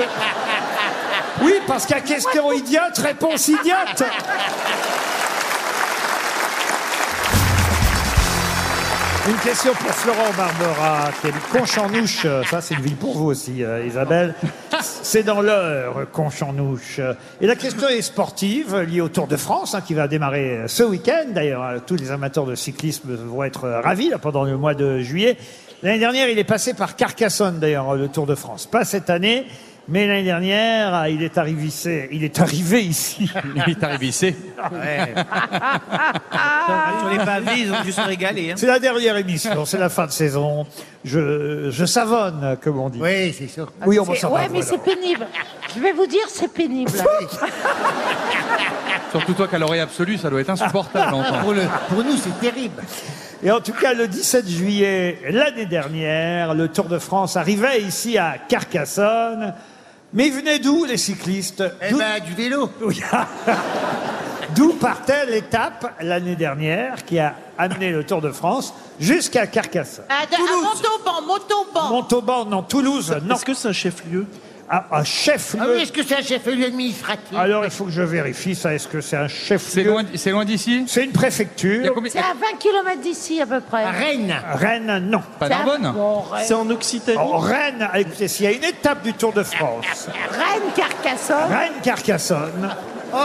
Speaker 2: Oui, parce qu'à question idiote, réponse idiote. Une question pour Florent Barbera, qui habite Conchanouche. Euh, Ça, c'est une ville pour vous aussi, euh, Isabelle. C'est dans l'heure, euh, Conchanouche. Euh, Et la question est sportive, euh, liée au Tour de France, hein, qui va démarrer euh, ce week-end. D'ailleurs, euh, tous les amateurs de cyclisme vont être euh, ravis là, pendant le mois de juillet. L'année dernière, il est passé par Carcassonne, d'ailleurs, euh, le Tour de France. Pas cette année, mais l'année dernière, ah, il est arrivé ici. Il est arrivé ici.
Speaker 18: Il est arrivé ici.
Speaker 6: Sur les pavés, ils ont dû se régaler. hein.
Speaker 2: C'est la dernière émission, c'est la fin de saison. Je, je savonne, comme on dit. Oui, c'est sûr. Oui, on va
Speaker 12: Ah, C'est- Ouais,
Speaker 2: savonne.
Speaker 12: mais c'est pénible. Je vais vous dire, c'est
Speaker 2: <laughs>
Speaker 12: pénible.
Speaker 5: Surtout toi qui as l'oreille absolue, ça doit être
Speaker 6: Ah,
Speaker 5: insupportable à entendre.
Speaker 2: nous, c'est terrible. Et en tout cas, le 17 juillet l'année dernière, le Tour de France arrivait ici à Carcassonne. Mais ils venaient d'où les cyclistes Eh ben, du vélo. <laughs> d'où partait l'étape l'année dernière qui a amené le Tour de France jusqu'à Carcassonne.
Speaker 7: À,
Speaker 4: Ah,
Speaker 7: de- à Montauban, Montauban.
Speaker 2: Montauban, non, Toulouse, non. Est-ce
Speaker 8: que c'est un chef-lieu
Speaker 2: Un chef-lieu
Speaker 4: Ah oui, est-ce que c'est un chef-lieu administratif
Speaker 2: Alors, il faut que je vérifie ça. Est-ce que c'est un chef-lieu
Speaker 5: C'est loin d'ici
Speaker 2: C'est une préfecture.
Speaker 12: C'est à 20 km d'ici, à peu près.
Speaker 2: Rennes, non.
Speaker 12: Pas Narbonne Bon, Rennes. C'est en
Speaker 2: Occitanie Rennes, écoutez, s'il y a une étape du Tour de
Speaker 4: <laughs>
Speaker 2: France,
Speaker 12: Rennes, Carcassonne.
Speaker 2: Rennes-Carcassonne,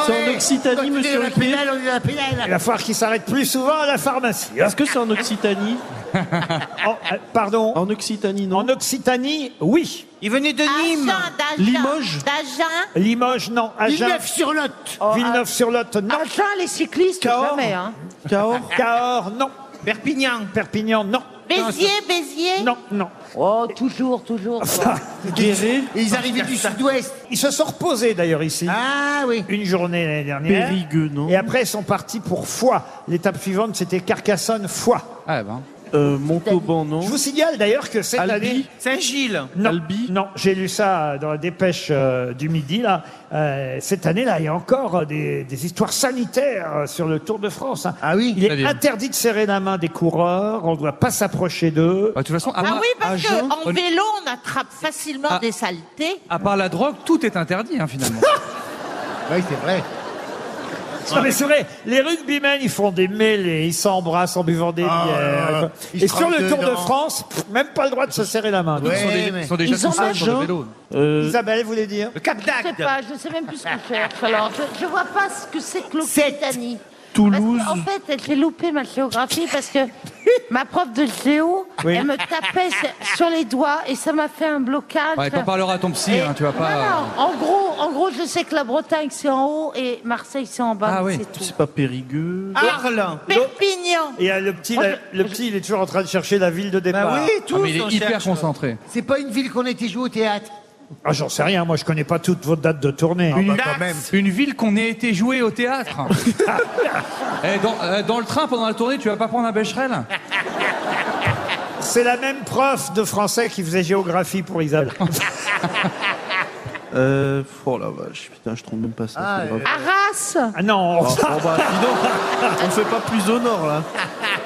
Speaker 8: C'est en Occitanie, monsieur
Speaker 4: La
Speaker 8: Ruquier
Speaker 4: pénale, on est dans la
Speaker 2: il va
Speaker 4: pénale.
Speaker 2: falloir qu'il s'arrête plus souvent à la pharmacie. hein.
Speaker 8: Est-ce que c'est en Occitanie
Speaker 2: <laughs> En- euh, Pardon
Speaker 8: En Occitanie, non
Speaker 2: En Occitanie, oui.
Speaker 6: Il venait de Nîmes.
Speaker 2: Limoges
Speaker 7: D'Agen.
Speaker 2: Limoges, non. Agen.
Speaker 4: Villeneuve-sur-Lot.
Speaker 2: Villeneuve-sur-Lot, non.
Speaker 12: Agen, les cyclistes, jamais. Hein.
Speaker 2: Cahors <laughs> Cahors, non.
Speaker 6: Perpignan
Speaker 2: Perpignan, non.
Speaker 7: Béziers, Béziers.
Speaker 2: Non, non.
Speaker 12: Oh, toujours,
Speaker 2: <laughs>
Speaker 12: toujours.
Speaker 2: Guéret
Speaker 4: Et ils arrivaient du sud-ouest.
Speaker 2: Ils se sont reposés d'ailleurs ici.
Speaker 4: Ah oui.
Speaker 2: Une journée l'année dernière.
Speaker 8: Périgueux, non
Speaker 2: Et après, ils sont partis pour Foix. L'étape suivante, c'était Carcassonne-Foix.
Speaker 5: Ah ben.
Speaker 8: Euh, Montauban, non
Speaker 2: Je vous signale d'ailleurs que cette
Speaker 8: Albi
Speaker 2: année.
Speaker 6: Saint-Gilles.
Speaker 2: Non, non j'ai lu ça dans la dépêche euh, du midi. Là. Euh, cette année-là, il y a encore euh, des, des histoires sanitaires euh, sur le Tour de France. Ah oui Il est
Speaker 5: C'est-à-dire
Speaker 2: interdit de serrer la main des coureurs, on ne doit pas s'approcher d'eux.
Speaker 5: Bah, de toute façon, à
Speaker 7: Ah
Speaker 5: part-
Speaker 7: oui,
Speaker 5: à
Speaker 7: parce
Speaker 5: Jean-
Speaker 7: qu'en vélo, on attrape facilement
Speaker 5: Ah.
Speaker 7: des saletés.
Speaker 5: À part la drogue, tout est interdit, hein, finalement.
Speaker 4: <laughs> Oui, c'est vrai.
Speaker 2: Non, mais c'est vrai, les rugbymen, ils font des mêlées, ils s'embrassent en buvant des
Speaker 4: Ah,
Speaker 2: bières.
Speaker 4: ils
Speaker 2: Et
Speaker 4: se
Speaker 2: sur le
Speaker 4: trempent
Speaker 2: Tour de
Speaker 4: dedans.
Speaker 2: France, pff, même pas le droit de se serrer la main.
Speaker 4: Ils sont Ouais, déjà- mais- ils sont déjà Ils hein. tous ont seuls sur le raison. vélo.
Speaker 5: euh,
Speaker 2: Isabelle voulait dire
Speaker 6: Euh, Le Cap
Speaker 12: Je sais
Speaker 6: d'Agde.
Speaker 12: pas, je sais même plus ce que je cherche. Alors, je, je vois pas ce que c'est que l'Occitanie.
Speaker 8: Toulouse.
Speaker 12: Parce que, en fait, j'ai loupé ma géographie parce que ma prof de géo,
Speaker 5: Oui.
Speaker 12: elle me tapait sur- sur les doigts et ça m'a fait un blocage.
Speaker 5: Ouais, t'en parleras à ton psy, hein, tu vas pas.
Speaker 12: Non, non, en gros, en gros, je sais que la Bretagne c'est en haut et Marseille c'est en
Speaker 5: Ah
Speaker 12: bas. c'est tout.
Speaker 8: C'est pas Périgueux
Speaker 6: Arles.
Speaker 7: Perpignan.
Speaker 2: Et euh, le petit,
Speaker 12: Moi,
Speaker 2: là, le petit, il est toujours en train de chercher la ville de départ.
Speaker 4: Bah oui, tous, Ah, mais il est on hyper cherche.
Speaker 5: concentré.
Speaker 4: C'est pas une ville qu'on était joué au théâtre.
Speaker 2: Ah, j'en sais rien, moi je connais pas toutes vos dates de
Speaker 4: Ah,
Speaker 2: tournée.
Speaker 5: Une, euh,
Speaker 4: bah,
Speaker 5: une ville qu'on ait été jouée au
Speaker 2: <laughs>
Speaker 5: théâtre. Eh, dans, euh, dans le train, pendant la tournée, tu vas pas prendre un Becherel
Speaker 2: C'est la même prof de français qui faisait géographie pour Isabelle.
Speaker 8: Euh, oh la vache, putain, je trouve même pas ça.
Speaker 12: Ah,
Speaker 8: c'est
Speaker 5: Euh.
Speaker 8: pas grave.
Speaker 12: Arras.
Speaker 2: Ah non.
Speaker 8: Oh, bon, bah, dis donc, on fait pas plus au nord là.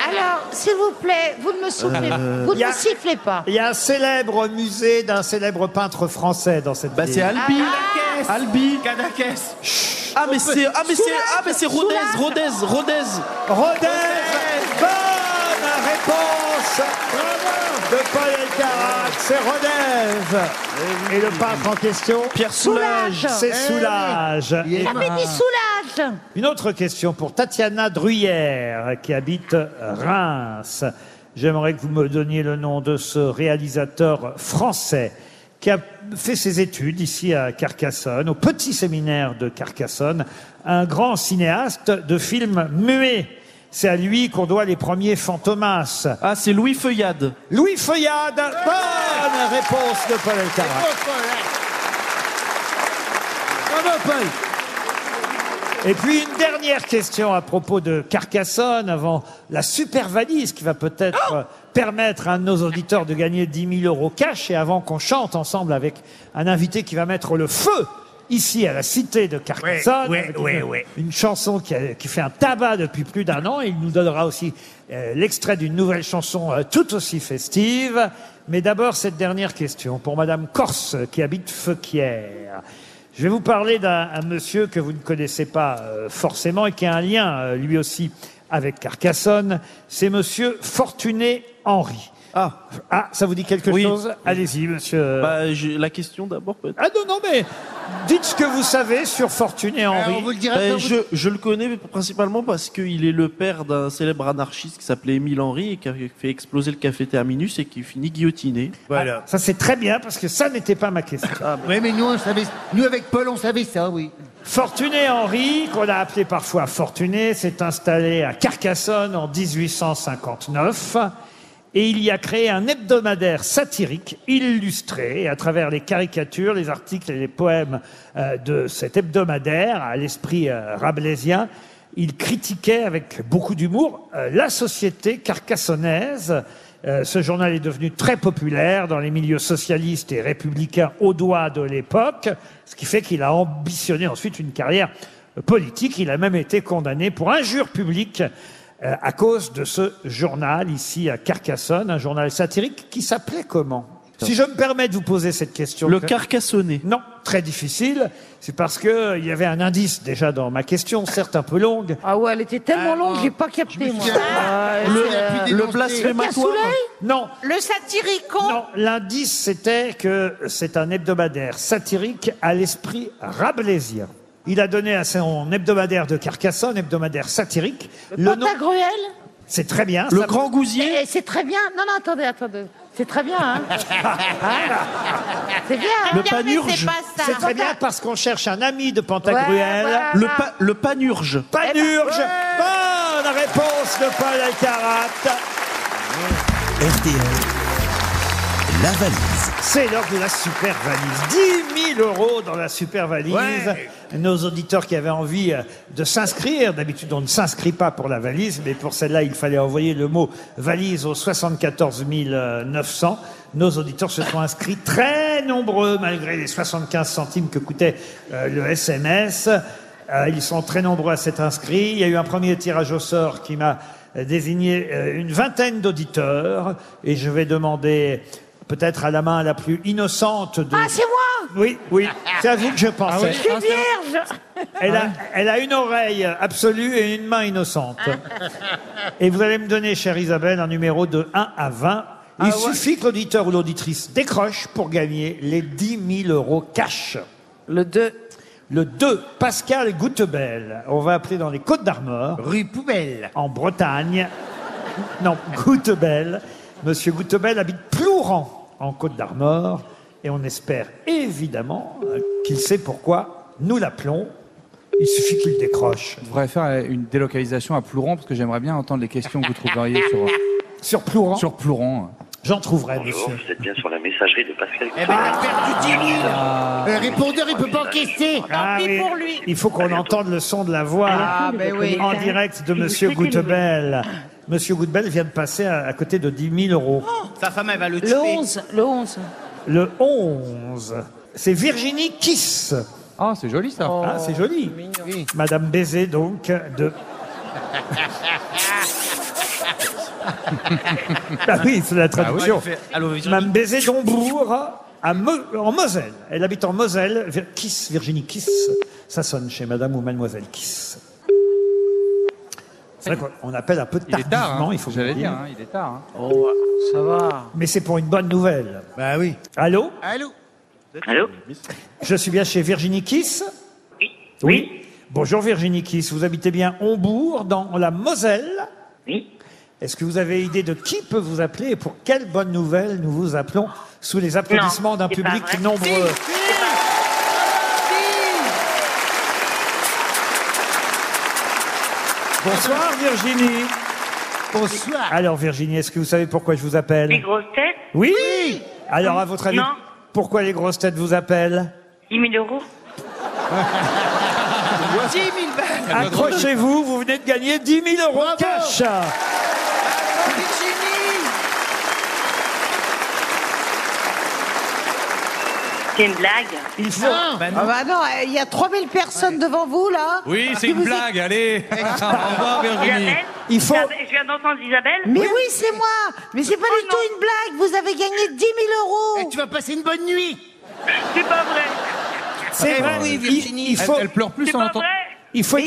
Speaker 12: Alors, s'il vous plaît, vous ne me soufflez,
Speaker 2: Euh,
Speaker 12: vous ne
Speaker 2: y a-
Speaker 12: me sifflez pas.
Speaker 2: Il y a un célèbre musée d'un célèbre peintre français dans cette
Speaker 8: Bah
Speaker 2: ville.
Speaker 8: c'est Albi.
Speaker 2: Ah,
Speaker 12: Ah,
Speaker 8: Albi.
Speaker 6: Cadaquès.
Speaker 8: Ah mais c'est ah mais c'est ah mais c'est Rodez, Rodez, Rodez.
Speaker 2: Rodez. Bonne réponse de Paul Elkarat, c'est Rodez. Et le peintre en question Pierre
Speaker 12: Soulages.
Speaker 2: C'est
Speaker 12: Eh oui.
Speaker 2: Soulage. Eh ben,
Speaker 12: J'avais dit soulage.
Speaker 2: Une autre question pour Tatiana Druyère, qui habite Reims. J'aimerais que vous me donniez le nom de ce réalisateur français qui a fait ses études ici à Carcassonne, au petit séminaire de Carcassonne, un grand cinéaste de films muets. C'est à lui qu'on doit les premiers fantomas. Ah, c'est Louis Feuillade. Louis Feuillade, bonne réponse de Paul Elkarat. Et puis une dernière question à propos de Carcassonne avant la super valise qui va
Speaker 18: Oh
Speaker 2: peut-être euh, permettre à un de nos auditeurs de gagner 10 000 euros cash et avant qu'on chante ensemble avec un invité qui va mettre le feu ici à la cité de
Speaker 18: Ouais,
Speaker 2: Carcassonne.
Speaker 18: ouais,
Speaker 2: avec
Speaker 18: ouais,
Speaker 2: une,
Speaker 18: ouais.
Speaker 2: une chanson qui, a- qui fait un tabac depuis plus d'un an. Il nous donnera aussi euh, l'extrait d'une nouvelle chanson euh, tout aussi festive. Mais d'abord cette dernière question pour Madame Corse qui habite Feuquières. Je vais vous parler d'un un monsieur que vous ne connaissez pas euh, forcément et qui a un lien euh, lui aussi avec Carcassonne. C'est monsieur Fortuné Henry. Ah. ça vous dit quelque chose Allez-y, monsieur.
Speaker 8: Bah, je- la question d'abord peut-être.
Speaker 2: Ah non, non, mais dites ce que vous savez sur Fortuné Henry.
Speaker 8: Ben, je, je le connais principalement parce qu'il est le père d'un célèbre anarchiste qui s'appelait Émile Henry et qui a fait exploser le café Terminus et qui finit guillotiné.
Speaker 2: Voilà. Ah, ça c'est très bien parce que ça n'était pas ma question.
Speaker 4: Ah, Oui, mais nous, on savait, nous, avec Paul, on savait ça, oui.
Speaker 2: Fortuné Henry, qu'on a appelé parfois Fortuné, s'est installé à Carcassonne en 1859 et il y a créé un hebdomadaire satirique illustré Et à travers les caricatures, les articles et les poèmes euh, de cet hebdomadaire à l'esprit euh, rabelaisien. Il critiquait avec beaucoup d'humour euh, la société carcassonnaise. Euh, ce journal est devenu très populaire dans les milieux socialistes et républicains au doigt de l'époque, ce qui fait qu'il a ambitionné ensuite une carrière politique. Il a même été condamné pour injure publique euh, à cause de ce journal ici à Carcassonne, un journal satirique qui s'appelait comment si je me permets de vous poser cette question.
Speaker 8: Le
Speaker 2: que-
Speaker 8: Carcassonnet.
Speaker 2: Non, très difficile. C'est parce que euh, il y avait un indice déjà dans ma question, certes un peu longue. Ah,
Speaker 12: Ah ouais, elle était tellement longue, j'ai pas capté, moi. Ah,
Speaker 2: euh, Le,
Speaker 12: Euh, Le cassoulet
Speaker 2: Non.
Speaker 7: Le satiricon
Speaker 2: L'indice, c'était que c'est un hebdomadaire satirique à l'esprit rabelaisien. Il a donné à son hebdomadaire de Carcassonne, hebdomadaire satirique, le nom.
Speaker 12: Pantagruel
Speaker 2: C'est très bien. ça-
Speaker 12: Eh, eh, C'est très bien. Non, non, attendez, attendez. C'est très bien,
Speaker 18: <laughs>
Speaker 12: hein.
Speaker 2: <laughs>
Speaker 12: C'est bien. hein.
Speaker 2: C'est très bien parce qu'on cherche un ami de Pantagruel.
Speaker 12: Ouais, voilà.
Speaker 8: Le, pa- le panurge.
Speaker 2: Panurge. Bonne réponse de Paul Alcarat.
Speaker 1: La valise.
Speaker 2: C'est l'heure de la super valise. 10 000 euros dans la super valise. Nos auditeurs qui avaient envie euh, de s'inscrire, d'habitude on ne s'inscrit pas pour la valise, mais pour celle-là il fallait envoyer le mot valise au 74 900. Nos auditeurs se sont inscrits très nombreux malgré les 75 centimes que coûtait euh, le SMS. Euh, ils sont très nombreux à s'être inscrits. Il y a eu un premier tirage au sort qui m'a euh, désigné euh, une vingtaine d'auditeurs et je vais demander peut-être à la main la plus innocente de...
Speaker 12: Ah, c'est moi Ah
Speaker 2: Oui, oui, c'est à vous que je pense.
Speaker 12: Je suis vierge
Speaker 2: Elle a, elle a une oreille absolue et une main innocente.
Speaker 12: Hein
Speaker 2: Et vous allez me donner, chère Isabelle, un numéro de 1 à 20. Il suffit que l'auditeur ou l'auditrice décroche pour gagner les 10 000 euros cash. Le 2. Le 2, Pascal Goutebel. On va appeler dans les Côtes d'Armor. Rue Poubelle. En Bretagne. Non, Goutebel. Monsieur Goutebel habite Plouran, en Côte d'Armor. Et on espère évidemment euh, qu'il sait pourquoi nous l'appelons. Il suffit qu'il décroche.
Speaker 5: Je voudrais faire euh, une délocalisation à Plouron parce que j'aimerais bien entendre les questions que vous trouveriez sur.
Speaker 2: <laughs> Sur Plouron
Speaker 5: Sur Plouron.
Speaker 2: J'en trouverai,
Speaker 5: monsieur.
Speaker 19: Vous êtes bien sur la messagerie de Pascal.
Speaker 4: Eh ben, t'as perdu 10 000 Le répondeur, il peut pas
Speaker 19: encaisser.
Speaker 4: encaisser
Speaker 2: Ah oui, Il faut qu'on entende le son de la voix
Speaker 4: Ah,
Speaker 2: hein,
Speaker 4: mais oui.
Speaker 2: en direct de
Speaker 4: Il
Speaker 2: Monsieur
Speaker 4: explique une
Speaker 2: Goutebel. Monsieur Goutebel vient de passer à, à côté de 10 000 euros.
Speaker 4: Oh.
Speaker 6: Sa femme, elle va Ah, le tuer.
Speaker 2: Le 11,
Speaker 6: le 11.
Speaker 2: Le 11, c'est Virginie Kiss.
Speaker 5: Ah, c'est joli ça.
Speaker 2: Ah, c'est joli.
Speaker 6: Oh,
Speaker 2: Madame Baiser, donc, de.
Speaker 19: <laughs>
Speaker 2: <laughs> Ah oui, c'est la traduction. Madame Baiser d'Hombourg à Mo- en Moselle. Elle habite en Moselle. Vir- Kiss, Virginie Kiss. Ça sonne chez Madame ou Mademoiselle Kiss. C'est vrai qu'on appelle un peu
Speaker 5: Il est
Speaker 2: tardivement,
Speaker 5: tard, hein.
Speaker 2: il, faut
Speaker 5: J'allais
Speaker 2: le dire.
Speaker 5: dire, hein, il est tard. hein.
Speaker 2: ça va. Mais c'est pour une bonne nouvelle. Bah oui. Allô
Speaker 4: Allô
Speaker 2: Allô Je suis bien chez Virginie Kiss Oui. Bonjour Virginie Kiss, vous habitez bien Hombourg, dans la Moselle Oui. Est-ce que vous avez idée de qui peut vous appeler et pour quelle bonne nouvelle nous vous appelons sous les applaudissements d'un
Speaker 14: c'est pas
Speaker 2: public
Speaker 14: vrai.
Speaker 2: nombreux Bonsoir Virginie. Bonsoir. Alors Virginie, est-ce que vous savez pourquoi je vous appelle
Speaker 18: Les grosses têtes
Speaker 2: Oui. Alors à votre avis,
Speaker 18: Non.
Speaker 2: pourquoi les grosses têtes vous appellent
Speaker 18: 10 000 euros
Speaker 6: 10 000
Speaker 2: Ah, bah,
Speaker 11: Ah,
Speaker 6: balles
Speaker 2: Accrochez-vous, vous venez de gagner 10 000 euros cash.
Speaker 18: C'est une blague
Speaker 2: Il
Speaker 5: faut- Non. Bah non.
Speaker 12: Ah bah non, il y a 3000 personnes devant vous, là
Speaker 5: Oui, c'est
Speaker 12: Qui
Speaker 5: une
Speaker 12: vous
Speaker 5: blague, allez Au revoir, Virginie.
Speaker 18: Isabelle
Speaker 2: Il faut...
Speaker 18: Je viens d'entendre Isabelle
Speaker 12: Mais oui, c'est moi Mais c'est pas du tout une blague Vous avez gagné 10 000 euros Et tu vas passer une bonne nuit
Speaker 18: C'est pas vrai
Speaker 2: C'est
Speaker 5: Eh
Speaker 2: vrai.
Speaker 5: oui,
Speaker 2: il-
Speaker 5: Virginie.
Speaker 2: Euh, Il, faut,
Speaker 5: Elle- elle pleure plus C'est en pas entend- vrai
Speaker 2: Il faut,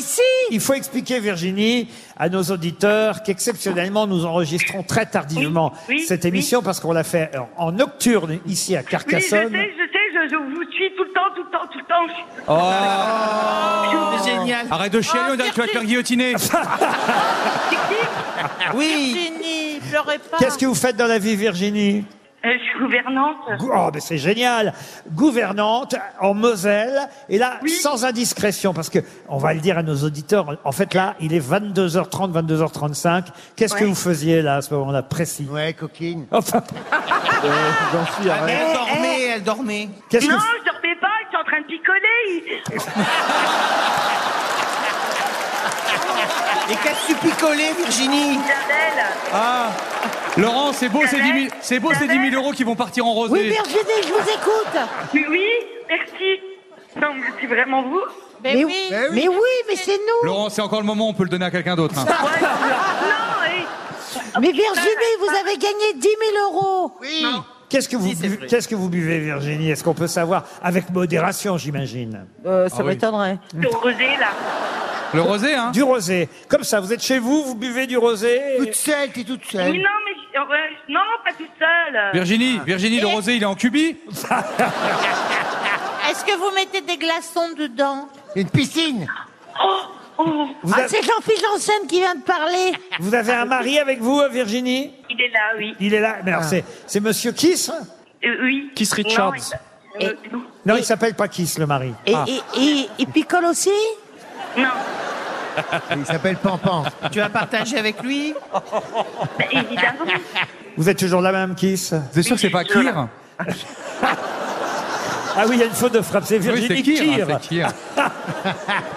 Speaker 2: il faut expliquer, Virginie, à nos auditeurs qu'exceptionnellement, nous enregistrons très tardivement
Speaker 18: Oui, oui,
Speaker 2: cette émission parce qu'on l'a fait en, en nocturne ici à
Speaker 18: Oui, je sais,
Speaker 2: Carcassonne.
Speaker 18: je sais, je, je vous suis tout le temps, tout le temps, tout le temps.
Speaker 2: Oh. Ah,
Speaker 5: Oh
Speaker 18: Génial.
Speaker 5: Arrête de chialer, on dirait que tu vas te faire <laughs> guillotiner
Speaker 7: Oui. Virginie, pleurez pas.
Speaker 2: Qu'est-ce que vous faites dans la vie, Virginie
Speaker 18: Euh, je suis gouvernante.
Speaker 2: Gou- Oh, mais c'est génial Gouvernante en Moselle, et là, sans indiscrétion, parce que on va le dire à nos auditeurs, en fait là, il est 22h30, 22h35. Qu'est-ce que
Speaker 4: Ouais.
Speaker 2: vous faisiez là, à ce moment-là précis Ouais, coquine. <laughs> Ah, Enfin... Euh, J'en suis
Speaker 6: Ah, Elle dormait, elle dormait.
Speaker 2: hein. Qu'est-ce que
Speaker 18: non,
Speaker 2: vous-
Speaker 18: je dormais pas, j'étais en train de picoler.
Speaker 6: Et qu'est-ce que tu picolais, Virginie
Speaker 18: Isabelle
Speaker 5: Ah Laurent, c'est beau, ces 10 000, c'est beau, ces 10 000 euros qui vont partir en rosé.
Speaker 18: je vous écoute. Oui, oui, merci. Non, mais c'est vraiment vous
Speaker 7: Mais, oui.
Speaker 12: Mais oui, mais c'est nous
Speaker 5: Laurent, c'est encore le moment, on peut le donner à quelqu'un d'autre. hein.
Speaker 12: Mais Eh, Virginie, vous avez gagné 10 000 euros
Speaker 18: Oui
Speaker 2: Qu'est-ce que, vous buvez- qu'est-ce que vous buvez, Virginie Est-ce qu'on peut savoir Avec modération, j'imagine.
Speaker 12: ça Ah oui. m'étonnerait.
Speaker 18: Sur Rosé, là.
Speaker 2: Le rosé, hein Du rosé. Comme ça, vous êtes chez vous, vous buvez du rosé. Toute
Speaker 4: seule, t'es toute
Speaker 18: Mais non, mais je- ouais, non, pas toute seule.
Speaker 5: Virginie, Virginie, le
Speaker 7: Et-
Speaker 5: rosé, il est en <laughs> cubie
Speaker 7: Est-ce que vous mettez des glaçons dedans
Speaker 4: Une piscine
Speaker 18: Oh,
Speaker 2: Vous
Speaker 12: Ah,
Speaker 2: avez-
Speaker 12: c'est Jean-Philippe Janssen qui vient de parler
Speaker 2: Vous avez un mari avec vous, euh, Virginie
Speaker 18: Il est là, oui.
Speaker 2: Il est là. Mais alors,
Speaker 4: Ah.
Speaker 2: c'est, c'est monsieur Kiss hein
Speaker 18: Euh, oui.
Speaker 2: Kiss Richards.
Speaker 18: Non, il- euh, non.
Speaker 2: Non, il s'appelle pas Kiss, le mari.
Speaker 12: Et,
Speaker 2: Ah.
Speaker 12: et- et- il picole aussi
Speaker 18: Non.
Speaker 5: <laughs>
Speaker 4: Il s'appelle Pampan.
Speaker 6: Tu vas partager avec lui
Speaker 18: Bah, évidemment.
Speaker 2: Vous êtes toujours la même Kiss Vous
Speaker 5: êtes sûr que c'est pas Kyr
Speaker 2: Ah oui, il y a une faute de frappe, c'est
Speaker 5: Oui,
Speaker 2: Virginie
Speaker 5: c'est Kyr,
Speaker 2: Kyr.
Speaker 5: c'est Kyr.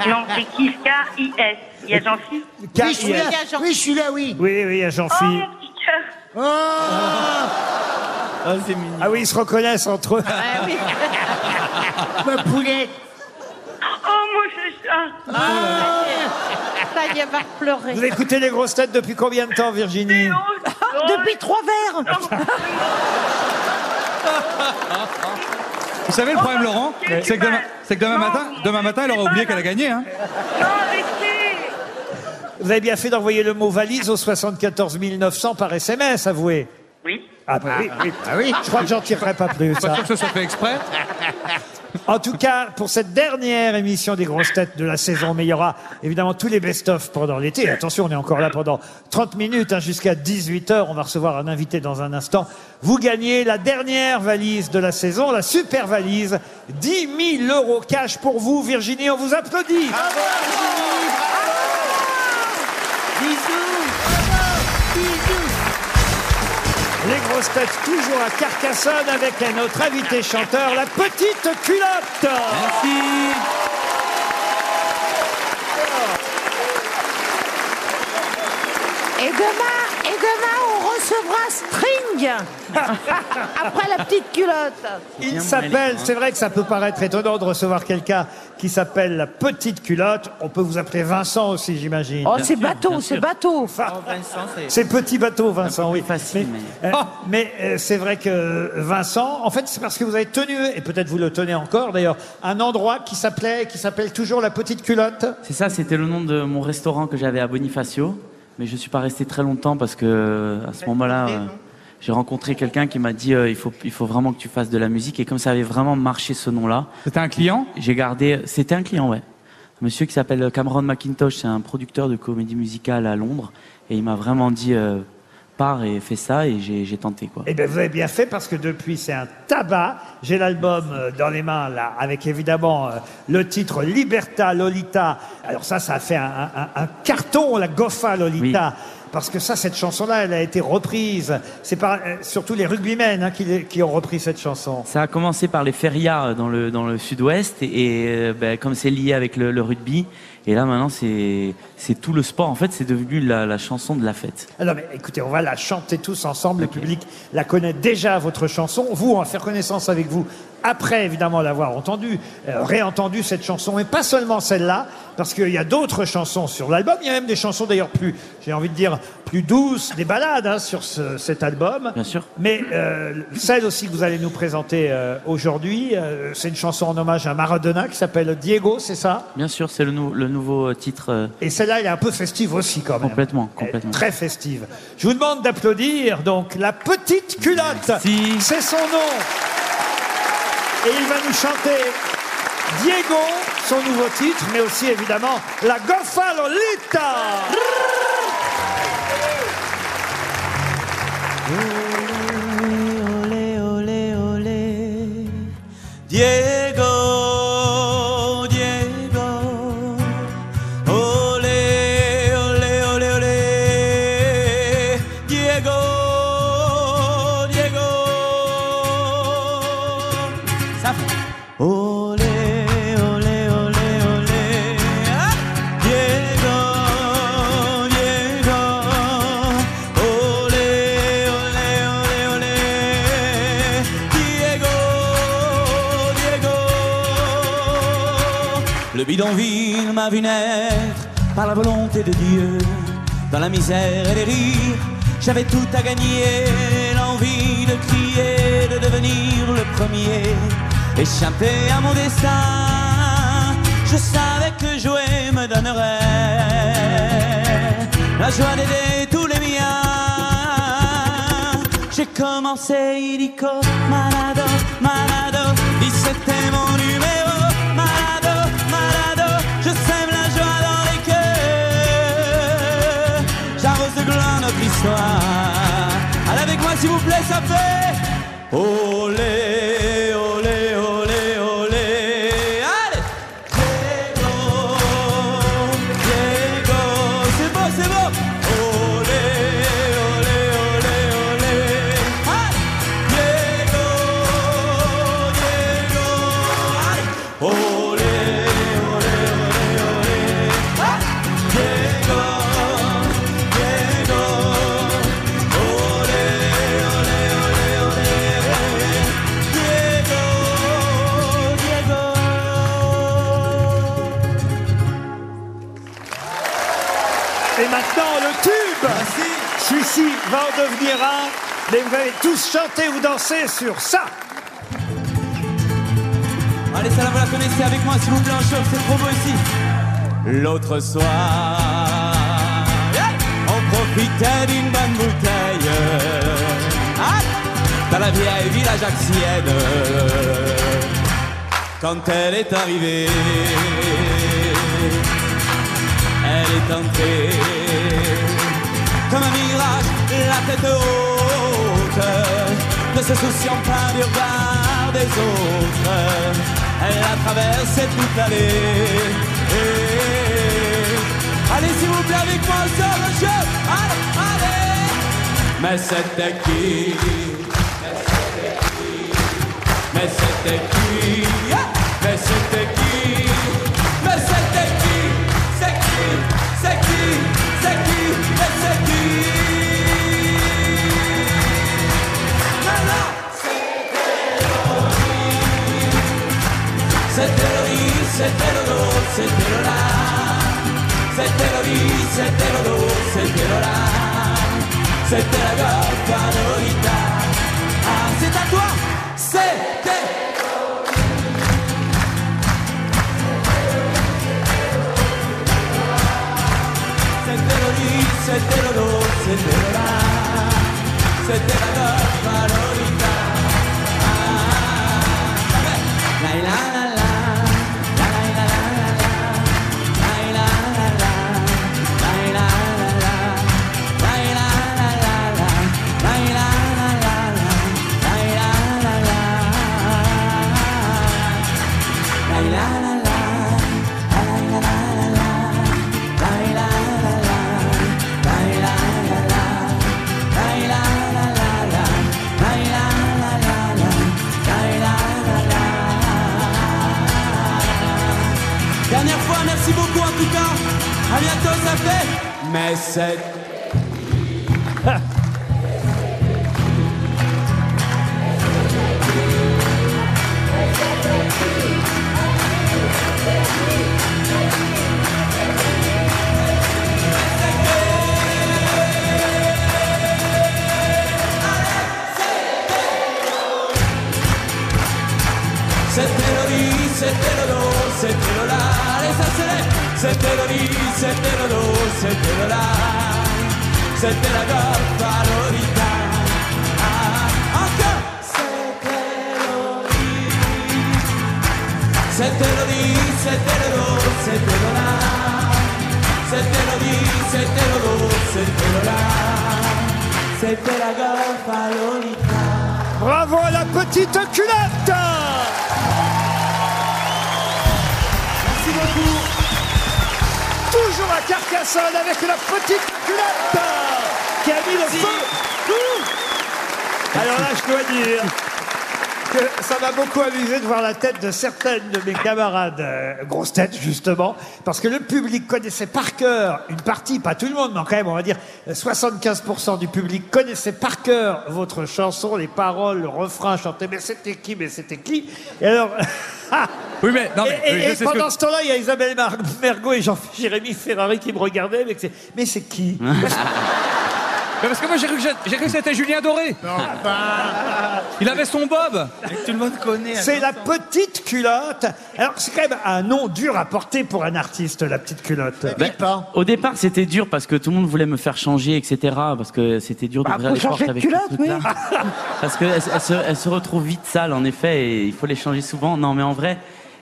Speaker 18: non, c'est Kiss, K-I-S. Il y a Jean-Philippe.
Speaker 2: K-I-S. Oui, je suis là.
Speaker 4: Oui, je suis là, oui.
Speaker 2: Oui, oui, à jean
Speaker 18: Oh,
Speaker 2: philippe
Speaker 18: mon petit cœur.
Speaker 2: Oh. Ah, oui, ils se reconnaissent entre eux.
Speaker 18: Ah
Speaker 4: Ma poulette.
Speaker 18: Oh, mon chouchou.
Speaker 2: Ah.
Speaker 7: Ça y est, va pleurer.
Speaker 2: Vous écoutez les grosses têtes depuis combien de temps, Virginie
Speaker 12: Ah, Depuis trois verres
Speaker 5: Vous savez le problème, Laurent C'est que demain, c'est que demain matin, demain matin, elle aura oublié qu'elle a gagné. Hein.
Speaker 2: Vous avez bien fait d'envoyer le mot valise au 74 900 par SMS, avouez.
Speaker 18: Oui.
Speaker 2: Ah bah oui, oui.
Speaker 18: Ah oui.
Speaker 2: Je crois que j'en tirerai pas plus. hein.
Speaker 5: Pas
Speaker 2: ça.
Speaker 5: sûr que ce soit fait exprès.
Speaker 2: En tout cas, pour cette dernière émission des grosses têtes de la saison, mais il y aura évidemment tous les best-of pendant l'été. Attention, on est encore là pendant 30 minutes, hein, jusqu'à 18h. On va recevoir un invité dans un instant. Vous gagnez la dernière valise de la saison, la super valise. 10 000 euros cash pour vous, Virginie. On vous applaudit. Les grosses têtes toujours à Carcassonne avec notre invité chanteur, la petite culotte. Merci.
Speaker 12: Et demain, et demain, on recevra String
Speaker 2: <laughs>
Speaker 12: Après la petite culotte
Speaker 2: Il s'appelle, c'est vrai que ça peut paraître étonnant de recevoir quelqu'un qui s'appelle la petite culotte. On peut vous appeler Vincent aussi, j'imagine.
Speaker 12: Oh, c'est bateau, c'est
Speaker 5: Oh,
Speaker 12: bateau
Speaker 6: Vincent, c'est-
Speaker 2: C'est petit bateau, Vincent, oui. mais euh, mais, euh, c'est vrai que Vincent, en fait, c'est parce que vous avez tenu, et peut-être vous le tenez encore d'ailleurs, un endroit qui s'appelait, qui s'appelle toujours la petite culotte.
Speaker 20: C'est ça, c'était le nom de mon restaurant que j'avais à Bonifacio. mais je suis pas resté très longtemps parce que euh, à ce moment-là, euh, j'ai rencontré quelqu'un qui m'a dit euh, il faut il faut vraiment que tu fasses de la musique et comme ça avait vraiment marché ce nom-là.
Speaker 5: C'était un client
Speaker 20: J'ai gardé. C'était un client, ouais. Un monsieur qui s'appelle Cameron McIntosh, c'est un producteur de comédie musicale à Londres et il m'a vraiment dit euh, pars et fais ça et j'ai j'ai tenté quoi.
Speaker 2: Eh bien, vous avez bien fait parce que depuis, c'est un tabac. J'ai l'album euh, dans les mains, là, avec évidemment euh, le titre Liberta Lolita. Alors, ça, ça a fait un, un- un carton, la Goffa Lolita. Parce que ça, cette chanson-là, elle a été reprise. C'est par, euh, surtout les rugbymen hein, qui, l'ai- qui ont repris cette chanson.
Speaker 20: Ça a commencé par les ferias euh, dans le, dans le sud-ouest, et, euh, ben, comme c'est lié avec le, le rugby, et là maintenant c'est c'est tout le sport, en fait c'est devenu la, la chanson de la fête.
Speaker 2: Ah non, mais écoutez, on va la chanter tous ensemble. Le public la connaît déjà, votre chanson. Vous, on va faire connaissance avec vous après, évidemment, l'avoir entendue, euh, réentendue, cette chanson. Et pas seulement celle-là, parce qu'il y a d'autres chansons sur l'album. Il y a même des chansons, d'ailleurs, plus, j'ai envie de dire, plus douces, des balades hein, sur ce- cet album. Bien
Speaker 20: sûr.
Speaker 2: Mais euh, celle aussi que vous allez nous présenter euh, aujourd'hui, euh, c'est une chanson en hommage à Maradona qui s'appelle Diego, c'est ça
Speaker 20: Bien sûr, c'est le, nou- le nouveau euh, titre. euh,
Speaker 2: et celle-là, elle est un peu festive aussi, quand même.
Speaker 20: Complètement,
Speaker 2: Elle est
Speaker 20: complètement.
Speaker 2: Très festive. Je vous demande d'applaudir, donc, la petite culotte. C'est son nom. Et il va nous chanter Diego, son nouveau titre, mais aussi, évidemment, la Goffa Lolita.
Speaker 21: Diego, Diego, olé, olé, olé, olé, Diego, Diego, Ça fait- olé, olé, olé, olé, Ah Diego, Diego, olé, olé, olé, olé, Diego, Diego. Le bidonville m'a vu naître par la volonté de Dieu. Dans la misère et les rires, j'avais tout à gagner. L'envie de crier, de devenir le premier. Échapper à mon destin, je savais que jouer me donnerait la joie d'aider tous les miens. J'ai commencé illico, malado, malado, 17 est mon numéro, malado, malado, je sème la joie dans les cœurs, j'arrose de gland notre histoire. Allez avec moi s'il vous plaît, ça fait olé, olé, olé, olé, allez Diego, c'est beau, c'est beau. Olé, olé, olé, olé. Ah Diego, Diego. Allez. Olé, olé, olé, olé. Ah Diego, Diego. Olé, olé, olé, olé. Diego, Diego.
Speaker 2: Et maintenant, le tube Celui-ci va en devenir un. Mais vous allez tous chanter ou danser sur ça.
Speaker 21: Allez, ça là, vous la connaissez avec moi, s'il vous plaît, en chœur, c'est trop beau ici. L'autre soir, on profitait d'une bonne bouteille. Ah, Dans la vieille ville ajaxienne, quand elle est arrivée, elle est entrée comme un mirage, la tête haute, ne se souciant pas du regard des autres. Elle a traversé toute l'allée. Et- Allez, s'il vous plaît, avec moi sur le jeu. Allez, allez. Mais c'était qui Mais c'était qui Mais c'était qui Mais c'était qui C'est qui C'est qui C'est qui Mais c'est qui Non, non. C'était le riz, c'était le dos, c'était le là. C'était le riz, c'était le dos, c'était le là. C'était la gaffe à Lolita. Ah, c'est à toi, c'était. C'était le riz, c'était
Speaker 14: C'était là, c'était la note Malolita. La Ah. la la la, la la la la la, la la la la, la la la la, la la la la la, la la la la la, la la la la, la la la la, la la la la, la la la la.
Speaker 21: Dernière fois, merci beaucoup en tout cas. À bientôt, ça fait. Mais c'est.
Speaker 14: C'était le lit, c'était le dos, c'était le là, et ça c'est laid. C'était le lit, c'était le dos, c'était le là. C'était la golf à l'orita. Ah, encore C'était le lit, c'était le dos, c'était le là. C'était le lit, c'était le dos, c'était le là. C'était la golf à l'orita.
Speaker 2: Bravo à la petite culotte
Speaker 14: Merci beaucoup.
Speaker 2: Toujours à Carcassonne avec la petite culotte qui a mis le feu. Ouh. Alors là, je dois dire que ça m'a beaucoup amusé de voir la tête de certaines de mes camarades euh, grosses têtes, justement, parce que le public connaissait par cœur une partie, pas tout le monde, mais quand même, on va dire euh, 75% du public connaissait par cœur votre chanson, les paroles, le refrain chanté, mais c'était qui, mais c'était qui Et alors... <laughs> ah
Speaker 5: Oui, mais, non, mais,
Speaker 2: et,
Speaker 5: oui,
Speaker 2: et
Speaker 5: je sais ce
Speaker 2: pendant
Speaker 5: que-
Speaker 2: ce temps-là, il y a Isabelle Mar- Mergo et Jean-Jérémy Ferrari qui me regardaient, mais c'est, mais c'est qui
Speaker 5: <laughs> Mais parce que moi j'ai cru que, j'ai- j'ai cru que c'était Julien Doré.
Speaker 2: bah,
Speaker 5: Il avait son bob.
Speaker 6: Tout le monde connaît. hein,
Speaker 2: C'est la petite culotte. Alors, c'est quand même un nom dur à porter pour un artiste, la petite culotte.
Speaker 20: Ben, au départ, c'était dur parce que tout le monde voulait me faire changer, etc. Parce que c'était dur d'ouvrir
Speaker 2: faut
Speaker 20: les portes
Speaker 2: Bah, changer de
Speaker 20: avec
Speaker 2: culotte,
Speaker 20: ce truc-là. Parce qu'elles se, elles se retrouvent vite sales, en effet, et il faut les changer souvent. Non, mais en vrai,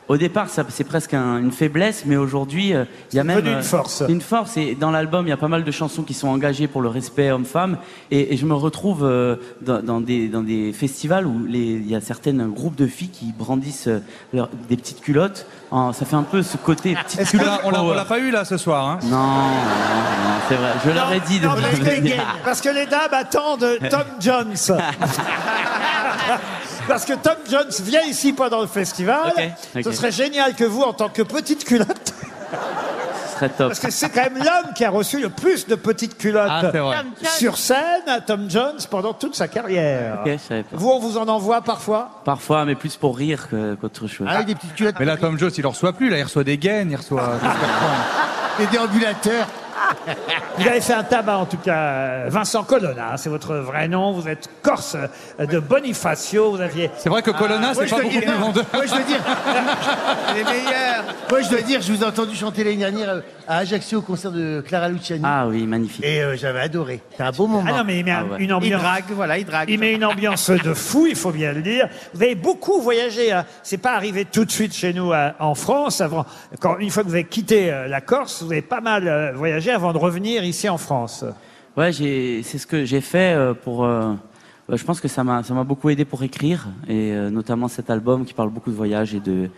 Speaker 20: au départ, ça- c'est presque un- une faiblesse, mais aujourd'hui, euh, il y a même
Speaker 2: devenu une
Speaker 20: euh,
Speaker 2: force.
Speaker 20: Une force. Et dans l'album, il y a pas mal de chansons qui sont engagées pour le respect homme-femme. Et, et je me retrouve euh, dans, dans des, dans des festivals où les- il y a certains groupes de filles qui brandissent euh, leur- des petites culottes. En- ça fait un peu ce côté petite
Speaker 5: Est-ce qu'on
Speaker 20: culotte.
Speaker 5: l'a- on l'a- on
Speaker 20: power.
Speaker 5: l'a pas eu là ce soir. hein.
Speaker 20: Non, non, non, c'est vrai. Je leur ai dit de
Speaker 2: Non,
Speaker 20: pas
Speaker 2: parce,
Speaker 20: venir.
Speaker 2: que, parce que les dames attendent
Speaker 20: <laughs>
Speaker 2: Tom Jones. parce que Tom Jones vient ici pendant le festival.
Speaker 20: ok.
Speaker 2: Ce serait génial que vous, en tant que
Speaker 20: <laughs>
Speaker 2: petite culotte,
Speaker 20: <laughs> Ce serait top.
Speaker 2: parce que c'est quand même l'homme qui a reçu le plus de petites culottes
Speaker 20: Ah, c'est vrai. Tom Jones.
Speaker 2: sur scène, à Tom Jones, pendant toute sa carrière.
Speaker 20: Ok, je savais pas.
Speaker 2: Vous, on vous en envoie parfois
Speaker 20: Parfois, mais plus pour rire que- qu'autre chose.
Speaker 5: des petites culottes. Mais là, Tom Jones, il en reçoit plus. Là, il reçoit des gaines, il reçoit. <laughs>
Speaker 2: Des déambulateurs. Vous avez fait un tabac, en tout cas, Vincent Colonna, hein, c'est votre vrai nom. Vous êtes corse euh, de Bonifacio. Vous aviez.
Speaker 5: C'est vrai que Colonna,
Speaker 4: Ah, moi, je dois dire- Moi, je dois dire.
Speaker 6: <laughs> Les meilleurs.
Speaker 4: Moi, je dois dire, je vous ai entendu chanter l'année dernière euh, à Ajaccio au concert de Clara Luciani.
Speaker 20: Ah oui, magnifique.
Speaker 4: Et euh, j'avais adoré. C'était un beau moment.
Speaker 2: Ah non, mais il met un- une ambiance.
Speaker 6: voilà, il drague.
Speaker 2: Il met une ambiance de fou, il faut bien le dire. Vous avez beaucoup voyagé. hein. C'est pas arrivé tout de suite chez nous à- en France. Avant, quand, une fois que vous avez quitté euh, la Corse, vous avez pas mal euh, voyagé avant de revenir ici en France.
Speaker 20: Ouais, j'ai- c'est ce que j'ai fait euh, pour. euh, euh, je pense que ça m'a ça m'a beaucoup aidé pour écrire, et euh, notamment cet album qui parle beaucoup de voyage et de,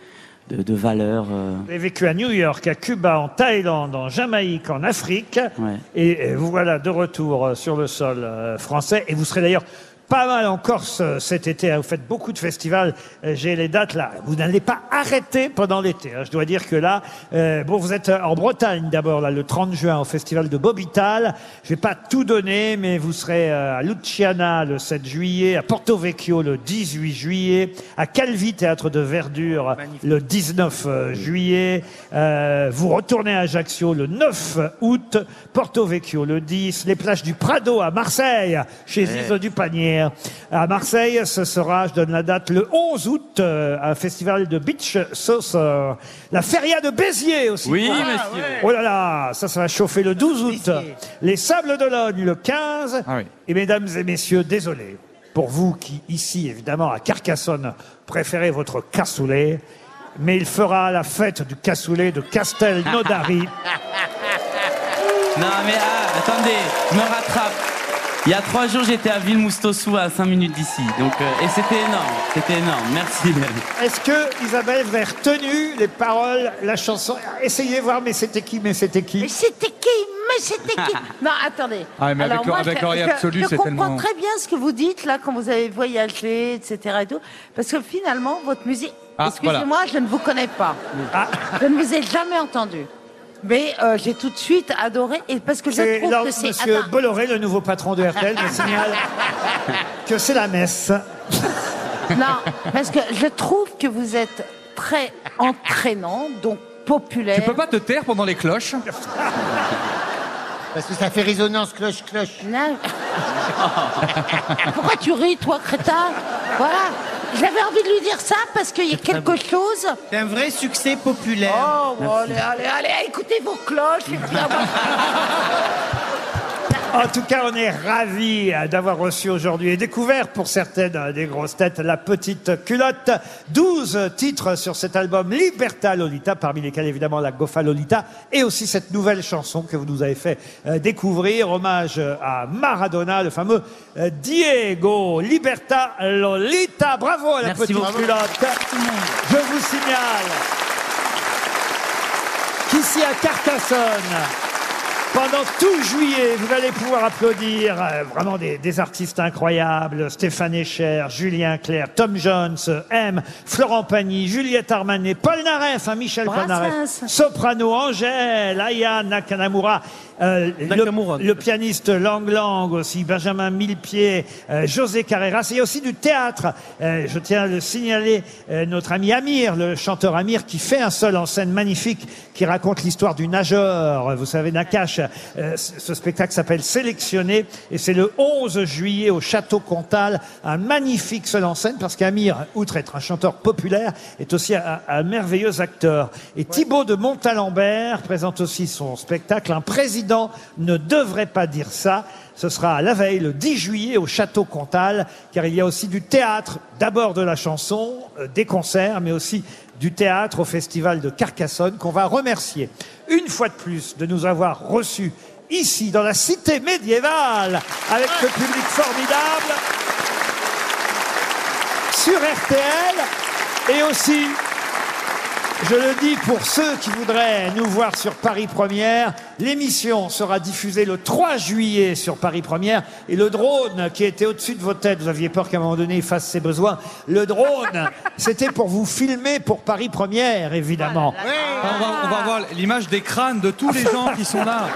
Speaker 20: de, de valeurs. euh.
Speaker 2: Vous avez vécu à New York, à Cuba, en Thaïlande, en Jamaïque, en Afrique.
Speaker 20: Ouais.
Speaker 2: Et euh, vous voilà de retour euh, sur le sol euh, français. Et vous serez d'ailleurs pas mal en Corse euh, cet été. hein. Vous faites beaucoup de festivals. Euh, J'ai les dates là. Vous n'allez pas arrêter pendant l'été. hein. Je dois dire que là, euh, bon, vous êtes euh, en Bretagne d'abord, là, le 30 juin, au festival de Bobital. Je vais pas tout donner, mais vous serez euh, à Luciana le 7 juillet, à Porto Vecchio le 18 juillet, à Calvi, théâtre de verdure, le 19 euh, juillet. Euh, vous retournez à Ajaccio le 9 août, Porto Vecchio le 10, les plages du Prado à Marseille, chez
Speaker 4: Ouais.
Speaker 2: Zizo du Panier dernière à Marseille. Ce sera, je donne la date, le 11 août, euh, un festival de beach sauce. euh, la feria de Béziers aussi.
Speaker 14: Oui, Ah, monsieur. ouais.
Speaker 2: Oh là là, ça, ça va chauffer le 12 août. Les Sables d'Olonne le 15. Et mesdames et messieurs, désolé pour vous qui, ici, évidemment, à Carcassonne, préférez votre cassoulet. Mais il fera la fête du cassoulet
Speaker 14: <laughs>
Speaker 2: de
Speaker 11: <laughs>
Speaker 2: Castelnaudary.
Speaker 20: Non mais ah, attendez, je me rattrape. Il y a trois jours, j'étais à Ville-Moustossou, à 5 minutes d'ici. Donc, euh, et c'était énorme, c'était énorme. Merci.
Speaker 2: Est-ce que Isabelle avait retenu les paroles, la chanson Essayez voir, mais c'était qui, mais c'était qui Mais
Speaker 12: c'était qui Mais c'était qui <laughs> Non, attendez.
Speaker 2: Ah, mais avec le-
Speaker 12: moi,
Speaker 2: avec
Speaker 12: je-
Speaker 2: l'oreille
Speaker 12: je-
Speaker 2: absolue,
Speaker 12: je
Speaker 2: c'est
Speaker 12: comprends
Speaker 2: tellement-
Speaker 12: très bien ce que vous dites, là, quand vous avez voyagé, etc. et tout, parce que finalement, votre musique...
Speaker 14: Ah,
Speaker 12: Excusez-moi,
Speaker 14: voilà.
Speaker 12: je ne vous connais pas.
Speaker 2: Ah.
Speaker 12: Je ne vous ai jamais entendu. Mais euh, j'ai tout de suite adoré, et parce que je
Speaker 2: C'est
Speaker 12: trouve
Speaker 2: là,
Speaker 12: que c'est...
Speaker 2: monsieur
Speaker 12: Attends.
Speaker 2: Bolloré, le nouveau patron de RTL, me signale que c'est la messe.
Speaker 12: <laughs> Non, parce que je trouve que vous êtes très entraînant, donc populaire.
Speaker 5: Tu peux pas te taire pendant les cloches
Speaker 4: Parce que ça fait résonance cloche-cloche.
Speaker 12: Non. <laughs> Pourquoi tu ris, toi, crétin Voilà. J'avais envie de lui dire ça parce qu'il y a quelque chose.
Speaker 6: C'est un vrai succès populaire.
Speaker 12: Oh, bon, allez, allez, allez, écoutez vos cloches. et puis, ah, moi,
Speaker 2: En tout cas, on est ravis euh, d'avoir reçu aujourd'hui et découvert pour certaines euh, des grosses têtes la petite culotte. 12 titres sur cet album Liberta Lolita, parmi lesquels évidemment la Gofa Lolita et aussi cette nouvelle chanson que vous nous avez fait euh, découvrir. Hommage euh, à Maradona, le fameux euh, Diego Liberta Lolita. Bravo à la
Speaker 14: Merci
Speaker 2: petite
Speaker 14: beaucoup.
Speaker 2: culotte. Je vous signale qu'ici à Carcassonne, pendant tout juillet, vous allez pouvoir applaudir euh, vraiment des, des artistes incroyables. Stéphane Echer, Julien Clerc, Tom Jones, euh, M, Florent Pagny, Juliette Armanet, Paul Naref, hein, Michel Paul Naref, Soprano, Angèle, Aya Nakamura, euh, le, le pianiste Lang Lang aussi, Benjamin Millepied, euh, José Carreras. Il y a aussi du théâtre. Euh, je tiens à le signaler, euh, notre ami Amir, le chanteur Amir, qui fait un seul en scène magnifique, qui raconte l'histoire du nageur. Vous savez, Nakache. Euh, c- ce spectacle s'appelle Sélectionné et c'est le 11 juillet au Château Comtal. Un magnifique seul en scène parce qu'Amir, outre être un chanteur populaire, est aussi un, un merveilleux acteur. Et Thibaut de Montalembert présente aussi son spectacle Un président ne devrait pas dire ça. Ce sera à la veille, le 10 juillet, au Château Comtal, car il y a aussi du théâtre, d'abord de la chanson, euh, des concerts, mais aussi du théâtre au Festival de Carcassonne, qu'on va remercier une fois de plus de nous avoir reçus ici, dans la cité médiévale, avec ce public formidable sur RTL et aussi, je le dis pour ceux qui voudraient nous voir sur Paris Première, l'émission sera diffusée le 3 juillet sur Paris Première et le drone qui était au-dessus de vos têtes, vous aviez peur qu'à un moment donné il fasse ses besoins, le drone, <laughs> c'était pour vous filmer pour Paris Première évidemment.
Speaker 5: on, va, on va voir l'image des crânes de tous les gens qui sont là.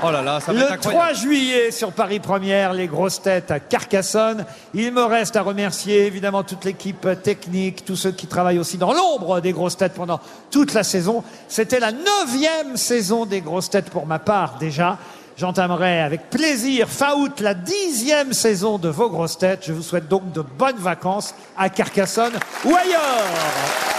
Speaker 5: Oh là là, ça va être
Speaker 2: Le
Speaker 5: incroyable.
Speaker 2: 3 juillet sur Paris Première, les grosses têtes à Carcassonne. Il me reste à remercier évidemment toute l'équipe technique, tous ceux qui travaillent aussi dans l'ombre des grosses têtes pendant toute la saison. C'était la neuvième saison des grosses têtes pour ma part déjà. J'entamerai avec plaisir fin août la dixième saison de vos grosses têtes. Je vous souhaite donc de bonnes vacances à Carcassonne ou ailleurs.